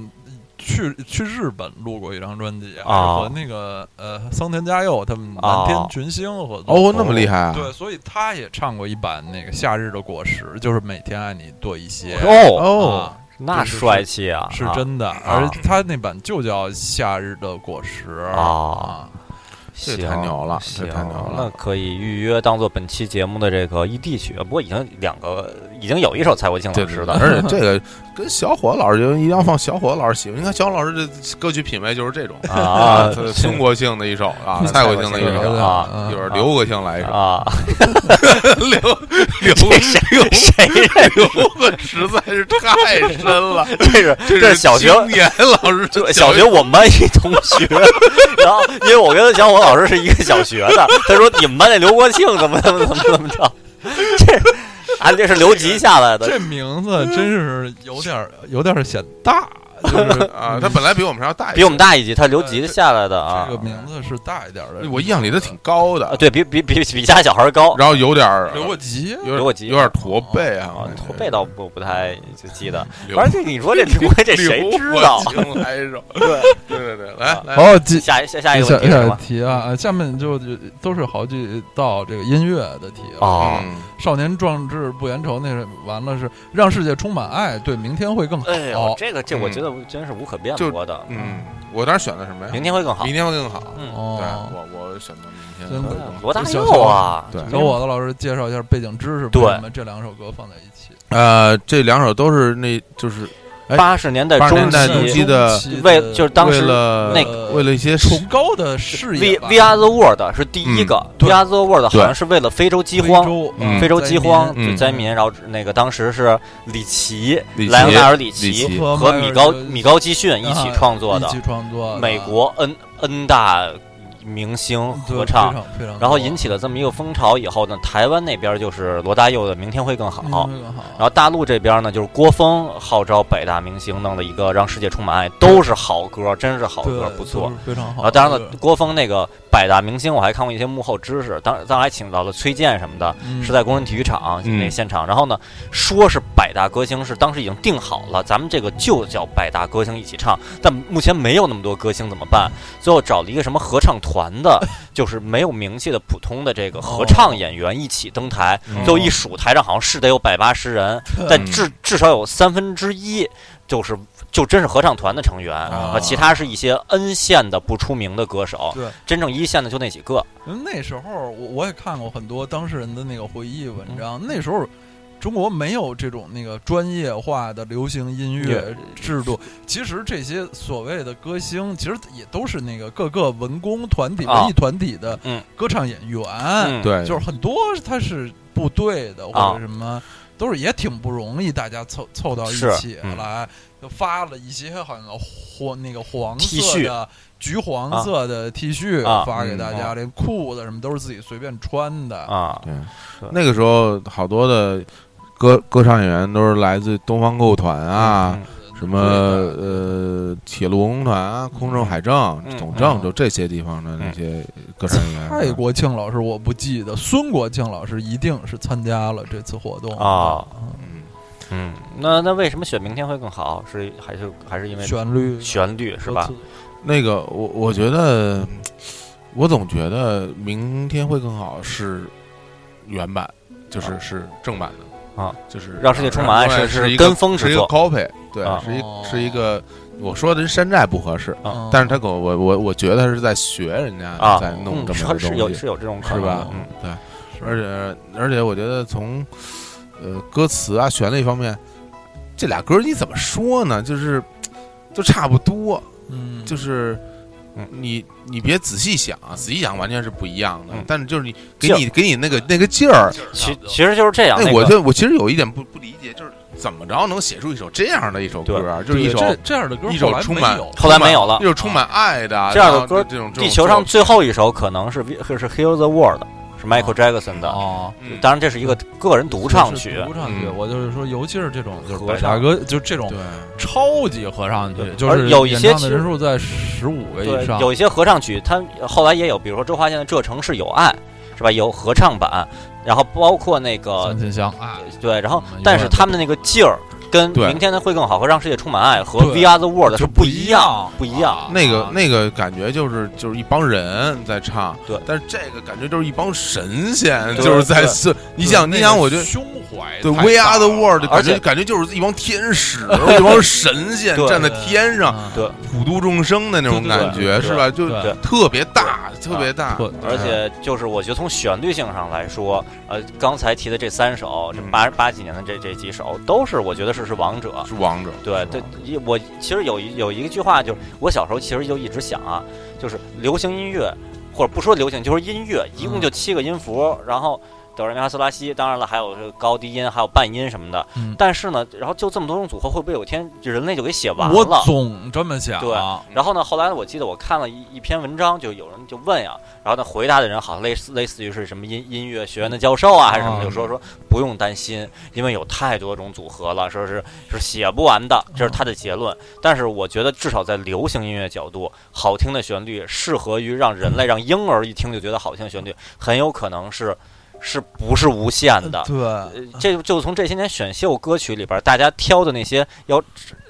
去去日本录过一张专辑，
啊
和那个呃桑田佳佑他们
啊
蓝天群星合作。
哦，那么厉害啊！
对，所以他也唱过一版那个《夏日的果实》，就是每天爱你多一些。
哦，
哦，
啊
那帅气啊！
是真的，而他那版就叫《夏日的果实》
啊
啊。
行，
这太牛了
行
这太牛了
那可以预约当做本期节目的这个异地曲，不过已经两个已经有一首蔡国庆
这
老师的，
而且这个跟小伙老师就一定要放小伙老师喜欢。你看小伙老师这歌曲品味就是这种
啊
他 的中国性的一首啊，蔡国庆的一
对
首
对
啊，
啊
一会儿刘国庆来一首，
啊，
刘刘
这谁谁
刘国实在是太深了，
这是
这
是小学
青年老师，
对，小学我们班一同 学，然后因为我跟小火老师是一个小学的，他说你们班那刘国庆怎么怎么怎么怎么着，这啊这是留级下来的，
这名字真是有点 儿有点儿显大，就是
啊，他本来比我们还要大一
比我们大一级，他留级下来的
呃嗯
啊
这个，名字是大一点儿的。
我印象里他挺高
啊
的，
对比比比比家小孩高，
然后有点儿
刘过呃吉，
有
刘
点
国吉
有点驼背啊
啊，驼背倒不不太就记得，
刘
反正这你说这刘国这谁知道？
刘国庆来一首，
对，
对对对，来来，
好，接
下一下下一个
哦下
问题是
下一
吧？
题啊，呃下面就就都是好几道这个音乐的题了。
哦，
嗯
少年壮志不言愁，那是完了是让世界充满爱，对明天会更好。
哎呦，这个这我
嗯
觉得真是无可辩
就
驳的，
嗯，我当时选的什么呀？
明天会更好
明。天会更好。
嗯，
嗯
对，
哦，
我我选择明天
真
会
的
更好。
罗大
小
佑
小
啊，
对
小伙子老师介绍一下背景知识，
对
为什么这两首歌放在一起？
呃，这两首都是那就是哎
八十年代
80
中
年代中
期
期的
为就是当
为
时
了
那
个
为了一些
崇高的事
V
业吧
V R the World 是第一个
对
，V R the World 好像是为了非洲饥荒，
啊
嗯
非洲饥荒
嗯
就灾民，然后那个当时是李琦、
李琦
莱昂纳尔·李
李
琦
琦
和米高米高基逊一起创作的
一起创作的
美国 N N 大明星
嗯对
合唱
非。常非常，
然后引起了这么一个风潮以后呢，台湾那边就是罗大佑的《明天会更好》，
明天会更好，
然后大陆这边呢，就是郭峰号召北大明星弄了一个让世界充满爱，都是好歌，真是好歌
对，
不错
都。是非常好。
然后当然了，郭峰那个百大明星，我还看过一些幕后知识，当当然还请到了崔健什么的，
嗯
是在工人体育场
嗯
那现场。然后呢，说是百大歌星，是当时已经定好了，咱们这个就叫百大歌星一起唱。但目前没有那么多歌星，怎么办？最后找了一个什么合唱团的， 就是没有名气的普通的这个合唱演员一起登台。
嗯
最后一
嗯
数，台上好像是得有百八十人，但至至少有三分之一就是就真是合唱团的成员，
啊
呃其他是一些 N 线的不出名的歌手，
对，
真正一线的就那几个。
因为那时候我我也看过很多当事人的那个回忆文
嗯
章，那时候。中国没有这种那个专业化的流行音乐制度。其实这些所谓的歌星，其实也都是那个各个文工团体、
啊
文艺团体的
嗯
歌唱演员，
嗯，，
对，
就是很多他是部队的
啊
或者什么，都是也挺不容易，大家凑凑到一
是
起
嗯
来，就发了一些好像黄那个黄
T
色
恤
的橘黄色的 T 恤
啊
发给大
嗯
家，
啊
连裤子什么都是自己随便穿的。
啊，
对
对，
那个时候好多的歌歌唱演员都是来自东方歌舞团啊，
嗯，
什么
对的
呃铁路文工团啊、空政海政、
嗯
总
嗯
政，就这些地方的那些歌唱演员。
蔡国庆老师我不记得，孙国庆老师一定是参加了这次活动
啊
嗯，
嗯，那那为什么选明天会更好？是还是还是因为
旋律
旋律是
歌？
吧
词
那个我我觉得，我总觉得明天会更好是原版，就是是正版的
啊，
就是呃
让世界充满爱是
是
是
一个
跟风
是
制
一个
作
copy，对
啊，
是
哦
一是一个我说的山寨不合适。
啊
嗯
但是他给我我我我觉得他是在学人家
啊
在弄
嗯
这
是
么一个
是
东
有
西，
是有这种可
是
能
吧
的嗯，
对，而且而且我觉得从呃歌词啊旋律方面，这俩歌你怎么说呢？就是就差不多，
嗯，
就是
嗯
你你别仔细想，啊，仔细想完全是不一样的
嗯。
但是就是你给
劲儿
你给你那个那个劲儿，
其其实就是这样。
啊哎，
那
我
个
就我其实有一点不不理解，就是怎么着能写出一首这样的一首歌啊？就是一
对
首
这这样的歌
一首
后来
充
没
满
有
后来没有了
一首充满爱的啊
这样的
然后
歌
这种这种
地球上
作
最后一首可能是是是 Heal the World，是
啊
Michael Jackson 的。
哦。
嗯
当然，这是一个个人独唱曲
是。独唱曲，
嗯
我就是说，尤其是这种就是
合
百大
唱
哥，就这种
对。
超级合唱曲
对，
就
而
是
有一
演
些
唱
其
的
实
人数在十五个以
对
上，，
有一些合唱曲，它后来也有，比如说周华健的《这城市有爱》，是吧？有合唱版，然后包括那个
三千香啊，
对，然后
嗯有
但是
点
他们的那个劲儿跟
对
明天的会更好和让世界充满爱和
对
We Are the World 是
就
不
一
一样，不一样。
啊
那个那个感觉就是就是一帮人在唱，
对
但是这个感觉就是一帮神仙，
对
就是在
对
是，你
就是
想
那
你
个
想，我就
胸怀
对
太
We
大
Are the
了
World，
而
感
且
觉感觉就是一帮 天使，一帮神仙
对
站在
对
天上，
啊
对
普度众生的那种
对对对
感觉
嗯对
是吧？就
对
对啊
特别大，特别大，
特
而且就是我觉得从旋律性上来说，呃，刚才提的这三首，这
嗯
八八几年的这这几首，都是我觉得是是王者。
是王者，
对对，一我其实有一有一句话，就是我小时候其实就一直想啊，就是流行音乐，或者不说流行，就是音乐，一
嗯
共就七个音符，然后哆来咪发嗦拉西，当然了，还有这个高低音，还有半音什么的。
嗯
但是呢，然后就这么多种组合，会不会有一天人类就给写完了？
我总这么想，
对然后呢，后来我记得我看了一一篇文章，就有人就问呀，然后呢回答的人好像类似类似于是什么音音乐学院的教授啊，还是什么，
嗯
就说说不用担心，因为有太多种组合了，说是是写不完的，这是他的结论。但是我觉得至少在流行音乐角度，好听的旋律适合于让人类让婴儿一听就觉得好听的旋律，很有可能是是不是无限的。
对，
呃，这就从这些年选秀歌曲里边儿大家挑的那些要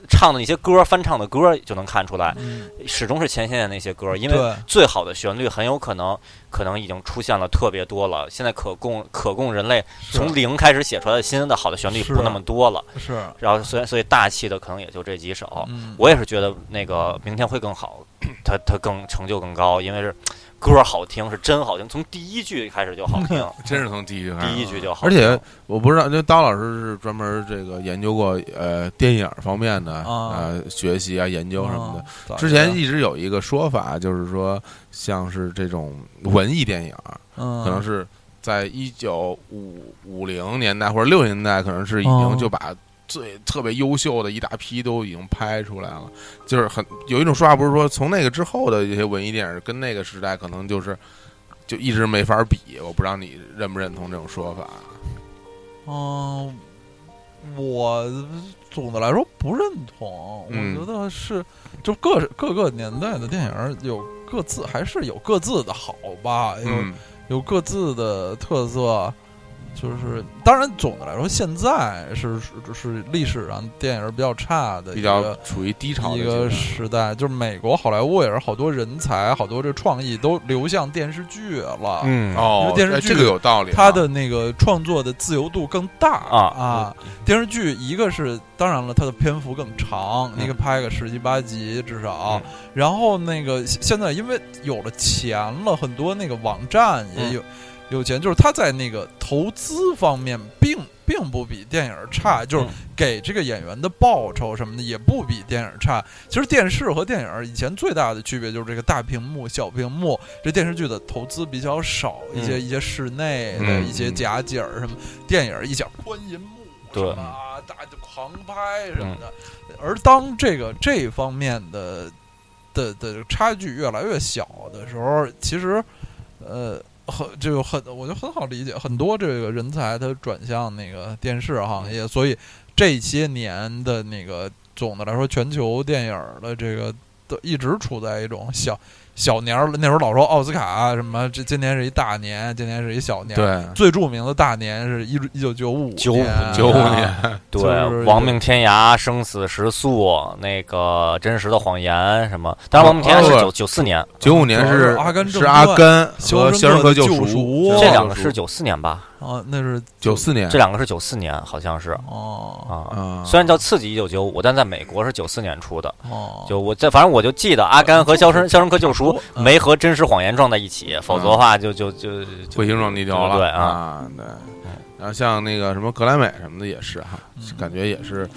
唱的那些歌翻唱的歌就能看出来，
嗯
始终是前些年那些歌，因为
对，
最好的旋律很有可能可能已经出现了特别多了，现在可供可供人类
是
从零开始写出来的新的好的旋律
是
不那么多了。
是，
然后所以所以大气的可能也就这几首。
嗯，
我也是觉得那个明天会更好， 它它更成就更高，因为是歌好听，是真好听，从第一句开始就好 听，
真是从第一句
嗯
开始
第一句就好
而
听。
且我不知道，就刀老师是专门这个研究过呃电影方面的
啊
呃学习啊研究什么的。
嗯
的
之前一直有一个说法，就是说像是这种文艺电影，
可
嗯
可能是在一九五五零年代或者六零年代，可能是已经
哦
就把最特别优秀的一大批都已经拍出来了。就是很有一种说法，不是说从那个之后的一些文艺电影跟那个时代可能就是就一直没法比。我不知道你认不认同这种说法。
嗯，我总的来说不认同，
嗯
我觉得是就各各个年代的电影儿有各哎自还是有各自的好吧，有、
嗯，
有各自的特色。就是当然总的来说，现在是是是历史上电影比较差的
比
一
较
个
处于低潮的
哎一
阶段
个时代，就是美国好莱坞也是好多人才，好多这创意都流向电视剧了。
嗯
因
哦
为，电视
哎
剧
这个有道理啊，
它的那个创作的自由度更大
啊
啊！电视剧一个是当然了，它的篇幅更长，
嗯
一个拍个十集八集至少
嗯。
然后那个现现在因为有了钱了，很多那个网站也
嗯
有有钱，就是它在那个投资方面并并不比电影差，就是
嗯
给这个演员的报酬什么的也不比电影差。其实电视和电影以前最大的区别就是这个大屏幕、小屏幕，这电视剧的投资比较少，一些、
嗯
一些室内的、
嗯
一些假景儿什么，电影一下宽银幕。
对
什么啊，大就狂拍什么的，
嗯
而当这个这方面的的的差距越来越小的时候，其实，呃，很就很，我就很好理解，很多这个人才他转向那个电视
嗯
行业，所以这些年的那个总的来说，全球电影儿的这个都一直处在一种小小年儿，那时候老说奥斯卡啊什么，这今年是一大年，今年是一小年。
对
最著名的大年是一一九九五
95
年，
九五
啊
年，
对，
就是
亡命天涯、生死时速、那个真实的谎言什么，当然亡命天涯
哦
是九九四年，
九五年
主要
是
是阿甘正
是
传
阿甘和
肖
《
申
申
克
克
的救
赎
赎》，
这两个
救
啊是
赎
九四年吧？
啊，那是
九四年
这两个是九四年，好像是
哦
啊。
啊，
虽然叫《刺激一九九五》，但在美国是九四年出的。
哦，
就我这，反正我就记得《阿甘》和《肖申肖申克救赎
差》不多嗯
没和《真实谎言》撞在一起，否则的话就就就就
彗星撞地球了，
对啊
啊，对。然后像那个什么格莱美什么的也是哈，
嗯
感觉也是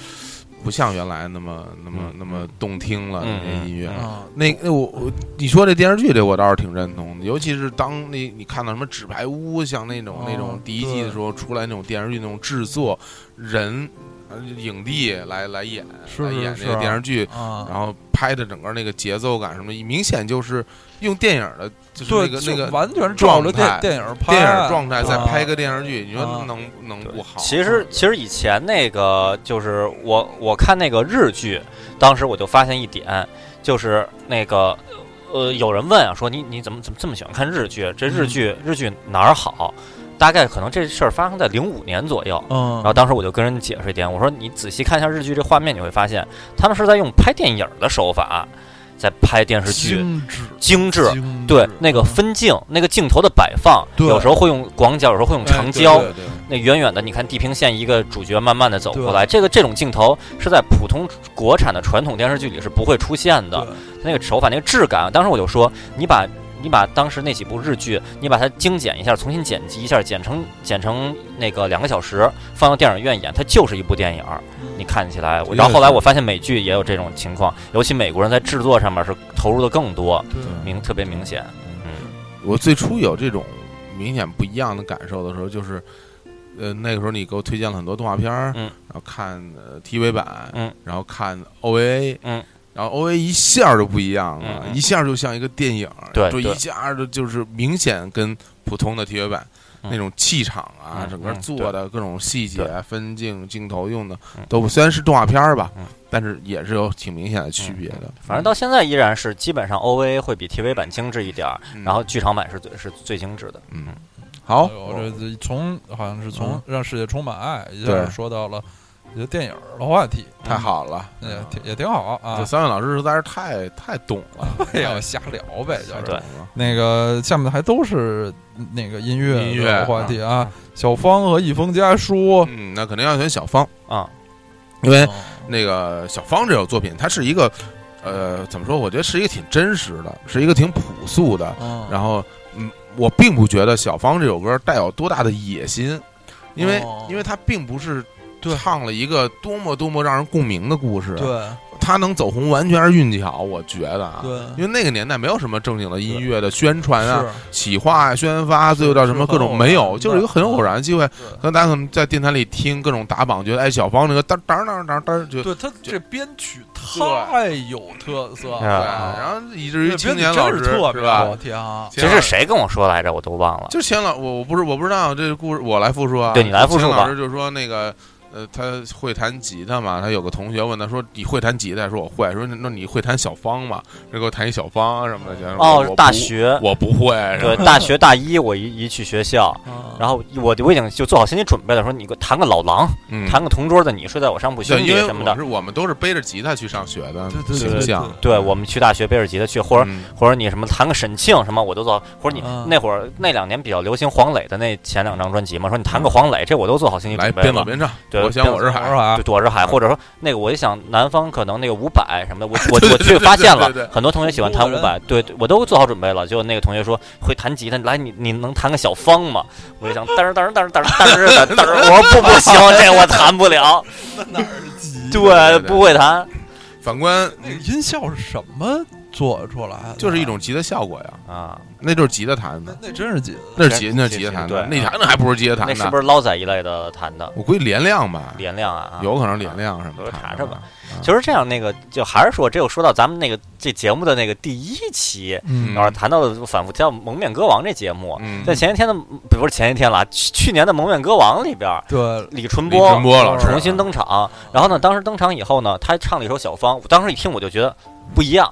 不像原来那么那么
嗯
那么动听了
嗯
那些音乐。
嗯
啊，
那那我我你说这电视剧这我倒是挺认同的，尤其是当那你看到什么纸牌屋，像那种
哦
那种第一季的时候出来那种电视剧那种制作人呃影帝来来演
是
来演
是
哎这个
是
电视剧，
啊，
然后拍的整个那个节奏感什么，明显就是用电影的，就是那
对，
个
就
那个
完全是照着
状态
电电影拍，
电影状态再
啊
拍个电视剧，你说
啊
能能不好？
其
嗯
实，其实以前那个就是我我看那个日剧，当时我就发现一点，就是那个呃，有人问啊，说你你怎么怎么这么喜欢看日剧？这
嗯
日剧、日剧哪儿好？大概可能这事儿发生在零五年左右。
嗯，
然后当时我就跟人解释一点，我说你仔细看一下日剧这画面，你会发现他们是在用拍电影的手法在拍电视剧，
精致，
精致。
精致
对，那个分镜、那个镜头的摆放，
对
有时候会用广角，有时候会用
哎
长
对
焦，
对对
那远远的，你看地平线一个主角慢慢的走过来，
对
这个这种镜头是在普通国产的传统电视剧里是不会出现的。
对
它那个手法、那个质感，当时我就说，你把你把当时那几部日剧，你把它精简一下，重新剪辑一下，剪成剪成那个两个小时，放到电影院演，它就是一部电影儿。
嗯
你看起来，
对
然后后来我发现美剧也有这种情况，尤其美国人在制作上面是投入的更多，
嗯
对
明特别明显。
我最初有这种明显不一样的感受的时候，就是，呃，那个时候你给我推荐了很多动画片儿，
嗯
然后看呃 TV 版，
嗯，
然后看 OVA，
嗯，
然后 OVA 一下就不一样了，
嗯嗯
一下就像一个电影，
对
就
对
一下就就是明显跟普通的 TV 版。
嗯
那种气场啊，
嗯
整个
嗯
做的各种细节、啊分镜、镜头用的
嗯
都不，虽然是动画片儿吧，
嗯
但是也是有挺明显的区别的。
反正到现在依然是，基本上 OVA 会比 TV 版精致一点儿，
嗯
然后剧场版是最是最精致的。
嗯，好哦
哎，呦这这从好像是从
嗯
让世界充满爱，一
对
下说到了我觉得电影的话题，
太好了，
嗯，也挺也挺好
这
啊。
三位老师实在是太太懂 了，
哎呀，瞎聊呗，就
太
是
懂了。
那个下面还都是那个音乐
音乐
的话题啊。小芳和一封家书，
嗯，那肯定要选小芳
啊，
因为
哦
那个小芳这首作品，它是一个，呃，怎么说？我觉得是一个挺真实的，是一个挺朴素的。
嗯
然后，嗯，我并不觉得小芳这首歌带有多大的野心，因为
哦
因为它并不是。唱了一个多么多么让人共鸣的故事，
对
他能走红完全是运气好，我觉得啊，因
对
为那个年代没有什么正经的音乐的宣传啊，
是
企划啊、宣发，最后到什么各种没有，就是一个很偶
嗯
然的机会。
对
可能大家可能在电台里听各种打榜，觉得哎，小芳那个当当当当当就对，
对他这编曲太有特色
对
了，
哎然后以
这啊
至于
编
青
曲
年老
真是
师
特
是
别
吧
好？听啊，
其实谁跟我说来着，我都忘了。
就青年老我我不是我不知道这个故事，我来复述啊。
对你来复述吧
青年老师就说那个。呃，他会弹吉他嘛？他有个同学问他说：“你会弹吉他？”说：“我会。”说：“那你会弹小芳吗？”就给我弹一小芳啊什么的。就
哦，大学
我不会。 嗯
对，大学大一我一一去学校，
啊
然后我我已经就做好心理准备了，说你给我弹个老狼，
嗯，
弹个同桌的你睡在我上铺兄
对，
弟
因为
什么
我
的。
是我们都是背着吉他去上学的
对对对
形
对
象，
对我们去大学贝尔吉的去，或者
嗯
或者你什么弹个沈庆什么，我都做好。或者你
啊
那会儿那两年比较流行黄磊的那前两张专辑嘛，说你弹个黄磊，这我都做好心理
嗯来
准备
边走
了。
边唱，
对
我想我是海，
啊
对，，躲着
嗯
海，或者说那个，我就想南方可能那个伍佰什么的， 我我
对
我
对
去
对
发
对
现
对
了
对对，
很多同学喜欢弹伍佰，对对我都做好准备了。结果那个同学说会弹吉他，来你你能弹个小芳吗？我就想噔儿噔儿噔儿 噔儿噔儿噔儿噔儿，我说不不行，这我弹不了，
哪儿急？
对，不会弹。
反观
那个音效是什么做出来的？
就是一种吉他效果呀，
啊，
那就是吉他弹
那
的，
那真是急的。
那是吉那是吉他弹的，
对啊
那弹的还不如吉他
那
弹
是不是
的，
捞仔一类的弹的？
我估计连亮吧，
连亮啊，啊
有可能连亮什么
我
弹的，
查查吧
啊。
就是这样，那个就还是说，这又说到咱们那个这节目的那个第一期，
嗯
然后谈到了反复提到《蒙面歌王》这节目，啊
嗯，
在前一天的不是前一天了，去去年的《蒙面歌王》里边儿，
对，
李春
李
波
春波老师
重新登场。然后呢，当时登场以后呢，他唱了一首《小芳》，我当时一听我就觉得不一样，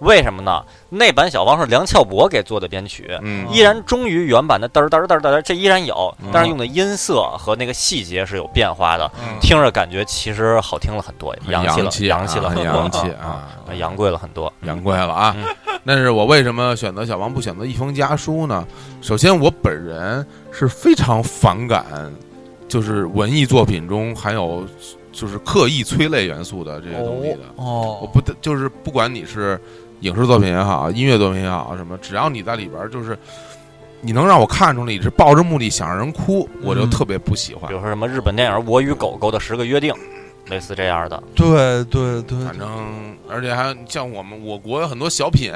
为什么呢？那版《小芳》是梁翘柏给做的编曲，
嗯
依然忠于原版的嘚儿嘚儿嘚儿嘚儿，这依然有
嗯，
但是用的音色和那个细节是有变化的，
嗯
听着感觉其实好听了很多，
很
洋气了，
洋
气了
啊
很
很
多，
洋气
嗯
啊，
嗯洋贵了很多。
洋贵了啊。
嗯
但是我为什么选择小王不选择一封家书呢？首先，我本人是非常反感，就是文艺作品中含有就是刻意催泪元素的这些东西的。
哦，
我不得就是不管你是影视作品也好，音乐作品也好，什么，只要你在里边儿就是。你能让我看出来你是抱着目的想让人哭，我就
嗯
特别不喜欢
比。如说什么日本电影《我与狗狗的十个约定》，类似这样
啊
的。
对对对，
反正而且还像我们我国有很多小品，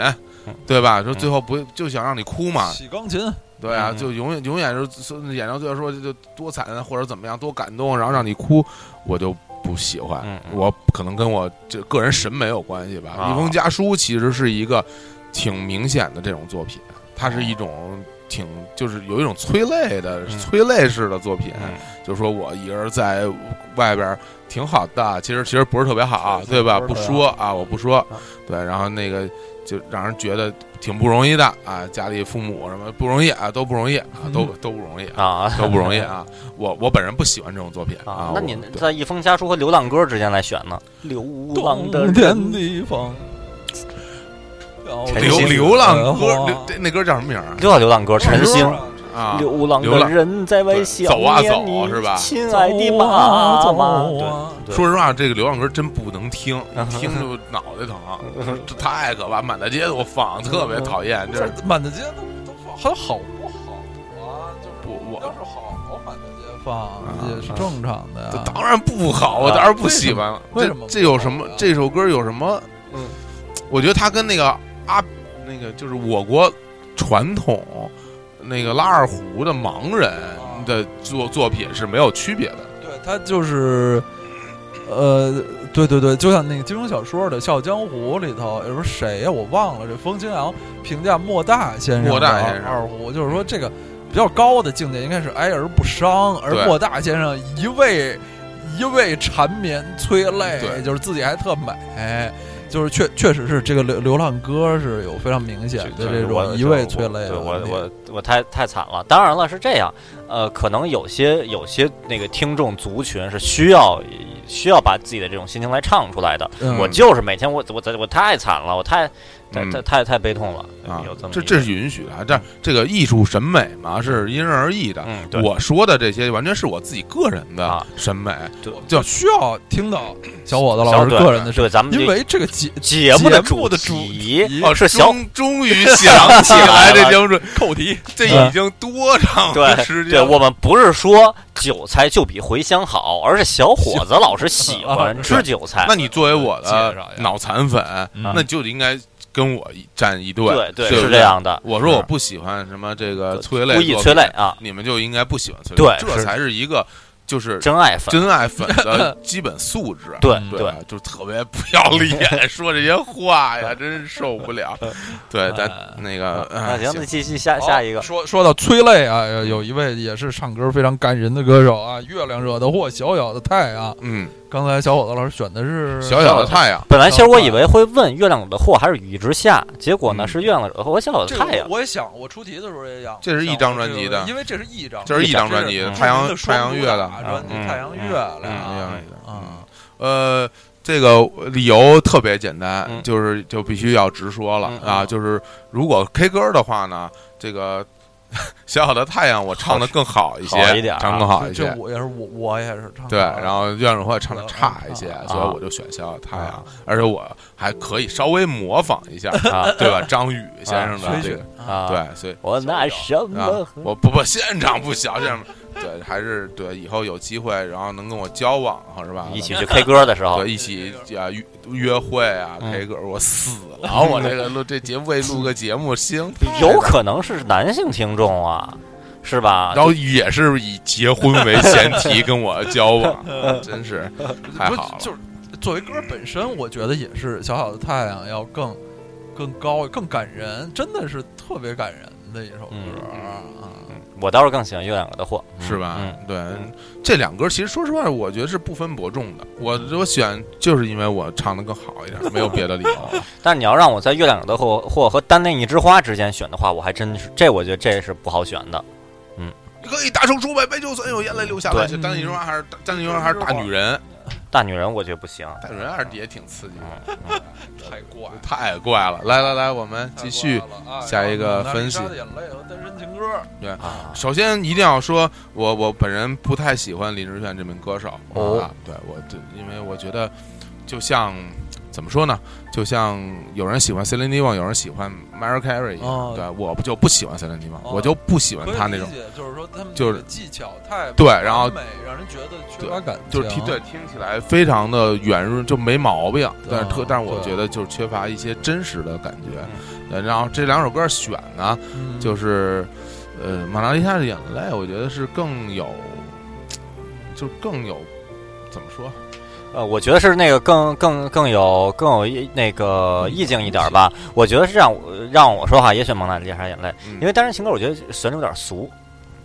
嗯
对吧？就最后不就想让你哭嘛，
洗钢琴，
对啊，
嗯
就永远永远是是演到最后说就就多惨啊或者怎么样多感动，然后让你哭，我就不喜欢。
嗯嗯
我可能跟我这个人审美有关系吧。
啊
一封家书其实是一个挺明显的这种作品，它是一种挺就是有一种催泪的、
嗯
催泪式的作品，
嗯
就说我一个人在外边儿挺好的，其实其实不是特别好，啊
是
对吧？
不
不
是特别
说啊，我不说，对，然后那个就让人觉得挺不容易的啊，家里父母什么不容易啊，都不容易啊，
嗯
都都不容易 啊，
啊，
都不容易啊。我我本人不喜欢这种作品
啊
啊，。
那
我
你
对
在一封家书和流浪歌之间来选呢？流浪的
冬
人
天，地方，要
陈
流
星
流浪歌
哎
流，这那歌叫什么名儿
就叫流浪歌，陈星。
啊？
流浪
流
的
浪
人在外想
走啊
念
走
你，
是吧
亲爱的妈妈，
走啊
对，
说实话，这个流浪歌真不能听
嗯，
听就脑 袋疼，这太可怕，满大街都放，特
嗯
别讨厌。这
这
啊
满大街都都放，还好不好啊？就是
我我
要是好，满大街放也是正常的
这
呀。
当然不好，我
啊
当然不喜欢了。
为
这
什么
这有什么？这首歌有什么？
嗯，
我觉得它跟那个阿那个就是我国传统那个拉二胡的盲人
啊
的作作品是没有区别的。
对他就是，呃，对对对，就像那个金庸小说的《笑傲江湖》里头，有时候谁呀我忘了，这风清扬评价莫大先生
莫
的
大先生
二胡，就是说这个比较高的境界应该是哀而不伤，而
对
莫大先生一味一味缠绵催泪，
对
就是自己还特美。就是确确实是这个流流浪歌是有非常明显的
对
这
我
种一味
我
催泪的
对我
问题，
我我太太惨了。当然了，是这样，呃，可能有些有些那个听众族群是需要需要把自己的这种心情来唱出来的。
嗯
我就是每天我我我我太惨了，我太太
嗯
太太太悲痛了
啊
有这么，
这
一
这
个
是允许的，这这个艺术审美嘛是因人而异的。
嗯，对，
我说的这些完全是我自己个人的
啊
审美，
对
就
需要听到小伙子老
小
师
对
个人的声
对，咱们
音，因
这
为这个节
节
目
目
的
的
主
题
题
哦
是小啊
终终于想起 来这就是扣题，这已经多长
对
时间
对，
了？
我们不是说韭菜就比茴香好，而是小伙子老是喜欢
啊
吃韭菜
那。你作为我
介绍一
的
下
脑残粉，
嗯
那你就应该跟我一站一队。
对对，
不
是这。样的。
我说我不喜欢什么这个
是
催泪，
故意催泪，啊，
你们就应该不喜欢催泪，
对
这
是
才是一个就是
真爱粉。
真爱粉的基本素质。啊
对
嗯
对，就特别不要 脸，说这些话呀，真是受不了。对，咱那个，
那
哎
啊行，那继续下下一个
好。说说到催泪啊，有有一位也是唱歌非常感人的歌手啊，月亮惹的祸，小小的太阳，
嗯，
刚才小伙子老师选的是
小小的太阳，
本来其实我以为会问月亮里的货还是雨之下，结果呢是月亮里的货和小小的
这
太
个
阳。
我也想，我出题的时候也想，
啊这是一张专辑
想过这个
的
问题因为这是一张，
这是一张专辑
这是
太阳
著名的
太阳月啊
双主打
亮
专辑
嗯
太阳月亮
嗯
一样
啊
一样
啊，
呃，这个理由特别简单，
嗯
就是就必须要直说了、
嗯嗯
啊！就是如果 K 歌的话呢，这个 小小的太阳我唱的更好一些，
好一点啊
唱更好一
这
些
这。我也是我我也是唱
对，
的啊
然后月亮会唱的差一些，
啊
所以我就选小小太阳，而且我还可以稍微模仿 一下，
啊
对吧？张宇先生
吹
的这
雪
个，
啊！，
对，所以
嗯我拿什么
啊？，我不不，现场不小，现场对，还是对以后有机会，然后能跟我交往是吧？
一起去 K 歌的时候
对，，一起啊约约会啊
嗯
，K 歌，我死了，我这个录这节目为录个节目心态
有可能是男性听众啊，是吧？
然后也是以结婚为前提跟我交往， 真是太
不
好了。
就是作为歌本身，我觉得也是小小的太阳要更更高更感人，真的是特别感人的一首歌
嗯
啊。
我倒是更喜欢月亮里的货。
是吧？
嗯
对，这两歌其实说实话，我觉得是不分伯仲的。我我选就是因为我唱的更好一点，没有别的理由。
但是你要让我在月亮里的货货和单恋一枝花之间选的话，我还真是这，我觉得这是不好选的。
你可以大声说百杯就算有眼泪流下来。
对
就张艺谋还是张艺谋还是大女人，
嗯
大女人我觉得不行。嗯
大女人还是也挺刺激的，
太怪了，
太怪了。来来来，我们继续。
太怪了哎
下一个分析
蒙娜丽莎的眼泪和单身情歌，
啊，
首先一定要说，我我本人不太喜欢林志炫这名歌手。
哦
啊，对我这，因为我觉得，就像怎么说呢，就像有人喜欢 Celine Dion，有人喜欢 Mariah Carey 一样。
哦
对，我不就不喜欢 Celine Dion，、
哦
我就不喜欢
可以
他那种
理，解就是说他们
就
这个
是
技巧太
对然后
完美让人觉得缺乏感情，
就是听对听起来非常的圆润，就没毛病，但是特，
哦
但是我
对
觉得就是缺乏一些真实的感觉。对，然后这两首歌选呢，
嗯
就是，呃，马拉丽莎的眼泪，我觉得是更有，就更有，怎么说？
呃，我觉得是那个更更更有更有意那个
嗯
意境一点吧。我觉得是让我让我说话，也许蒙娜丽莎眼泪，
嗯
因为单人情歌我觉得旋律有点俗，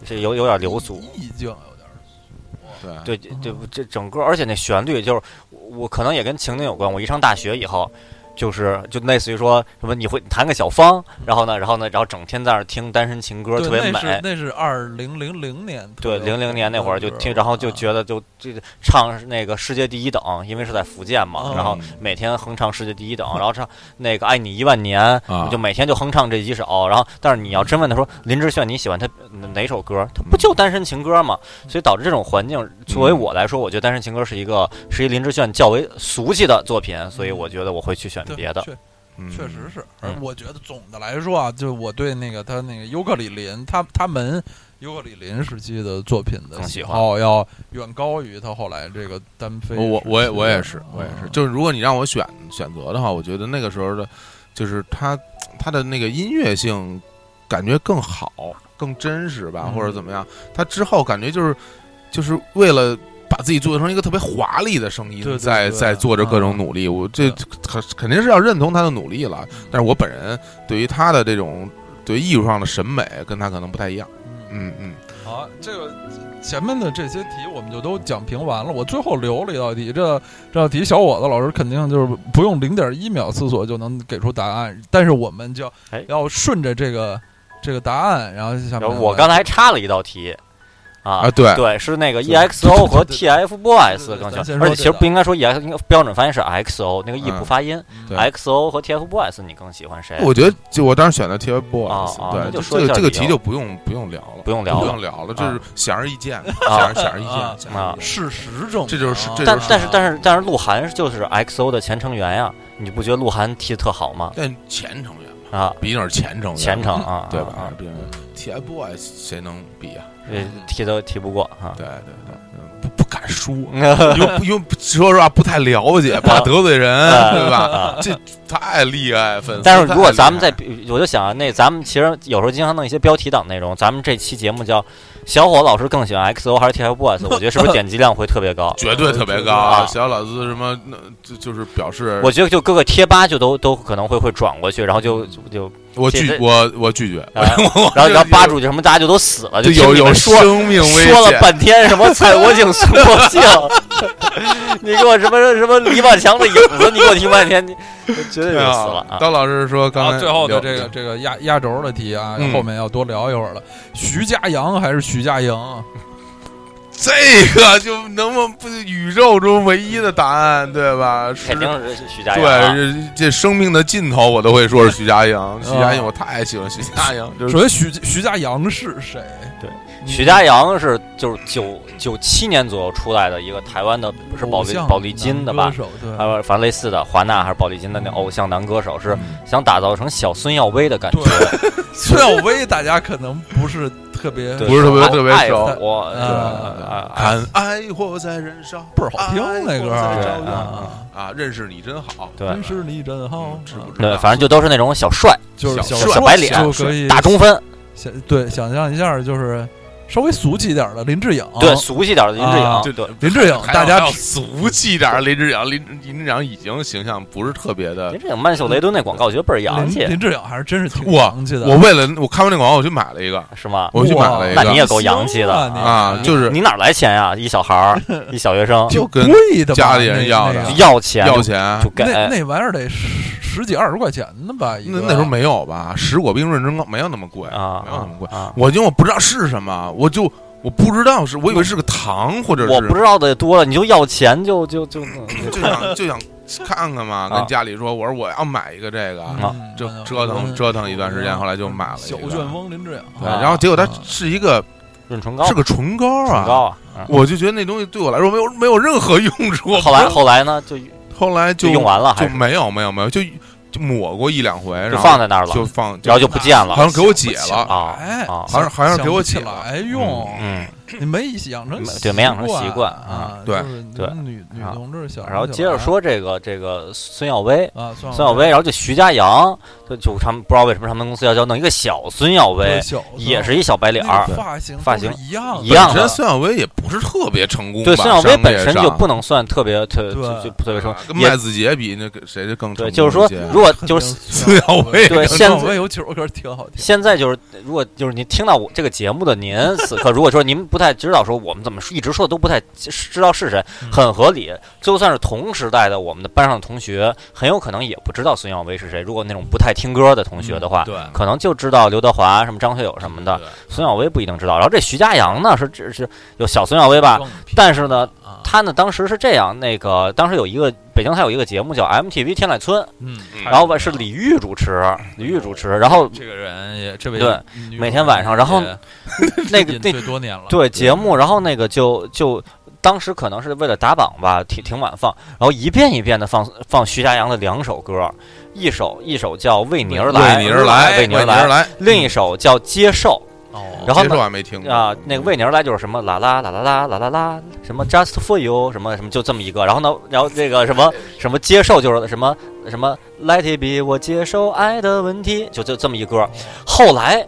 是有有点流俗。
意境有点儿
对
啊
对，这这这整个，而且那旋律就是我我可能也跟情景有关。我一上大学以后，就是就类似于说什么你会弹个小芳，然后呢，然后呢，然后整天在那儿听单身情歌，特别
对，那
美
是。那是二零零零年，
对，零零年那会儿就听，然后
嗯
就
啊
觉得就这个唱那个世界第一等，因为是在福建嘛
哦，
然后每天哼唱世界第一等， 然后唱那个爱你一万年，
啊
你就每天就哼唱这几首，然后但是你要真问他说林志炫你喜欢他哪首歌，他不就单身情歌嘛，所以导致这种环境，作为我来说，我觉得单身情歌是一个是一林志炫较为俗气的作品，所以我觉得我会去选
对
别的。
确
嗯
确实是，而
嗯
我觉得总的来说啊，就我对那个他那个尤克里林，他他们尤克里林时期的作品的
更喜
喜
欢
好要远高于他后来这个单飞时期。
我我也我也是我也是，
嗯
就是如果你让我选选择的话，我觉得那个时候的，就是他他的那个音乐性感觉更好，更真实吧，
嗯
或者怎么样？他之后感觉就是就是为了。把自己做成一个特别华丽的声音，
对对
在
对嗯
在做着各种努力，我这肯肯定是要认同他的努力了。
嗯
但是我本人对于他的这种对于艺术上的审美，跟他可能不太一样。
嗯，
嗯嗯，
好，这个前面的这些题我们就都讲评完了，我最后留了一道题，这这道题小伙子老师肯定就是不用零点一秒思索就能给出答案，但是我们就
哎
要顺着这个这个答案，然后下
然后
面
我
来
刚才还插了一道题，啊
啊，对
对，是那个
对对
EXO 和
对
TFBOYS
对对
更
咱
像，
先
而
说
且其实
这个
不应该说 EX，应该标准发音是 XO，那个 E
嗯
不发音。
嗯
对
XO 和 TFBOYS 你更喜欢谁？
我觉得就我当时选的 TFBOYS，、
啊啊哎那
对，
就说
这
一下
个这个
理由
题就不用不用聊了，
不用聊
不
了
用聊了，这是显而易见的，显
啊
而显而易
啊
见显而
啊
易见。
事实证明啊，
这就是这
但
就是
但是但是但是鹿晗就是 XO 的前成员呀，你不觉得鹿晗踢得特好吗？
但前成员嘛
啊，
毕竟是前成员，
前程啊，
对
啊
吧？？毕竟 TFBOYS 谁能比啊？
呃，踢都踢不过啊。
对对对，嗯不不敢说，又不又不说实话不太了解，怕得罪人， 对吧？
啊，
这太厉害，粉丝。
但是如果咱们在
太厉，？
我就想啊那咱们其实有时候经常弄一些标题党内容，咱们这期节目叫“小伙老师更喜欢 XO 还是 TFBOYS”，我觉得是不是点击量会特别高
害了绝对特别高
啊
啊！小老子什么那就就是表示
我觉得就各个贴吧就都都可能会会转过去，然后就就就
我
这
拒
这
我我拒绝，
啊然后然后吧主就什么大家就都死了，就
就有
听你
有
们说
生命危
说了
险。
半天什么蔡国庆、苏国庆， 你给我什么什么篱笆墙的影子，你给我听半天，你绝对就死
对
了啊！
啊，高老师说
然
刚
后
才
最后的
聊
这个这个压压轴的题啊
嗯，
后面要多聊一会儿了。徐家阳还是徐家莹啊？
这个就能不能不宇宙中唯一的答案，对吧？是
肯定是徐佳莹啊，
对，这这生命的尽头，我都 会说是徐佳莹。徐佳莹，我太喜欢徐佳莹，就是
首先，徐徐家阳是谁？
徐佳莹是就是九九七年左右出来的一个台湾的，是保利保利金的吧
歌？手对
还有反正类似的华纳还是保利金的那偶像男歌手，是想打造成小孙耀威的感觉，
孙耀威，大家可能不是特别
对
不是特别
爱
特别
爱
熟
我
啊
爱
看爱火在燃烧，
倍儿好听那歌
对
爱火在
儿
照耀
啊，
啊！认识你真好，
对啊
真是你真好，啊
知不知
对，
道？
反正就都是那种小帅、
就是
小
小白脸
就可以
大中分，
想对想象一下，就是稍微俗气一点的林志颖，
对，熟悉点的林志
哦啊
颖，
这
对，
林志颖
还，要
大家
还要俗气点儿，林志颖，林林志颖已经形象不是特别的
林。志颖曼秀雷敦那广告，我觉得倍儿洋
林
气，
林志颖还是真是挺
哇
洋气的，
我为了我看完那广告，我去买了一个，
是吗？
我去买了一
那你
个
也够洋气的
行啊
啊，就是
你哪来钱呀？一小孩儿，一小学生
就跟
贵的吧
家里人要的
那个
要钱
要钱
就，给，
那那玩意儿得十十几二十块钱呢吧？一
那
个
那时候没有吧？石果冰润唇膏没有那么贵
啊
没有那么贵。
啊！
我因为我不知道是什么，我就我不知道是，我以为是个糖或者是
我不知道的多了，你就要钱就就就
就想就想看看嘛，
啊
跟家里说，我说我要买一个这个，
啊
嗯
就
嗯
折腾
嗯
折腾一段时间，后来就买了一
小
个。
旋风林志颖，
对，
啊
然后结果它
啊
是一个
润唇膏，
是个唇膏
唇
啊，
膏啊。嗯
我就觉得那东西对我来说没有没有任何用处。
后来后来呢，就
后来
就
就
用完了，还
就是没有没有没有就就抹过一两回，然
就
后
放在那儿了，
就放，
然后就不见了
好像给我姐了，
啊
哎
啊！
好像好像
想
给
不
我
起
姐了。
来用，
嗯，
你没养成习
对没养成习惯
啊，
对
就是
对
女女
啊
同志想不起来，
然后接着说这个这个孙耀威，
啊，孙
孙耀威，然后就徐佳莹，就就他们不知道为什么他们公司要要弄一个小孙耀威，
小
也是一小白脸
那
儿
个，发型
发型
都是一样的
一样
本
的
身孙小薇也不是特别成功吧，
对孙耀威
商业
本身就
上
不能算特别特就
对
就特别成
啊，跟
也
麦子杰比，那个谁就更成
对，
功
就是说
一些，
如果
肯定
就是
孙
耀威
对
孙
现
耀
在
威有几首歌挺好听，
现在就是，如果就是您听到我这个节目的您，此刻如果说您不太知道说我们怎么一直说的都不太知道是谁，
嗯
很合理。就算是同时代的我们的班上的同学，很有可能也不知道孙耀威是谁。如果那种不太听歌的 同学的话，
嗯对
可能就知道刘德华、什么张学友什么
嗯
的，啊孙耀威不一定知道。然后这徐佳莹呢，是这是有小孙耀威吧，
更偏
但是呢，
啊，
他呢当时是这样，那个当时有一个北京台有一个节目叫 MTV 天籁村，
嗯，
然后吧是李玉主持，李玉主持，然
嗯
后
这个人也这位
对
女主
每天晚上然后
也
那个
最
那
近最多年了，
对节目，然后那个就就当时可能是为了打榜吧，挺挺晚放，然后一遍一遍的放放徐佳莹的两首歌，一首一首叫为你而来，
为你而来，
为
为
你而
来，
来，另一首叫接受
哦，
然后呢
接受还没听过
啊、那个为你而来就是什么啦啦啦啦啦啦啦啦，什么 just for you，什么什么就这么一个，然后呢，然后这个什么什么接受就是什么什么 let it be，我接受爱的问题，就就这么一歌，后来，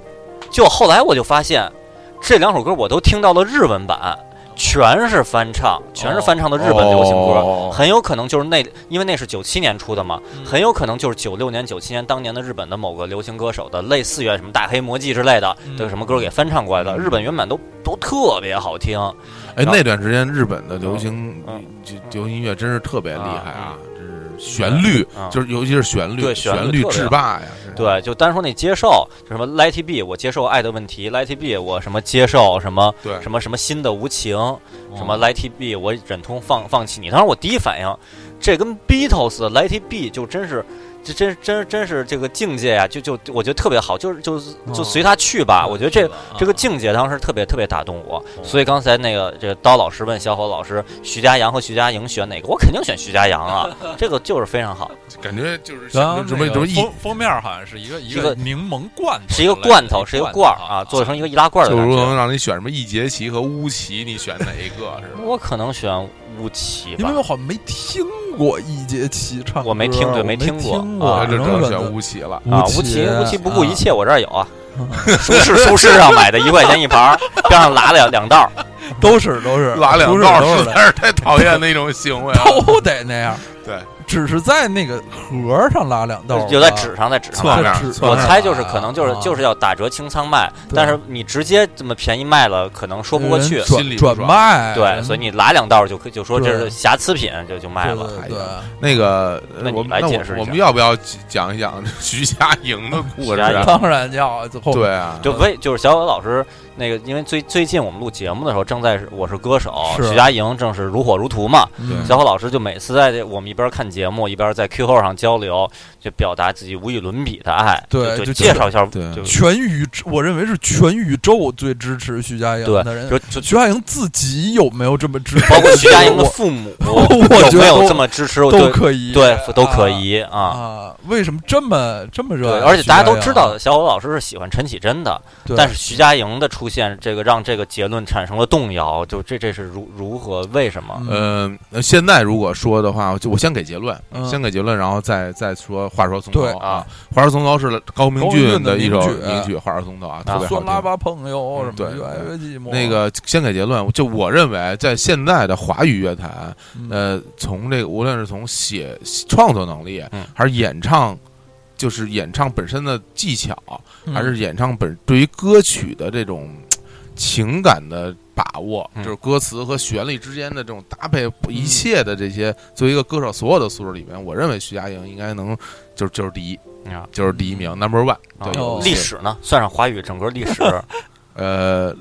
就后来我就发现，这两首歌我都听到了日文版，全是翻唱，全是翻唱的日本流行歌。
哦
很有可能就是那，因为那是九七年出的嘛，
嗯
很有可能就是九六年、九七年当年的日本的某个流行歌手的类似于什么大黑魔记之类的
嗯
的什么歌给翻唱过来
嗯
的，日本原版都都特别好听。
哎，那段时间日本的流行
嗯
就流行音乐真是特别厉害
啊
啊，真是旋律
嗯
就是尤其是旋律，
对旋律
旋律
特别
制霸呀，是
对，就单说那接受，就什么 Let It Be，我接受爱的问题，Let It Be，我什么接受什么
对
什么什么新的无情，什
哦
么 Let It Be，我忍痛放放弃你。当时我第一反应，这跟 Beatles 的 Let It Be 就真是，这真真真是这个境界呀、就就我觉得特别好，就是就是就
哦
随他去吧。我觉得这
啊
这个境界当时特别特别打动我，所以刚才那个这个刀老师问小伙老师，徐佳莹和徐佳莹选哪个？我肯定选徐佳莹 啊，这个就是非常 好，
感觉就是
然后
什
那
么什
个
么一
封封面好像是一个一
个
个柠檬罐头之
是
类的，
一个罐头，是一个罐儿啊，做成一个易拉罐儿的
就
感
如
觉。
同让你选什么一节棋和乌棋，你选哪一个是吧？
我可能选乌棋
因
吧
为，我好像没听过易杰奇唱歌，
我没听对
我没
没听过
听
啊
过，哎
我就
然
只
后
能
感
选
觉
乌棋了。
啊，
乌
乌
棋
棋乌棋不顾一
啊
切，我这儿有啊，
嗯
书市书市上买的，一块钱一盘 儿，边上拉了两道儿，
都是都是
拉两
都是
道
都
实
是的
在是太讨厌那种行为了。
都得那样。
对，
只是在那个盒儿啊上拉两道，
有在纸，上，在纸上
侧
卖。
面
这纸
侧
我
面
猜就是可能就是
啊
就是要打折清仓卖，
对
但是你直接这么便宜卖了，可能说不过去
有人。
心里
转
不爽
转卖，
对，所以你拉两道就可以就说这是
对
瑕疵品，就就卖
对
了。
对对，
那个，
那
呃
你
我
来
那
解释一下
我我们要不要讲一讲徐佳莹的故事
徐佳
啊？
莹
当然要后
对啊，
就为就是小友老师那个，因为最最近我们录节目的时候，正在是《我是歌手》，
是
徐佳莹正是如火如荼嘛。
嗯
小伙老师就每次在这我们一边看节目，一边在 QQ 上交流，就表达自己无与伦比的爱。
对
就
就
介绍一下，
对
就
全宇宙，我认为是全宇宙最支持徐佳莹
对
的，人。
就就
徐佳莹自己有没有这么支持？
包括徐佳莹 的
我
父母
我
有
觉
没
得
有
都
这么支持？我
都
对
可以，
对都可
啊
以啊。
啊！为什么这么这么热
对，
爱？
而且大家都知道，，小伙老师是喜欢陈绮贞的，
啊对
但是徐佳莹的出现，这个让这个结论产生了动摇。就这，这是如如何？为什么？
呃，那现在如果说的话，就我先给结论，
嗯
先给结论，然后再再说。话说从头
对
啊，话说从头是高明俊一
高
首
明俊的名曲
名曲，话说从头啊，特别好
酸拉
听。
吧朋友什
嗯对
么越来越寂寞
那个先给结论，就我认为，在现在的华语乐坛，
嗯
呃，从这个无论是从写创作能力
嗯，
还是演唱，就是演唱本身的技巧，
嗯
还是演唱本对于歌曲的这种情感的把握，
嗯
就是歌词和旋律之间的这种搭配，一切的这
嗯
些，作为一个歌手所有的素质里面，我认为徐佳莹应该能就是就是第一，
啊，
就是第一名，Number One。
啊
对，
哦
有一些
历史呢？算上华语整个历 史，
呃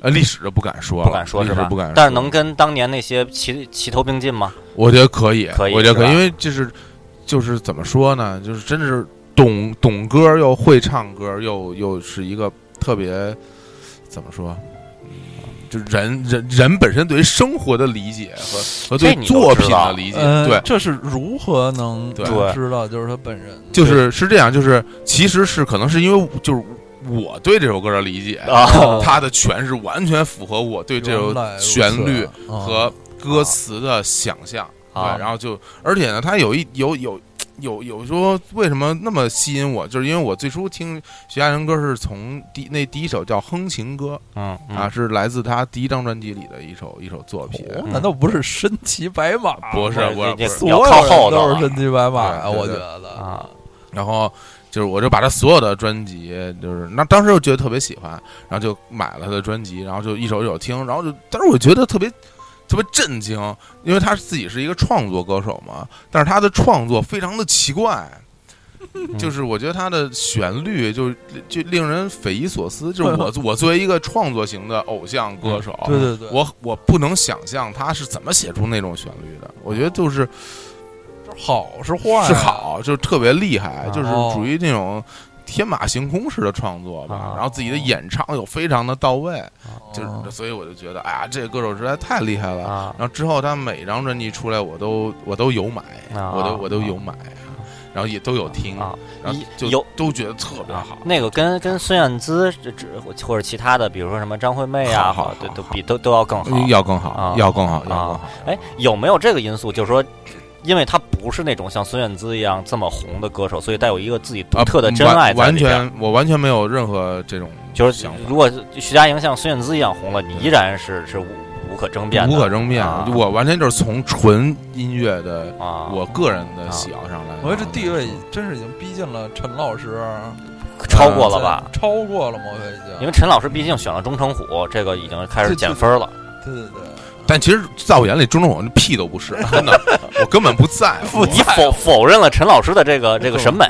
呃，历史就不敢说了，
不敢说
历
是
史
吧？
不敢说，
但是能跟当年那些齐齐头并进吗？
我觉得可以，
可以
我觉得可
是吧
以，因为就是就是怎么说呢，就是真的是懂懂歌又会唱歌，又又是一个特别怎么说，嗯就人人人本身对于生活的理解和和对
这你都
作品
知道
的理解，
呃
对，
这是如何能
对
能知道？就是他本人，
就是是这样，就是其实是可能是因为就是我对这首歌的理解，
啊
哦
它的诠释完全符合我对这首
原来如此
旋律
啊
和歌词的想象
啊
对，然后就，而且呢，他有一有有有有说为什么那么吸引我，就是因为我最初听徐佳莹歌是从第那第一首叫《哼情歌
嗯》
啊，，是来自他第一张专辑里的一首一首作品。
哦难道不是身骑白马？
不是我
这
不是
比
所
较
有
靠
人
后头
都是
了
身骑白马呀，
对对
我觉
对
得
啊，
然后就是我就把他所有的专辑，就是那当时就觉得特别喜欢，然后就买了他的专辑，然后就一首一首听，然后就，但是我觉得特别。特别震惊，因为他自己是一个创作歌手嘛，但是他的创作非常的奇怪，
嗯
就是我觉得他的旋律就就令人匪夷所思。就是 我我作为一个创作型的偶像歌手，
嗯对对对，
我我不能想象他是怎么写出那种旋律的。我觉得就是
好是坏啊呀
是好，就是特别厉害，
啊
就是属于那种天马行空式的创作吧
啊。
然后自己的演唱又非常的到位，就是
哦
所以我就觉得，哎呀，这个歌手实在太厉害了。
啊，
然后之后他每张专辑出来，我都我都有买，
啊
我都我都有买，然后也都有听，
啊
然后
一
就
有
都觉得特别好。
那个跟跟孙燕姿这这或者其他的，比如说什么张惠妹啊，
好好
对，
好
都
好
比都都要更好。
要更
啊
好，要更好，要更
啊
好。，
哎，有没有这个因素？就是说，因为她不是那种像孙燕姿一样这么红的歌手，所以带有一个自己独
啊
特的真
完
爱在
完
里边。
全，我完全没有任何这种
就是
想法。
如果徐佳莹像孙燕姿一样红了，你依然是是无无可争辩的，
无可争辩
啊。
我完全就是从纯音乐的
啊，
我个人的喜好上来说，
我觉得这地位真是已经逼近了陈老师，
超过了吧？
在？超过了吗？我觉得已经，
因为陈老师毕竟选了钟成虎，这个已经开始减分了。
对对对，
但其实在我眼里，钟正广屁都不是， 真的，我根本 不在乎。
你否否认了陈老师的这个这个审美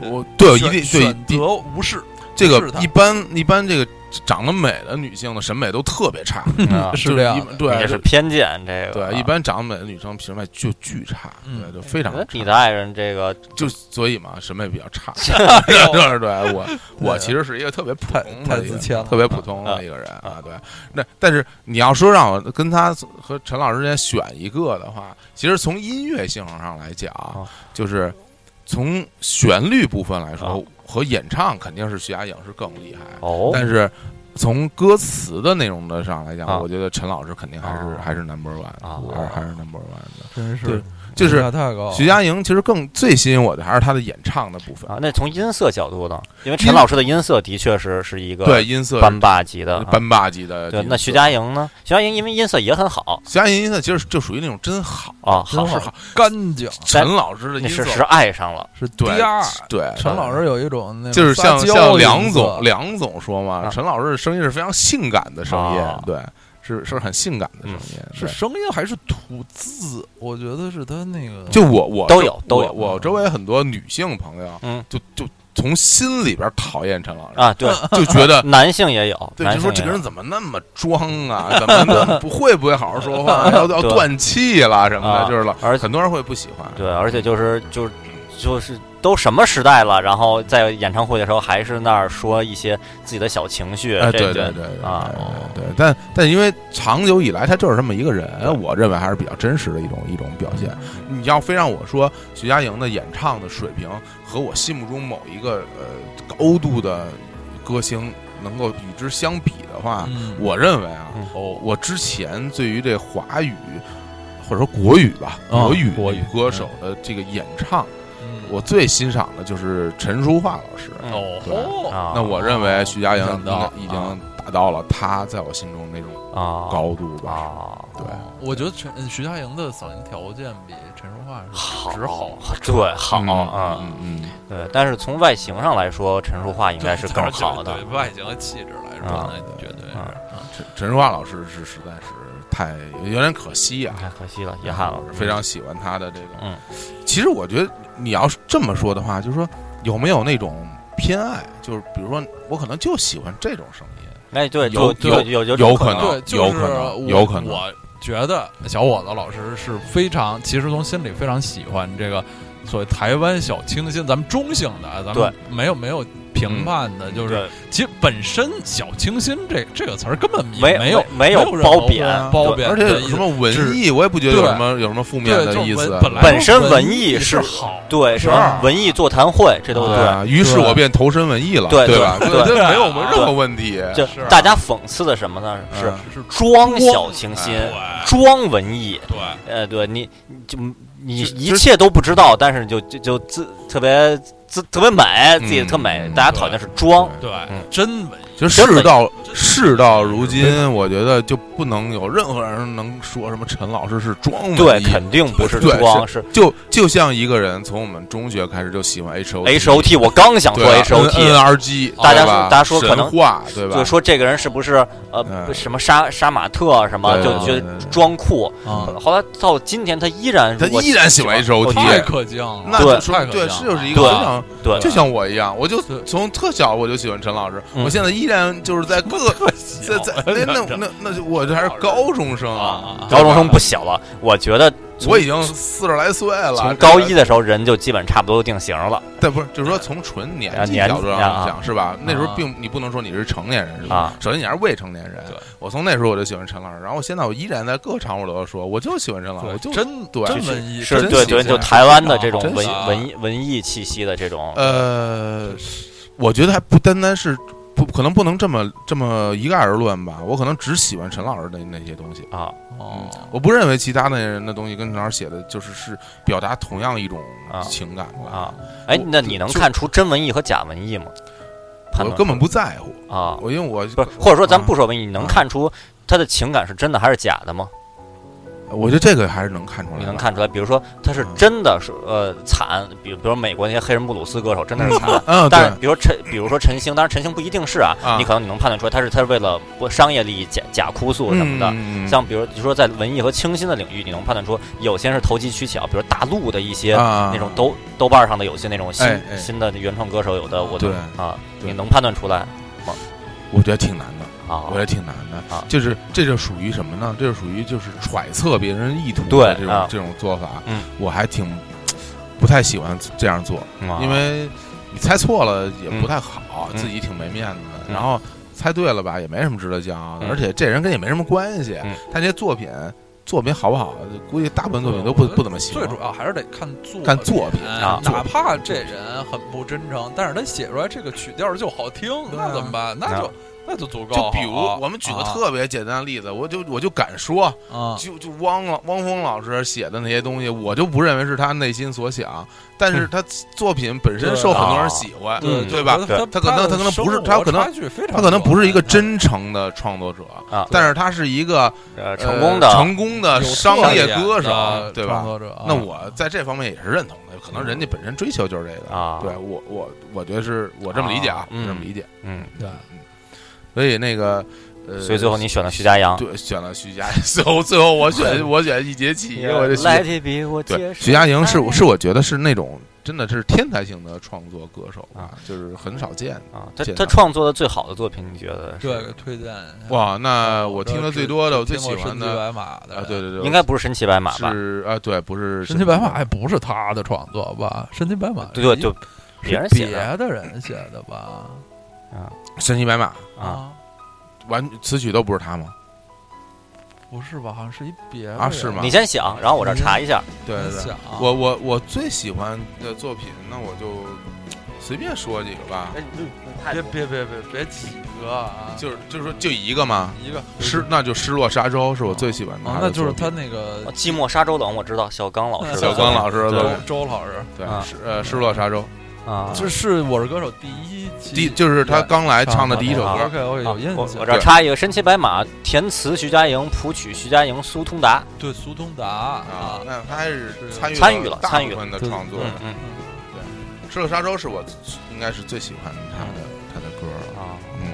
我对我一
选
定对
选
第
择无视，
这个
是他
一般一般这个长得美的女性的审美都特别差，
啊，
是
就
这
一
样
般
的
你
嗯对
这是偏见，这个啊
对，一。般长得美的女生审美就巨差，
嗯
对，就非常
那
差
你的爱人这个
就所以嘛，审美比较差。
哎呦
对对对，我我其实是一个特别普
太
通
太
的一
自
个
谦了
特别普通的一个人啊。对，那但是你要说让我跟他和陈老师之间选一个的话，其实从音乐性上来讲，就是从旋律部分来说
啊，
和演唱肯定是徐佳莹是更厉害，
哦，
但是。从歌词的内容的上来讲，
啊
我觉得陈老师肯定还是、
啊
还是 number one，、
啊
还是还是 number one 的。
真是
对就是
评价太高了，
徐佳莹其实更最吸引我的还是她的演唱的部分，
哦啊，那从音色角度呢？因为
音
陈老师的音色的确是是一个
对音色
班霸级的啊，
班霸级的音色。
对。那徐佳莹呢？徐佳莹因为音色也很好
徐佳莹音色其实就属于那种真好，
啊，
真
好
好
是，
干净，
陈老师的
那
音
是
色
是爱上了，
是第
对
二。
对
陈老师有一种那种
就是像
撒娇的
像梁
音色
总梁总说嘛，
啊
陈老师的声音是非常性感的声音，
啊
对，是是很性感的声
嗯
音，
是
对
声音还是吐字？我觉得是他那个
就我我
都有都有
我我周围很多女性朋友，
嗯，
就就从心里边讨厌陈老师，
啊，对，
就 觉得
男性也有，
对，
男
就
性
说
也
这个
有
人怎么那么装啊？ 怎么怎么不会不会好好说 话？要要
对
断气了什么
啊
的，就是了。
而且
很多人会不喜欢，
对，而且就是就是就是都什么时代了，然后在演唱会的时候还是那儿说一些自己的小情绪，
哎，
这
对
这
对对对
啊
对，对但但因为长久以来他就是这么一个人，我认为还是比较真实的一种一种表现。
嗯
你要非让我说徐佳莹的演唱的水平和我心目中某一个呃高度的歌星能够与之相比的话，
嗯
我认为啊，
嗯
我
哦
我之前对于这华语或者说国语吧，
啊
国语
国语
歌手的这个演唱，
嗯
我最欣赏的就是陈淑桦老师。
嗯
对
哦，
啊，
那我认为徐佳莹
想到
已经达到了她在我心中那种
啊
高度吧。
啊
对，
我觉得陈呃徐佳莹的嗓音条件比陈淑桦
好
是只好，
对好啊。
嗯嗯
对，但是从外形上来说，陈淑桦应该是更好的
对。外形和气质来说
啊，
那绝对是。
啊
啊
嗯，陈陈淑桦老师是实在是太有点可惜啊，
太可惜了，遗憾了。
非常喜欢她的这个。
嗯，
其实我觉得你要是这么说的话，就是说有没有那种偏爱，就是比如说我可能就喜欢这种声音。
哎，对，
有
就
有
啊有有
有
可
可能
对，就
有
是
可能
我
有可能
我觉得小伙子老师是非常，其实从心里非常喜欢这个所谓台湾小清新，咱们中性的啊，咱们没有没有评判的，就是
对，
其实本身“小清新”这这个词儿根本也
没
没
有没
没
有
任何
褒贬
褒
对
贬
而
的
且
意思，
什么文
只
艺，我也不觉得有
对
什么有什么负面
对，
的
就
意
文
思。啊
本来
本身
文
文艺
是
是
好，
对什
是
么文艺座谈会，这都
对
对。
啊，于是
对
我便投身文艺了，
对
吧？
对
这
对
这没有任何问题。
就是
啊
大家讽刺的什么呢？是
嗯
是
装小清新，
哎
装文艺。
对。
呃，对你你就你
就
一切都不知道，但是你就就就自特别自特别美，自己特美
嗯，
大家讨厌的是装。
对
嗯，
真文艺
就
根
事
本
到事到如今，我觉得就不能有任何人能说什么陈老师是装文
对，
艺。
肯定不是
对
装，是
就就像一个人从我们中学开始就喜欢 H O
H O T。我刚想说
对啊嗯
H O T，
N R G，
大家说大家说可能
神话对吧？
就说这个人是不是呃
嗯
什么杀杀马特啊什么，
对
就
对
觉
对对
得
对
装酷。
嗯
啊，
后来到今天，他依然
他
如果
依然喜欢 H O T，
太可敬了，
那
对
就说
太可
对，
笑
是
了
就是一个
对
非常
对
就像我一样，我就
对
从特小我就喜欢陈老师，
嗯
我现在依然就是在各 在在那那那那就我这还是高中生
啊啊啊
高中生不小了，我觉得
我已经四十来岁了，
从
这
高一，的时候人就基本差不多定型了
但不是，就是说从纯年纪
啊年纪
角度上
啊
讲是吧？那时候并你不能说你是成年人是吧？
啊。
首先你还是未成年人
对，
我从那时候我就喜欢陈老师，然后我现在我依然在各场合都要说，我就喜欢陈老师，我就
真
对
真文艺，
是
真
对
喜
对，
欢
就台湾的这种
真
文
喜
欢
文艺文艺气息的这种，
呃，我觉得还不单单是不可能不能这么这么一概而论吧，我可能只喜欢陈老师的那些东西。嗯
啊
哦，
我不认为其他的人的东西跟陈老师写的就是是表达同样一种
啊
情感吧，
啊，哎
我，
那你能
就
看出真文艺和假文艺吗？判
我
断
根本不在乎，
啊，
我因为我
不是，或者说咱不
说，
说文艺，你能看出他的情感是真的还是假的吗？
我觉得这个还是能看出来，
你能。看出来，比如说他是真的是呃惨，比如比如美国那些黑人布鲁斯歌手真的是惨，
嗯，
但是，
对
比如说陈，比如说陈星，当然陈星不一定是啊，
啊
你可能你能判断出来他是他是为了不商业利益假假哭诉什么的。
嗯
像比如你说在文艺和清新的领域，你能判断出有些人是投机取巧，比如大陆的一些
啊
那种豆豆瓣上的有些那种新
哎哎
新的原创歌手，有的我就
对
啊，
对
你能判断出来
我觉得挺难的，
啊
我觉得挺难的，
啊
就是这就属于什么呢？这就属于就是揣测别人意图的
对
这种、
啊
这种做法，
嗯，
我还挺不太喜欢这样做，
嗯啊
因为你猜错了也不太好，
嗯
自己挺没面子的。
嗯
然后猜对了吧，也没什么值得骄傲的，
嗯
而且这人跟你没什么关系。
嗯
他这些作品，作品好不好，估计大部分作品都不
对
不怎么行。
最主要还是得看作哎
看作品
啊
哪怕这人很不真诚，但是他写出来这个曲调就好听，那怎么办？那就那就足够好
就
啊。
比如我们举个特别简单的例子，我就我就敢说，
啊，
就就汪老汪峰老师写的那些东西，我就不认为是他内心所想，但是他作品本身受很多人喜欢，
对
嗯对吧？
我觉得
他可能
的
他可能不是
生活
他可能
差距非常哎
他可能
多
不是一个真诚的创作者
啊
但是他是一个
呃，
呃
成功的，
成功的
哎有
商
特
业
点
歌
的
手，对
创
吧？
作者啊
那我在这方面也是认同的，可能人家本身追求就是这个
啊
对我我我觉得是我这么理解
啊
啊，
嗯
我这么理解。
嗯，
对
所以那个呃，
所以最后你选了徐佳阳，
对选了徐佳， 最后最后我 选我选一节气，我就
来
选
这比我接
对
受
徐佳莹是
爱
是我觉得是那种真的是天才型的创作歌手
啊
吧，就是很少见。
啊，他
简
他
单
创作的最好的作品，你觉得是？
这个推荐一下。
哇，那嗯我
我
听的最多的，我最
听
喜
过
欢
身骑
的
白马的
啊，对对对，
应该不是神奇白马吧？
是啊，对，不是
身骑白马也不是他的创作吧？身骑白马
对对，
是
哎
就别人
别
写
啊
的
的人写的吧？
神奇白马，
啊，，
完词曲都不是他吗？
不是吧？好像是一别的
啊
人
是吗
你先想，然后我这儿查一下，
对
我
对对
想，
我我我最喜欢的作品，那我就随便说几个吧，
哎
别别别别别几个啊，
就是就是说就一个嘛，
一个
失那就失落沙洲是我最喜欢的
啊，
他
那
的
就
作
是
品，
他那个
哦寂寞沙洲冷，我知道小刚老哦师的
那
作
小
品，
刚老师的
周
作品，
周老师，
对
啊，
失呃失落沙洲，
啊，
这是《我是歌手》第一期，
第就是他刚来唱的第一首
啊
歌，
OK OK 有印
我
象，
我这儿插一个《神骑白马》，填词徐佳莹，谱曲徐佳莹、苏通达。
对苏通达啊
啊，，那他还是参与
参与了
大
参与
部
了
分的
对
创作
嗯
的。
嗯
失落沙洲是我应该是最喜欢他的
嗯
他的歌了。
啊
嗯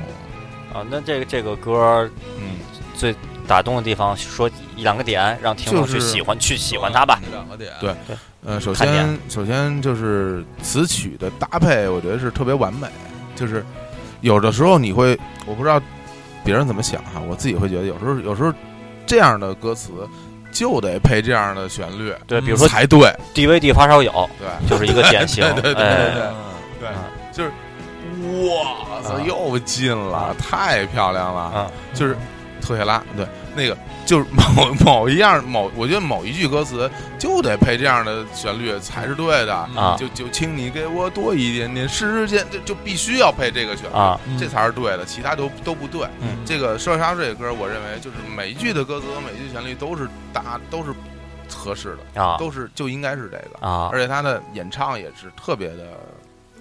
啊，那这个这个歌儿
嗯，
最打动的地方，说一两个点，让听众去
就是呃
喜欢去喜欢它吧。
两个点，
对呃，首
看
先首先就是词曲的搭配，我觉得是特别完美。就是有的时候你会，我不知道别人怎么想哈、我自己会觉得有时候有时候这样的歌词就得配这样的旋律，
对，比如说
才对，
DVD 发烧友
对。
就是一个典型。
对对对
哎
对嗯
对
啊，
就是，哇塞，
啊
又进了，太漂亮了，
啊
就是特谢拉，对，那个就是某 某一样某，我觉得某一句歌词就得配这样的旋律才是对的，
啊
就就请你给我多一点点时间，就就必须要配这个旋律，
啊，
嗯
这才是对的，其他都都不对。
嗯
这个《射杀》这个歌，我认为就是每一句的歌词和每一句旋律都是搭都是合适的，
啊
都是就应该是这个。
啊
而且他的演唱也是特别的，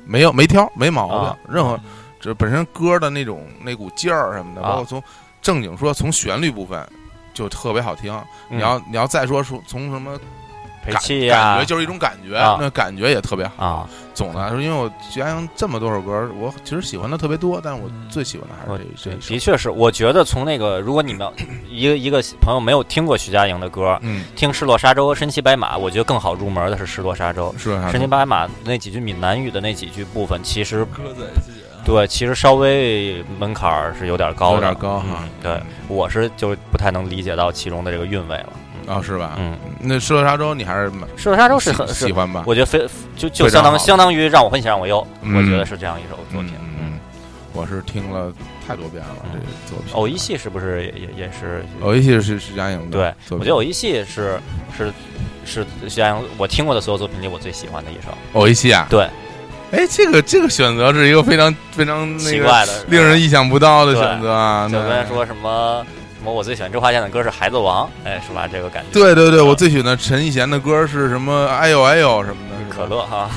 没有没挑没毛病，
啊
任何这本身歌的那种那股劲儿什么的，
啊
包括从正经说从旋律部分就特别好听。
嗯
你要你要再说从从什么
配
感
器
感
呀
觉，就是一种感觉，
啊
那感觉也特别好。
啊，
总的来说，因为我徐安阳这么多首歌，我其实喜欢的特别多，但是我
嗯
最喜欢的还
我
是这这一
的
首。
确是，我觉得从那个，如果你们一个一个朋友没有听过徐佳莹的歌，
嗯，
听《失落沙洲》《身骑白马》，我觉得更好入门的是《失落沙洲》。
是吧
《神骑白马》那几句闽南语的那几句部分，其实
歌仔戏啊，
对，其实稍微门槛儿是有点高的，
有点高哈
嗯。对，我是就不太能理解到其中的这个韵味了。
啊，是吧？
嗯，
那《失落沙洲》你还是蛮
《射手沙洲》是很
喜
是
喜，欢吧？
我觉得非就就
非常
相当
好
相当于让我欢喜让我忧，我觉得
嗯
是这样一首作品。嗯
嗯，我是听了太多遍了这个作品。
偶一系是不是也也也是？
偶一系是徐佳莹的，
对，我
作品
觉得偶一系是是是徐佳莹我听过的所有作品里我最喜欢的一首。
偶一系啊，
对，
哎，这个这个选择是一个非常非常那
奇
个
怪的，
令人意想不到的
对
选择啊。
就
那
跟说什么什么我最喜欢周华健的歌是《孩子王》，哎，是吧？这个感觉。
对对对，
嗯
我最喜欢的陈奕迅的歌是什么？哎呦哎呦什么的，是吧
可。乐哈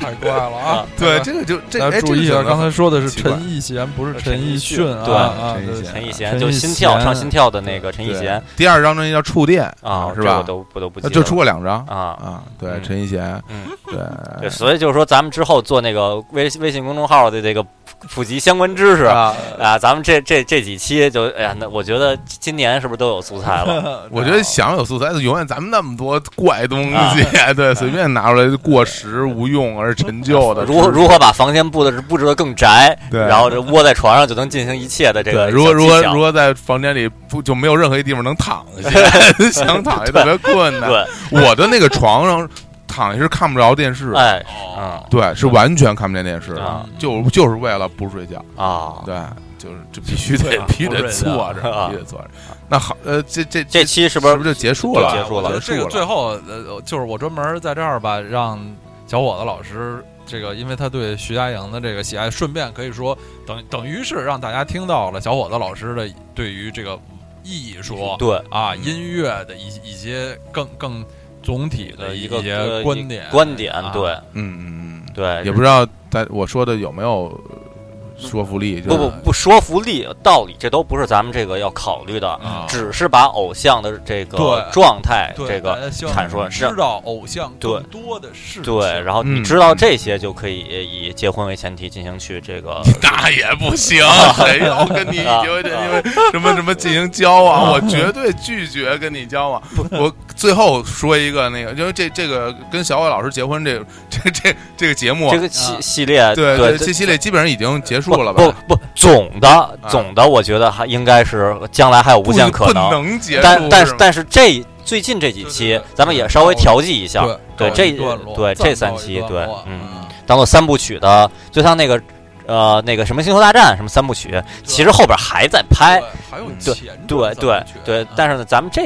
太怪了啊
啊！
对，这个就 这
大
哎，
家
这
注
个
意
选
啊，
择
刚才说的是
奇怪
陈奕迅，不是
呃
陈
陈奕
奕
迅
迅啊
对
啊，
陈奕
对
迅
陈奕
陈
迅，
奕
就是心跳
迅
唱心跳的那个陈
对
奕迅
第二张专辑叫《触电》
啊，
是
这我
吧？
都不都不记
那
得
就出过两张
了啊。
啊，对，
嗯
陈奕迅，
嗯
对，
对，所以就是说，咱们之后做那个微微信公众号的这个普及相关知识啊，
啊，
咱们这这这几期就哎呀，那我觉得今年是不是都有素材 了？
我觉得想有素材的，永远咱们那么多怪东
啊
西， 对，随便拿出来就过时无用而陈旧的。
哎如何如何把房间布的布置的更宅，
对
然后这窝在床上就能进行一切的这
对，
个
如果
小
如
技
果
巧
如果在房间里不就没有任何一地方能躺下， 想躺下特别困难。
对，
我的那个床上躺下是看不着电视，
哎
哦
对，是完全看不见电视的
啊
就就是为了不睡觉。
嗯啊，
对，就是这必须得必须得
不睡觉
坐着，
啊
必须得坐着。那好，呃，这这
这期是
是
不
不
是
是就结束
就
了？
结束
我
了
觉得
结
这
束
个
了
最后呃，就是我专门在这儿吧，让小伙子老师这个，因为他对徐佳莹的这个喜爱，顺便可以说等等于是让大家听到了小伙子老师的对于这个艺 术
对
啊音乐的一一些更更总体的
呃一
呃一
个
些观点
观点
啊，
对
嗯嗯嗯，
对，
也不知道但我说的有没有说服力，就
不
是
不不，说服力、道理，这都不是咱们这个要考虑的，
啊
只是把偶像的这个
对
状态
对
这
大
个
家希望
阐述是
知道偶像
对
更多的事情，
对，然后你
嗯
知道这些，就可以以结婚为前提进行去这个
那也不行，谁要跟你
啊
有点因为什么什么进行交往，我绝对拒绝跟你交往。我最后说一个那个，因为这这个跟小伟老师结婚这这这这个节目
这，个系
啊
系列，
对
对，
这系列基本上已经结束了吧？
不不不，总的总的，我觉得还应该是将来还有无
不
限可
不
能，
能结束。
但但
是
是
吗
但是这最近这几
对对
期
对，
咱们也稍微调剂一下，
对
对这对这三期对嗯当做三部曲的，就像那个呃那个什么《星球大战》什么三部曲，其实后边还在拍
哎，，还有
对
前传
对
三
对
部曲
对
啊，
但是呢，咱们这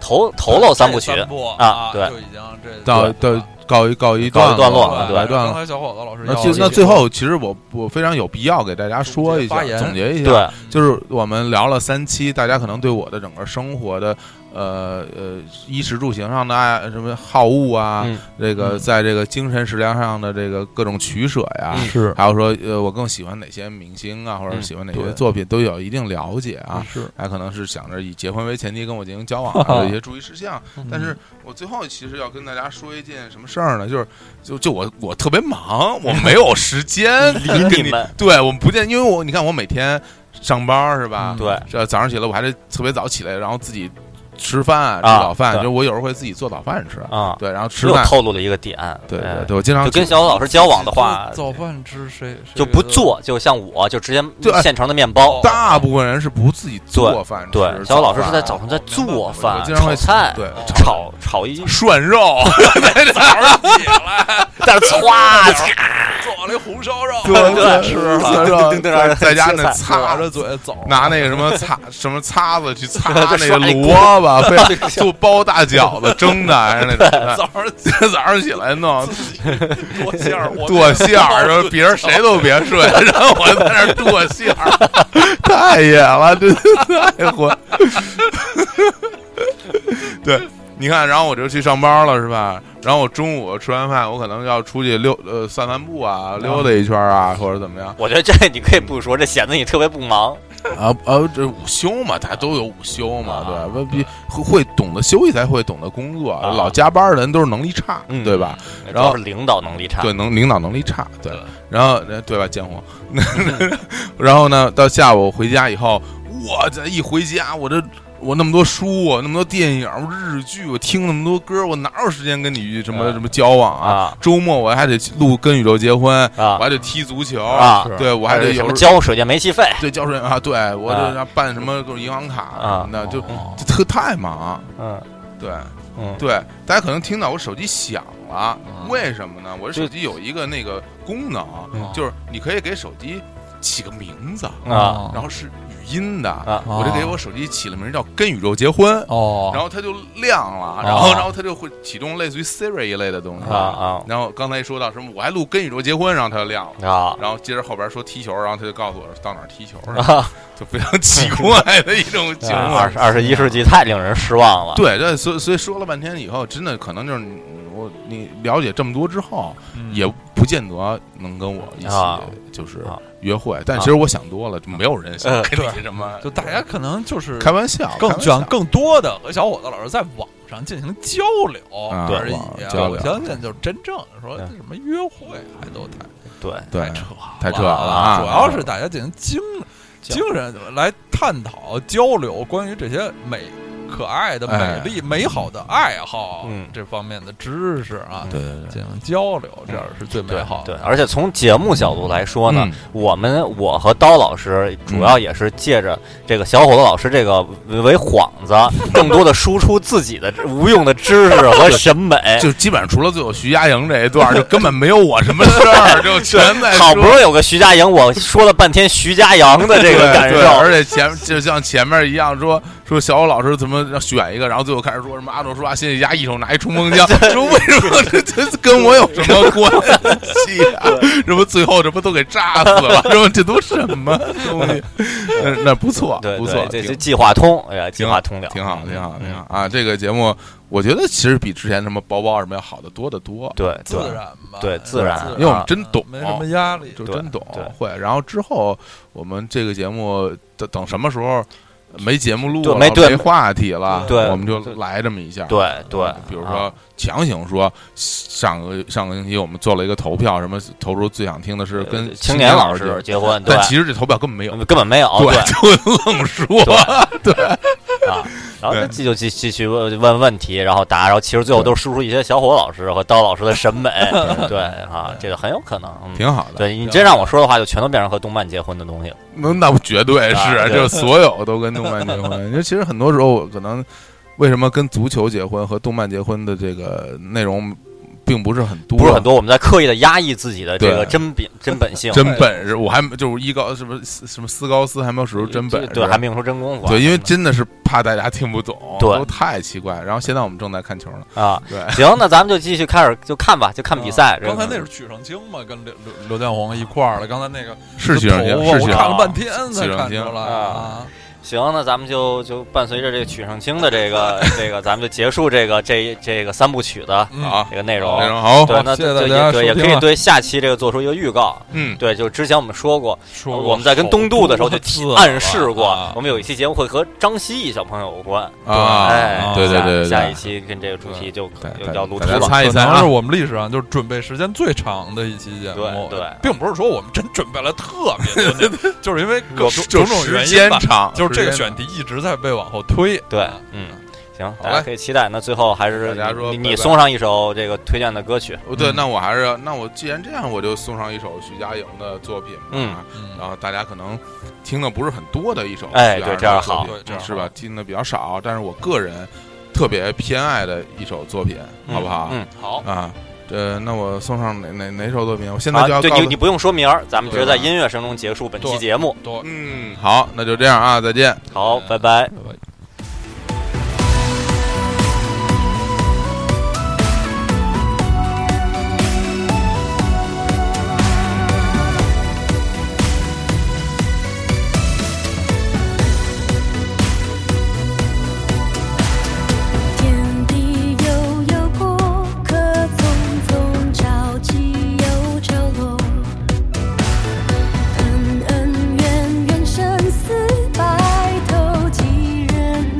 头头露三部曲，
这部
啊对
就已经这
到
对
到告一告一
告一段落
了，
了
来
对
刚
段了。
才小伙子老师
那
要
就
这
那
个
最后，其实我我非常有必要给大家说一
总
下
结发，言
总结一下，
对
就是我们聊了三期，大家可能对我的整个生活的呃呃衣食住行上的爱什么好恶啊，
嗯
这个
嗯
在这个精神食粮上的这个各种取舍呀，
嗯
是
还有说呃我更喜欢哪些明星啊，或者
嗯
喜欢哪
对
些作品都有一定了解啊。
是，
还可能是想着以结婚为前提跟我进行交往啊 的一些注意事项，但是我最后其实要跟大家说一件什么事儿呢？就是，就就我我特别忙，我没有时间跟
理你
你
们
对，我们不见，因为我你看我每天上班儿是吧？
对
这早上起来我还得特别早起来，然后自己吃饭吃
啊
早饭，
对
就我有时候会自己做早饭吃，
啊，
对，然后吃
又
饭，
透露了一个点，
对
哎
对对，我经常
就跟小老师交往的话，
早饭吃谁
就 不，做，就像我就直
对哎
接现成的面包。
大部分人是不自己做饭吃，
对，小
早
老老师是在
饭
早上在做
我
饭、
经常
炒
会
菜、
对
炒炒一
涮肉，
哎
但是歘，
做了一红烧肉，
对
吃
涮肉
了，
在在家那
擦
擦
着嘴走，
拿那个什么擦什么擦子 去擦
对
那个
刷一
萝卜，非做包大饺子蒸的，还是那种
早上
的。 早上起来弄
剁馅儿，我
剁馅儿，然后别人谁都别睡，然后我在那儿剁馅儿， 太野了，真的太混。 对，你看，然后我就去上班了，是吧？然后我中午吃完饭，我可能要出去溜呃散散步啊，溜达一圈啊，或者怎么样。
我觉得这你可以不说，这显得你特别不忙。
啊啊，这午休嘛，大家都有午休嘛，
啊
对吧？不比会会懂得休息才会懂得工作，
啊
老加班的人都是能力差，
嗯
对吧？
主
然后
要是领导能力差，嗯
对，能领导能力差，对
对。
然后呃对吧，建宏， 然后呢，到下午回家以后，我这一回家，我这我那么多书，我那么多电影、日剧，我听那么多歌，我哪有时间跟你什么
啊
什么交往啊？
啊
周末我还得录《跟宇宙结婚》，我
啊
还得踢足球
啊！
对我还
还
得
有
有
什么
时
交水电煤气费
对交税啊，对我
啊
这要办什么各种银行卡
啊
什么的，就
哦
就特太忙。
嗯
对
嗯，
对，大家可能听到我手机响
啊
了，
嗯
为什么呢？我这
就
手机有一个那个功能，
嗯
就是你可以给手机起个名字，
啊
然后是语音的。
啊
我就给我手机起了名叫“跟宇宙结婚”，
哦，
然后它就亮了，然后然后它就会启动类似于 Siri 一类的东西。
啊啊
然后刚才一说到什么，我还录“跟宇宙结婚”，然后它就亮了。
啊！
然后接着后边说踢球，然后他就告诉我到哪儿踢球了，
啊
就非常奇怪的一种 情况。
二十二十一世纪太令人失望了。
对，这所以所以说了半天以后，真的可能就是你我你了解这么多之后，也不见得能跟我一
啊
起就是
啊
约会。但其实我想多了，就没有人想
呃
跟你什么
就大家可能就是
开玩笑，开
更
玩
想
笑
更多的和小伙子老师在网上进行交流
啊
而已
对
啊。
交流
我相信就是真正说
对
什么约会还都太
对，
对
扯
太扯
了
了啊
主要是大家进行精
交
精神来探讨交流关于这些美。可爱的、
哎
美丽、美好的爱好，
嗯
这方面的知识啊，
对对嗯对。
进行交流，这样是最美
对
好
对
的。，
而且从节目角度来说呢，
嗯
我们我和刀老师主要也是借着这个小伙子老师这个为为幌子，更多的输出自己的无用的知识和审 美。
就基本上除了最后徐佳莹这一段，就根本没有我什么事儿，就全在
好
说
不容易有个徐佳莹，我说了半天徐佳莹的这个
对
感
对
受，
而且前就像前面一样说说小欧老师怎么让选一个，然后最后开始说什啊么阿诺舒瓦辛加一手拿一冲锋枪，说为什么这这跟我有什么关系啊？什么最后这不都给炸死 了？什么这都什么东西？那那不错，
对，
不
对
错，
这
挺
这计划通，哎呀，计划通了，
挺好，挺好，
嗯
挺好啊！这个节目我觉得其实比之前什么包包啊什么要好的多得多。
对，
自
对
然吧，
对自然
啊因为我们真懂啊
没什么压力。
就
对
真懂
对
会。然后之后我们这个节目等等什么时候没节目录
对
了，
没对
话题了，
对
我们就来这么一下。
对对
嗯比如
啊
说强行说，上个上个星期我们做了一个投票，什么投出最想听的是
呃
跟
青
年
年老
师
师，结 婚，对
但，其实这投票根本没有，
根本没有，对，
就愣
对
说。
啊，然后
对
就继续继继续问问问题，然后答，然后其实最后都是输出一些小伙老师和刀老师的审 美，对啊，这个很有可能，嗯
挺好的，
对你真让我说的话，就全都变成和动漫结婚的东西了。
那那不绝对
啊
是，
对
就所有都跟动漫结 婚。因为其实很多时候，我可能为什么跟足球结婚和动漫结婚的这个内容，并不是很多，
不是很多，我们在刻意的压抑自己的这个
对
真本真本性，
真本事，我还没就是一高什么四什么思高斯还没有使出真本事，
对，还没用出真功夫啊，
对，因为真的是怕大家听不懂，
对
都太奇怪。然后现在我们正在看球呢，
啊，
对，
行，那咱们就继续开始就看吧，就看比
啊
赛。
啊刚才那是曲圣经嘛，跟刘刘刘建宏一块儿了。刚才那个
是徐
头
胜
发，
经，是
我
徐
看
胜
了半天才看出
许正
来
清
啊。行，那咱们就就伴随着这个曲圣经的这 个这个，咱们就结束这个这这个三部曲的
嗯
啊，
这个内容
内。容好，
对，那
谢谢
就
大家
也对，
收
也
听
可以
啊
对下期这个做出一个预告。
嗯，
对，就之前我们说过，
说
我们在跟东渡的时候就提暗示过
啊，
我们有一期节目会和张希逸小朋友有关。
啊
哎，
对对
下
对对对
下一期跟这个主题就
对
就
大
叫露出
大家
了。
猜一
可
猜
能是
啊，
我们历史上就是准备时间最长的一期节目，
对对
并不是说我们真准备了特别多 年，就是 因为各种
就
种种
时
原因
间
吧，
长，
就是这个
时间
选题一直在被往后推。
对
啊，
嗯，行，
好
大家
嘞
可以期待。那最后还是
大家说
你
拜
你
拜
送上一首这个推荐的歌曲。
哦长。对，
嗯
那我还是那我既然这样，我就送上一首徐佳莹的作品吧，
嗯
嗯
然后大家可能听的不是很多的一首，
哎对这样
好对
对
这样好
是吧？听的比较少，但是我个人特别偏爱的一首作品，好不好？
嗯，好。
啊，这那我送上哪哪哪首作品？我现在就
啊，
要
对
告
你，
诉
你不用说名儿，咱们直接在
对啊吧
音乐声中结束本期
对
节目。
多
嗯，好，那就这样啊，再见。
好，拜拜。
天地悠悠，过客匆匆，潮起又潮落。恩恩怨怨，生死白头，几人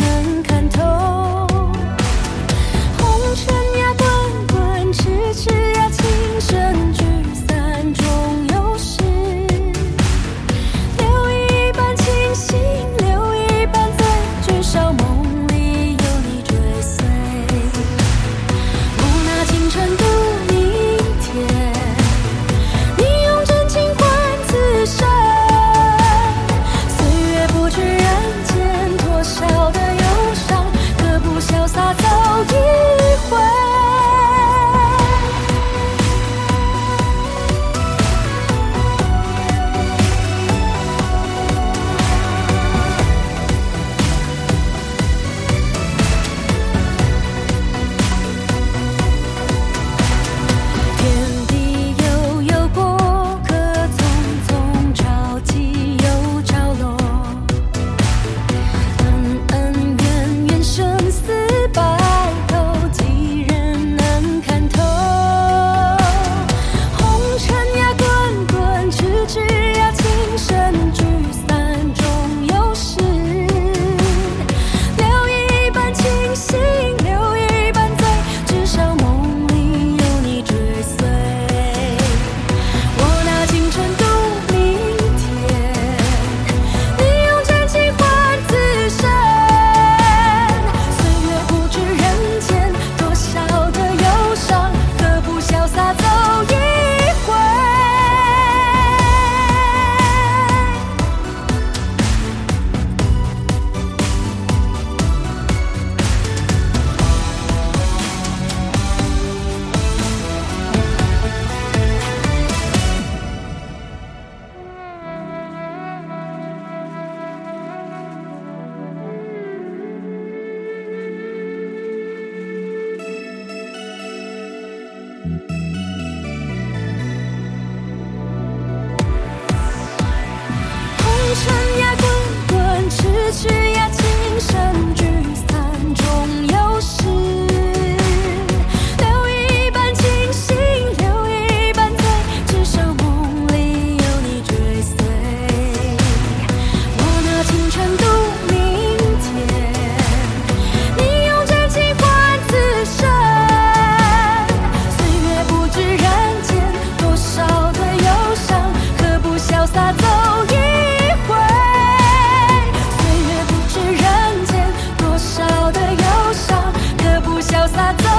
洒在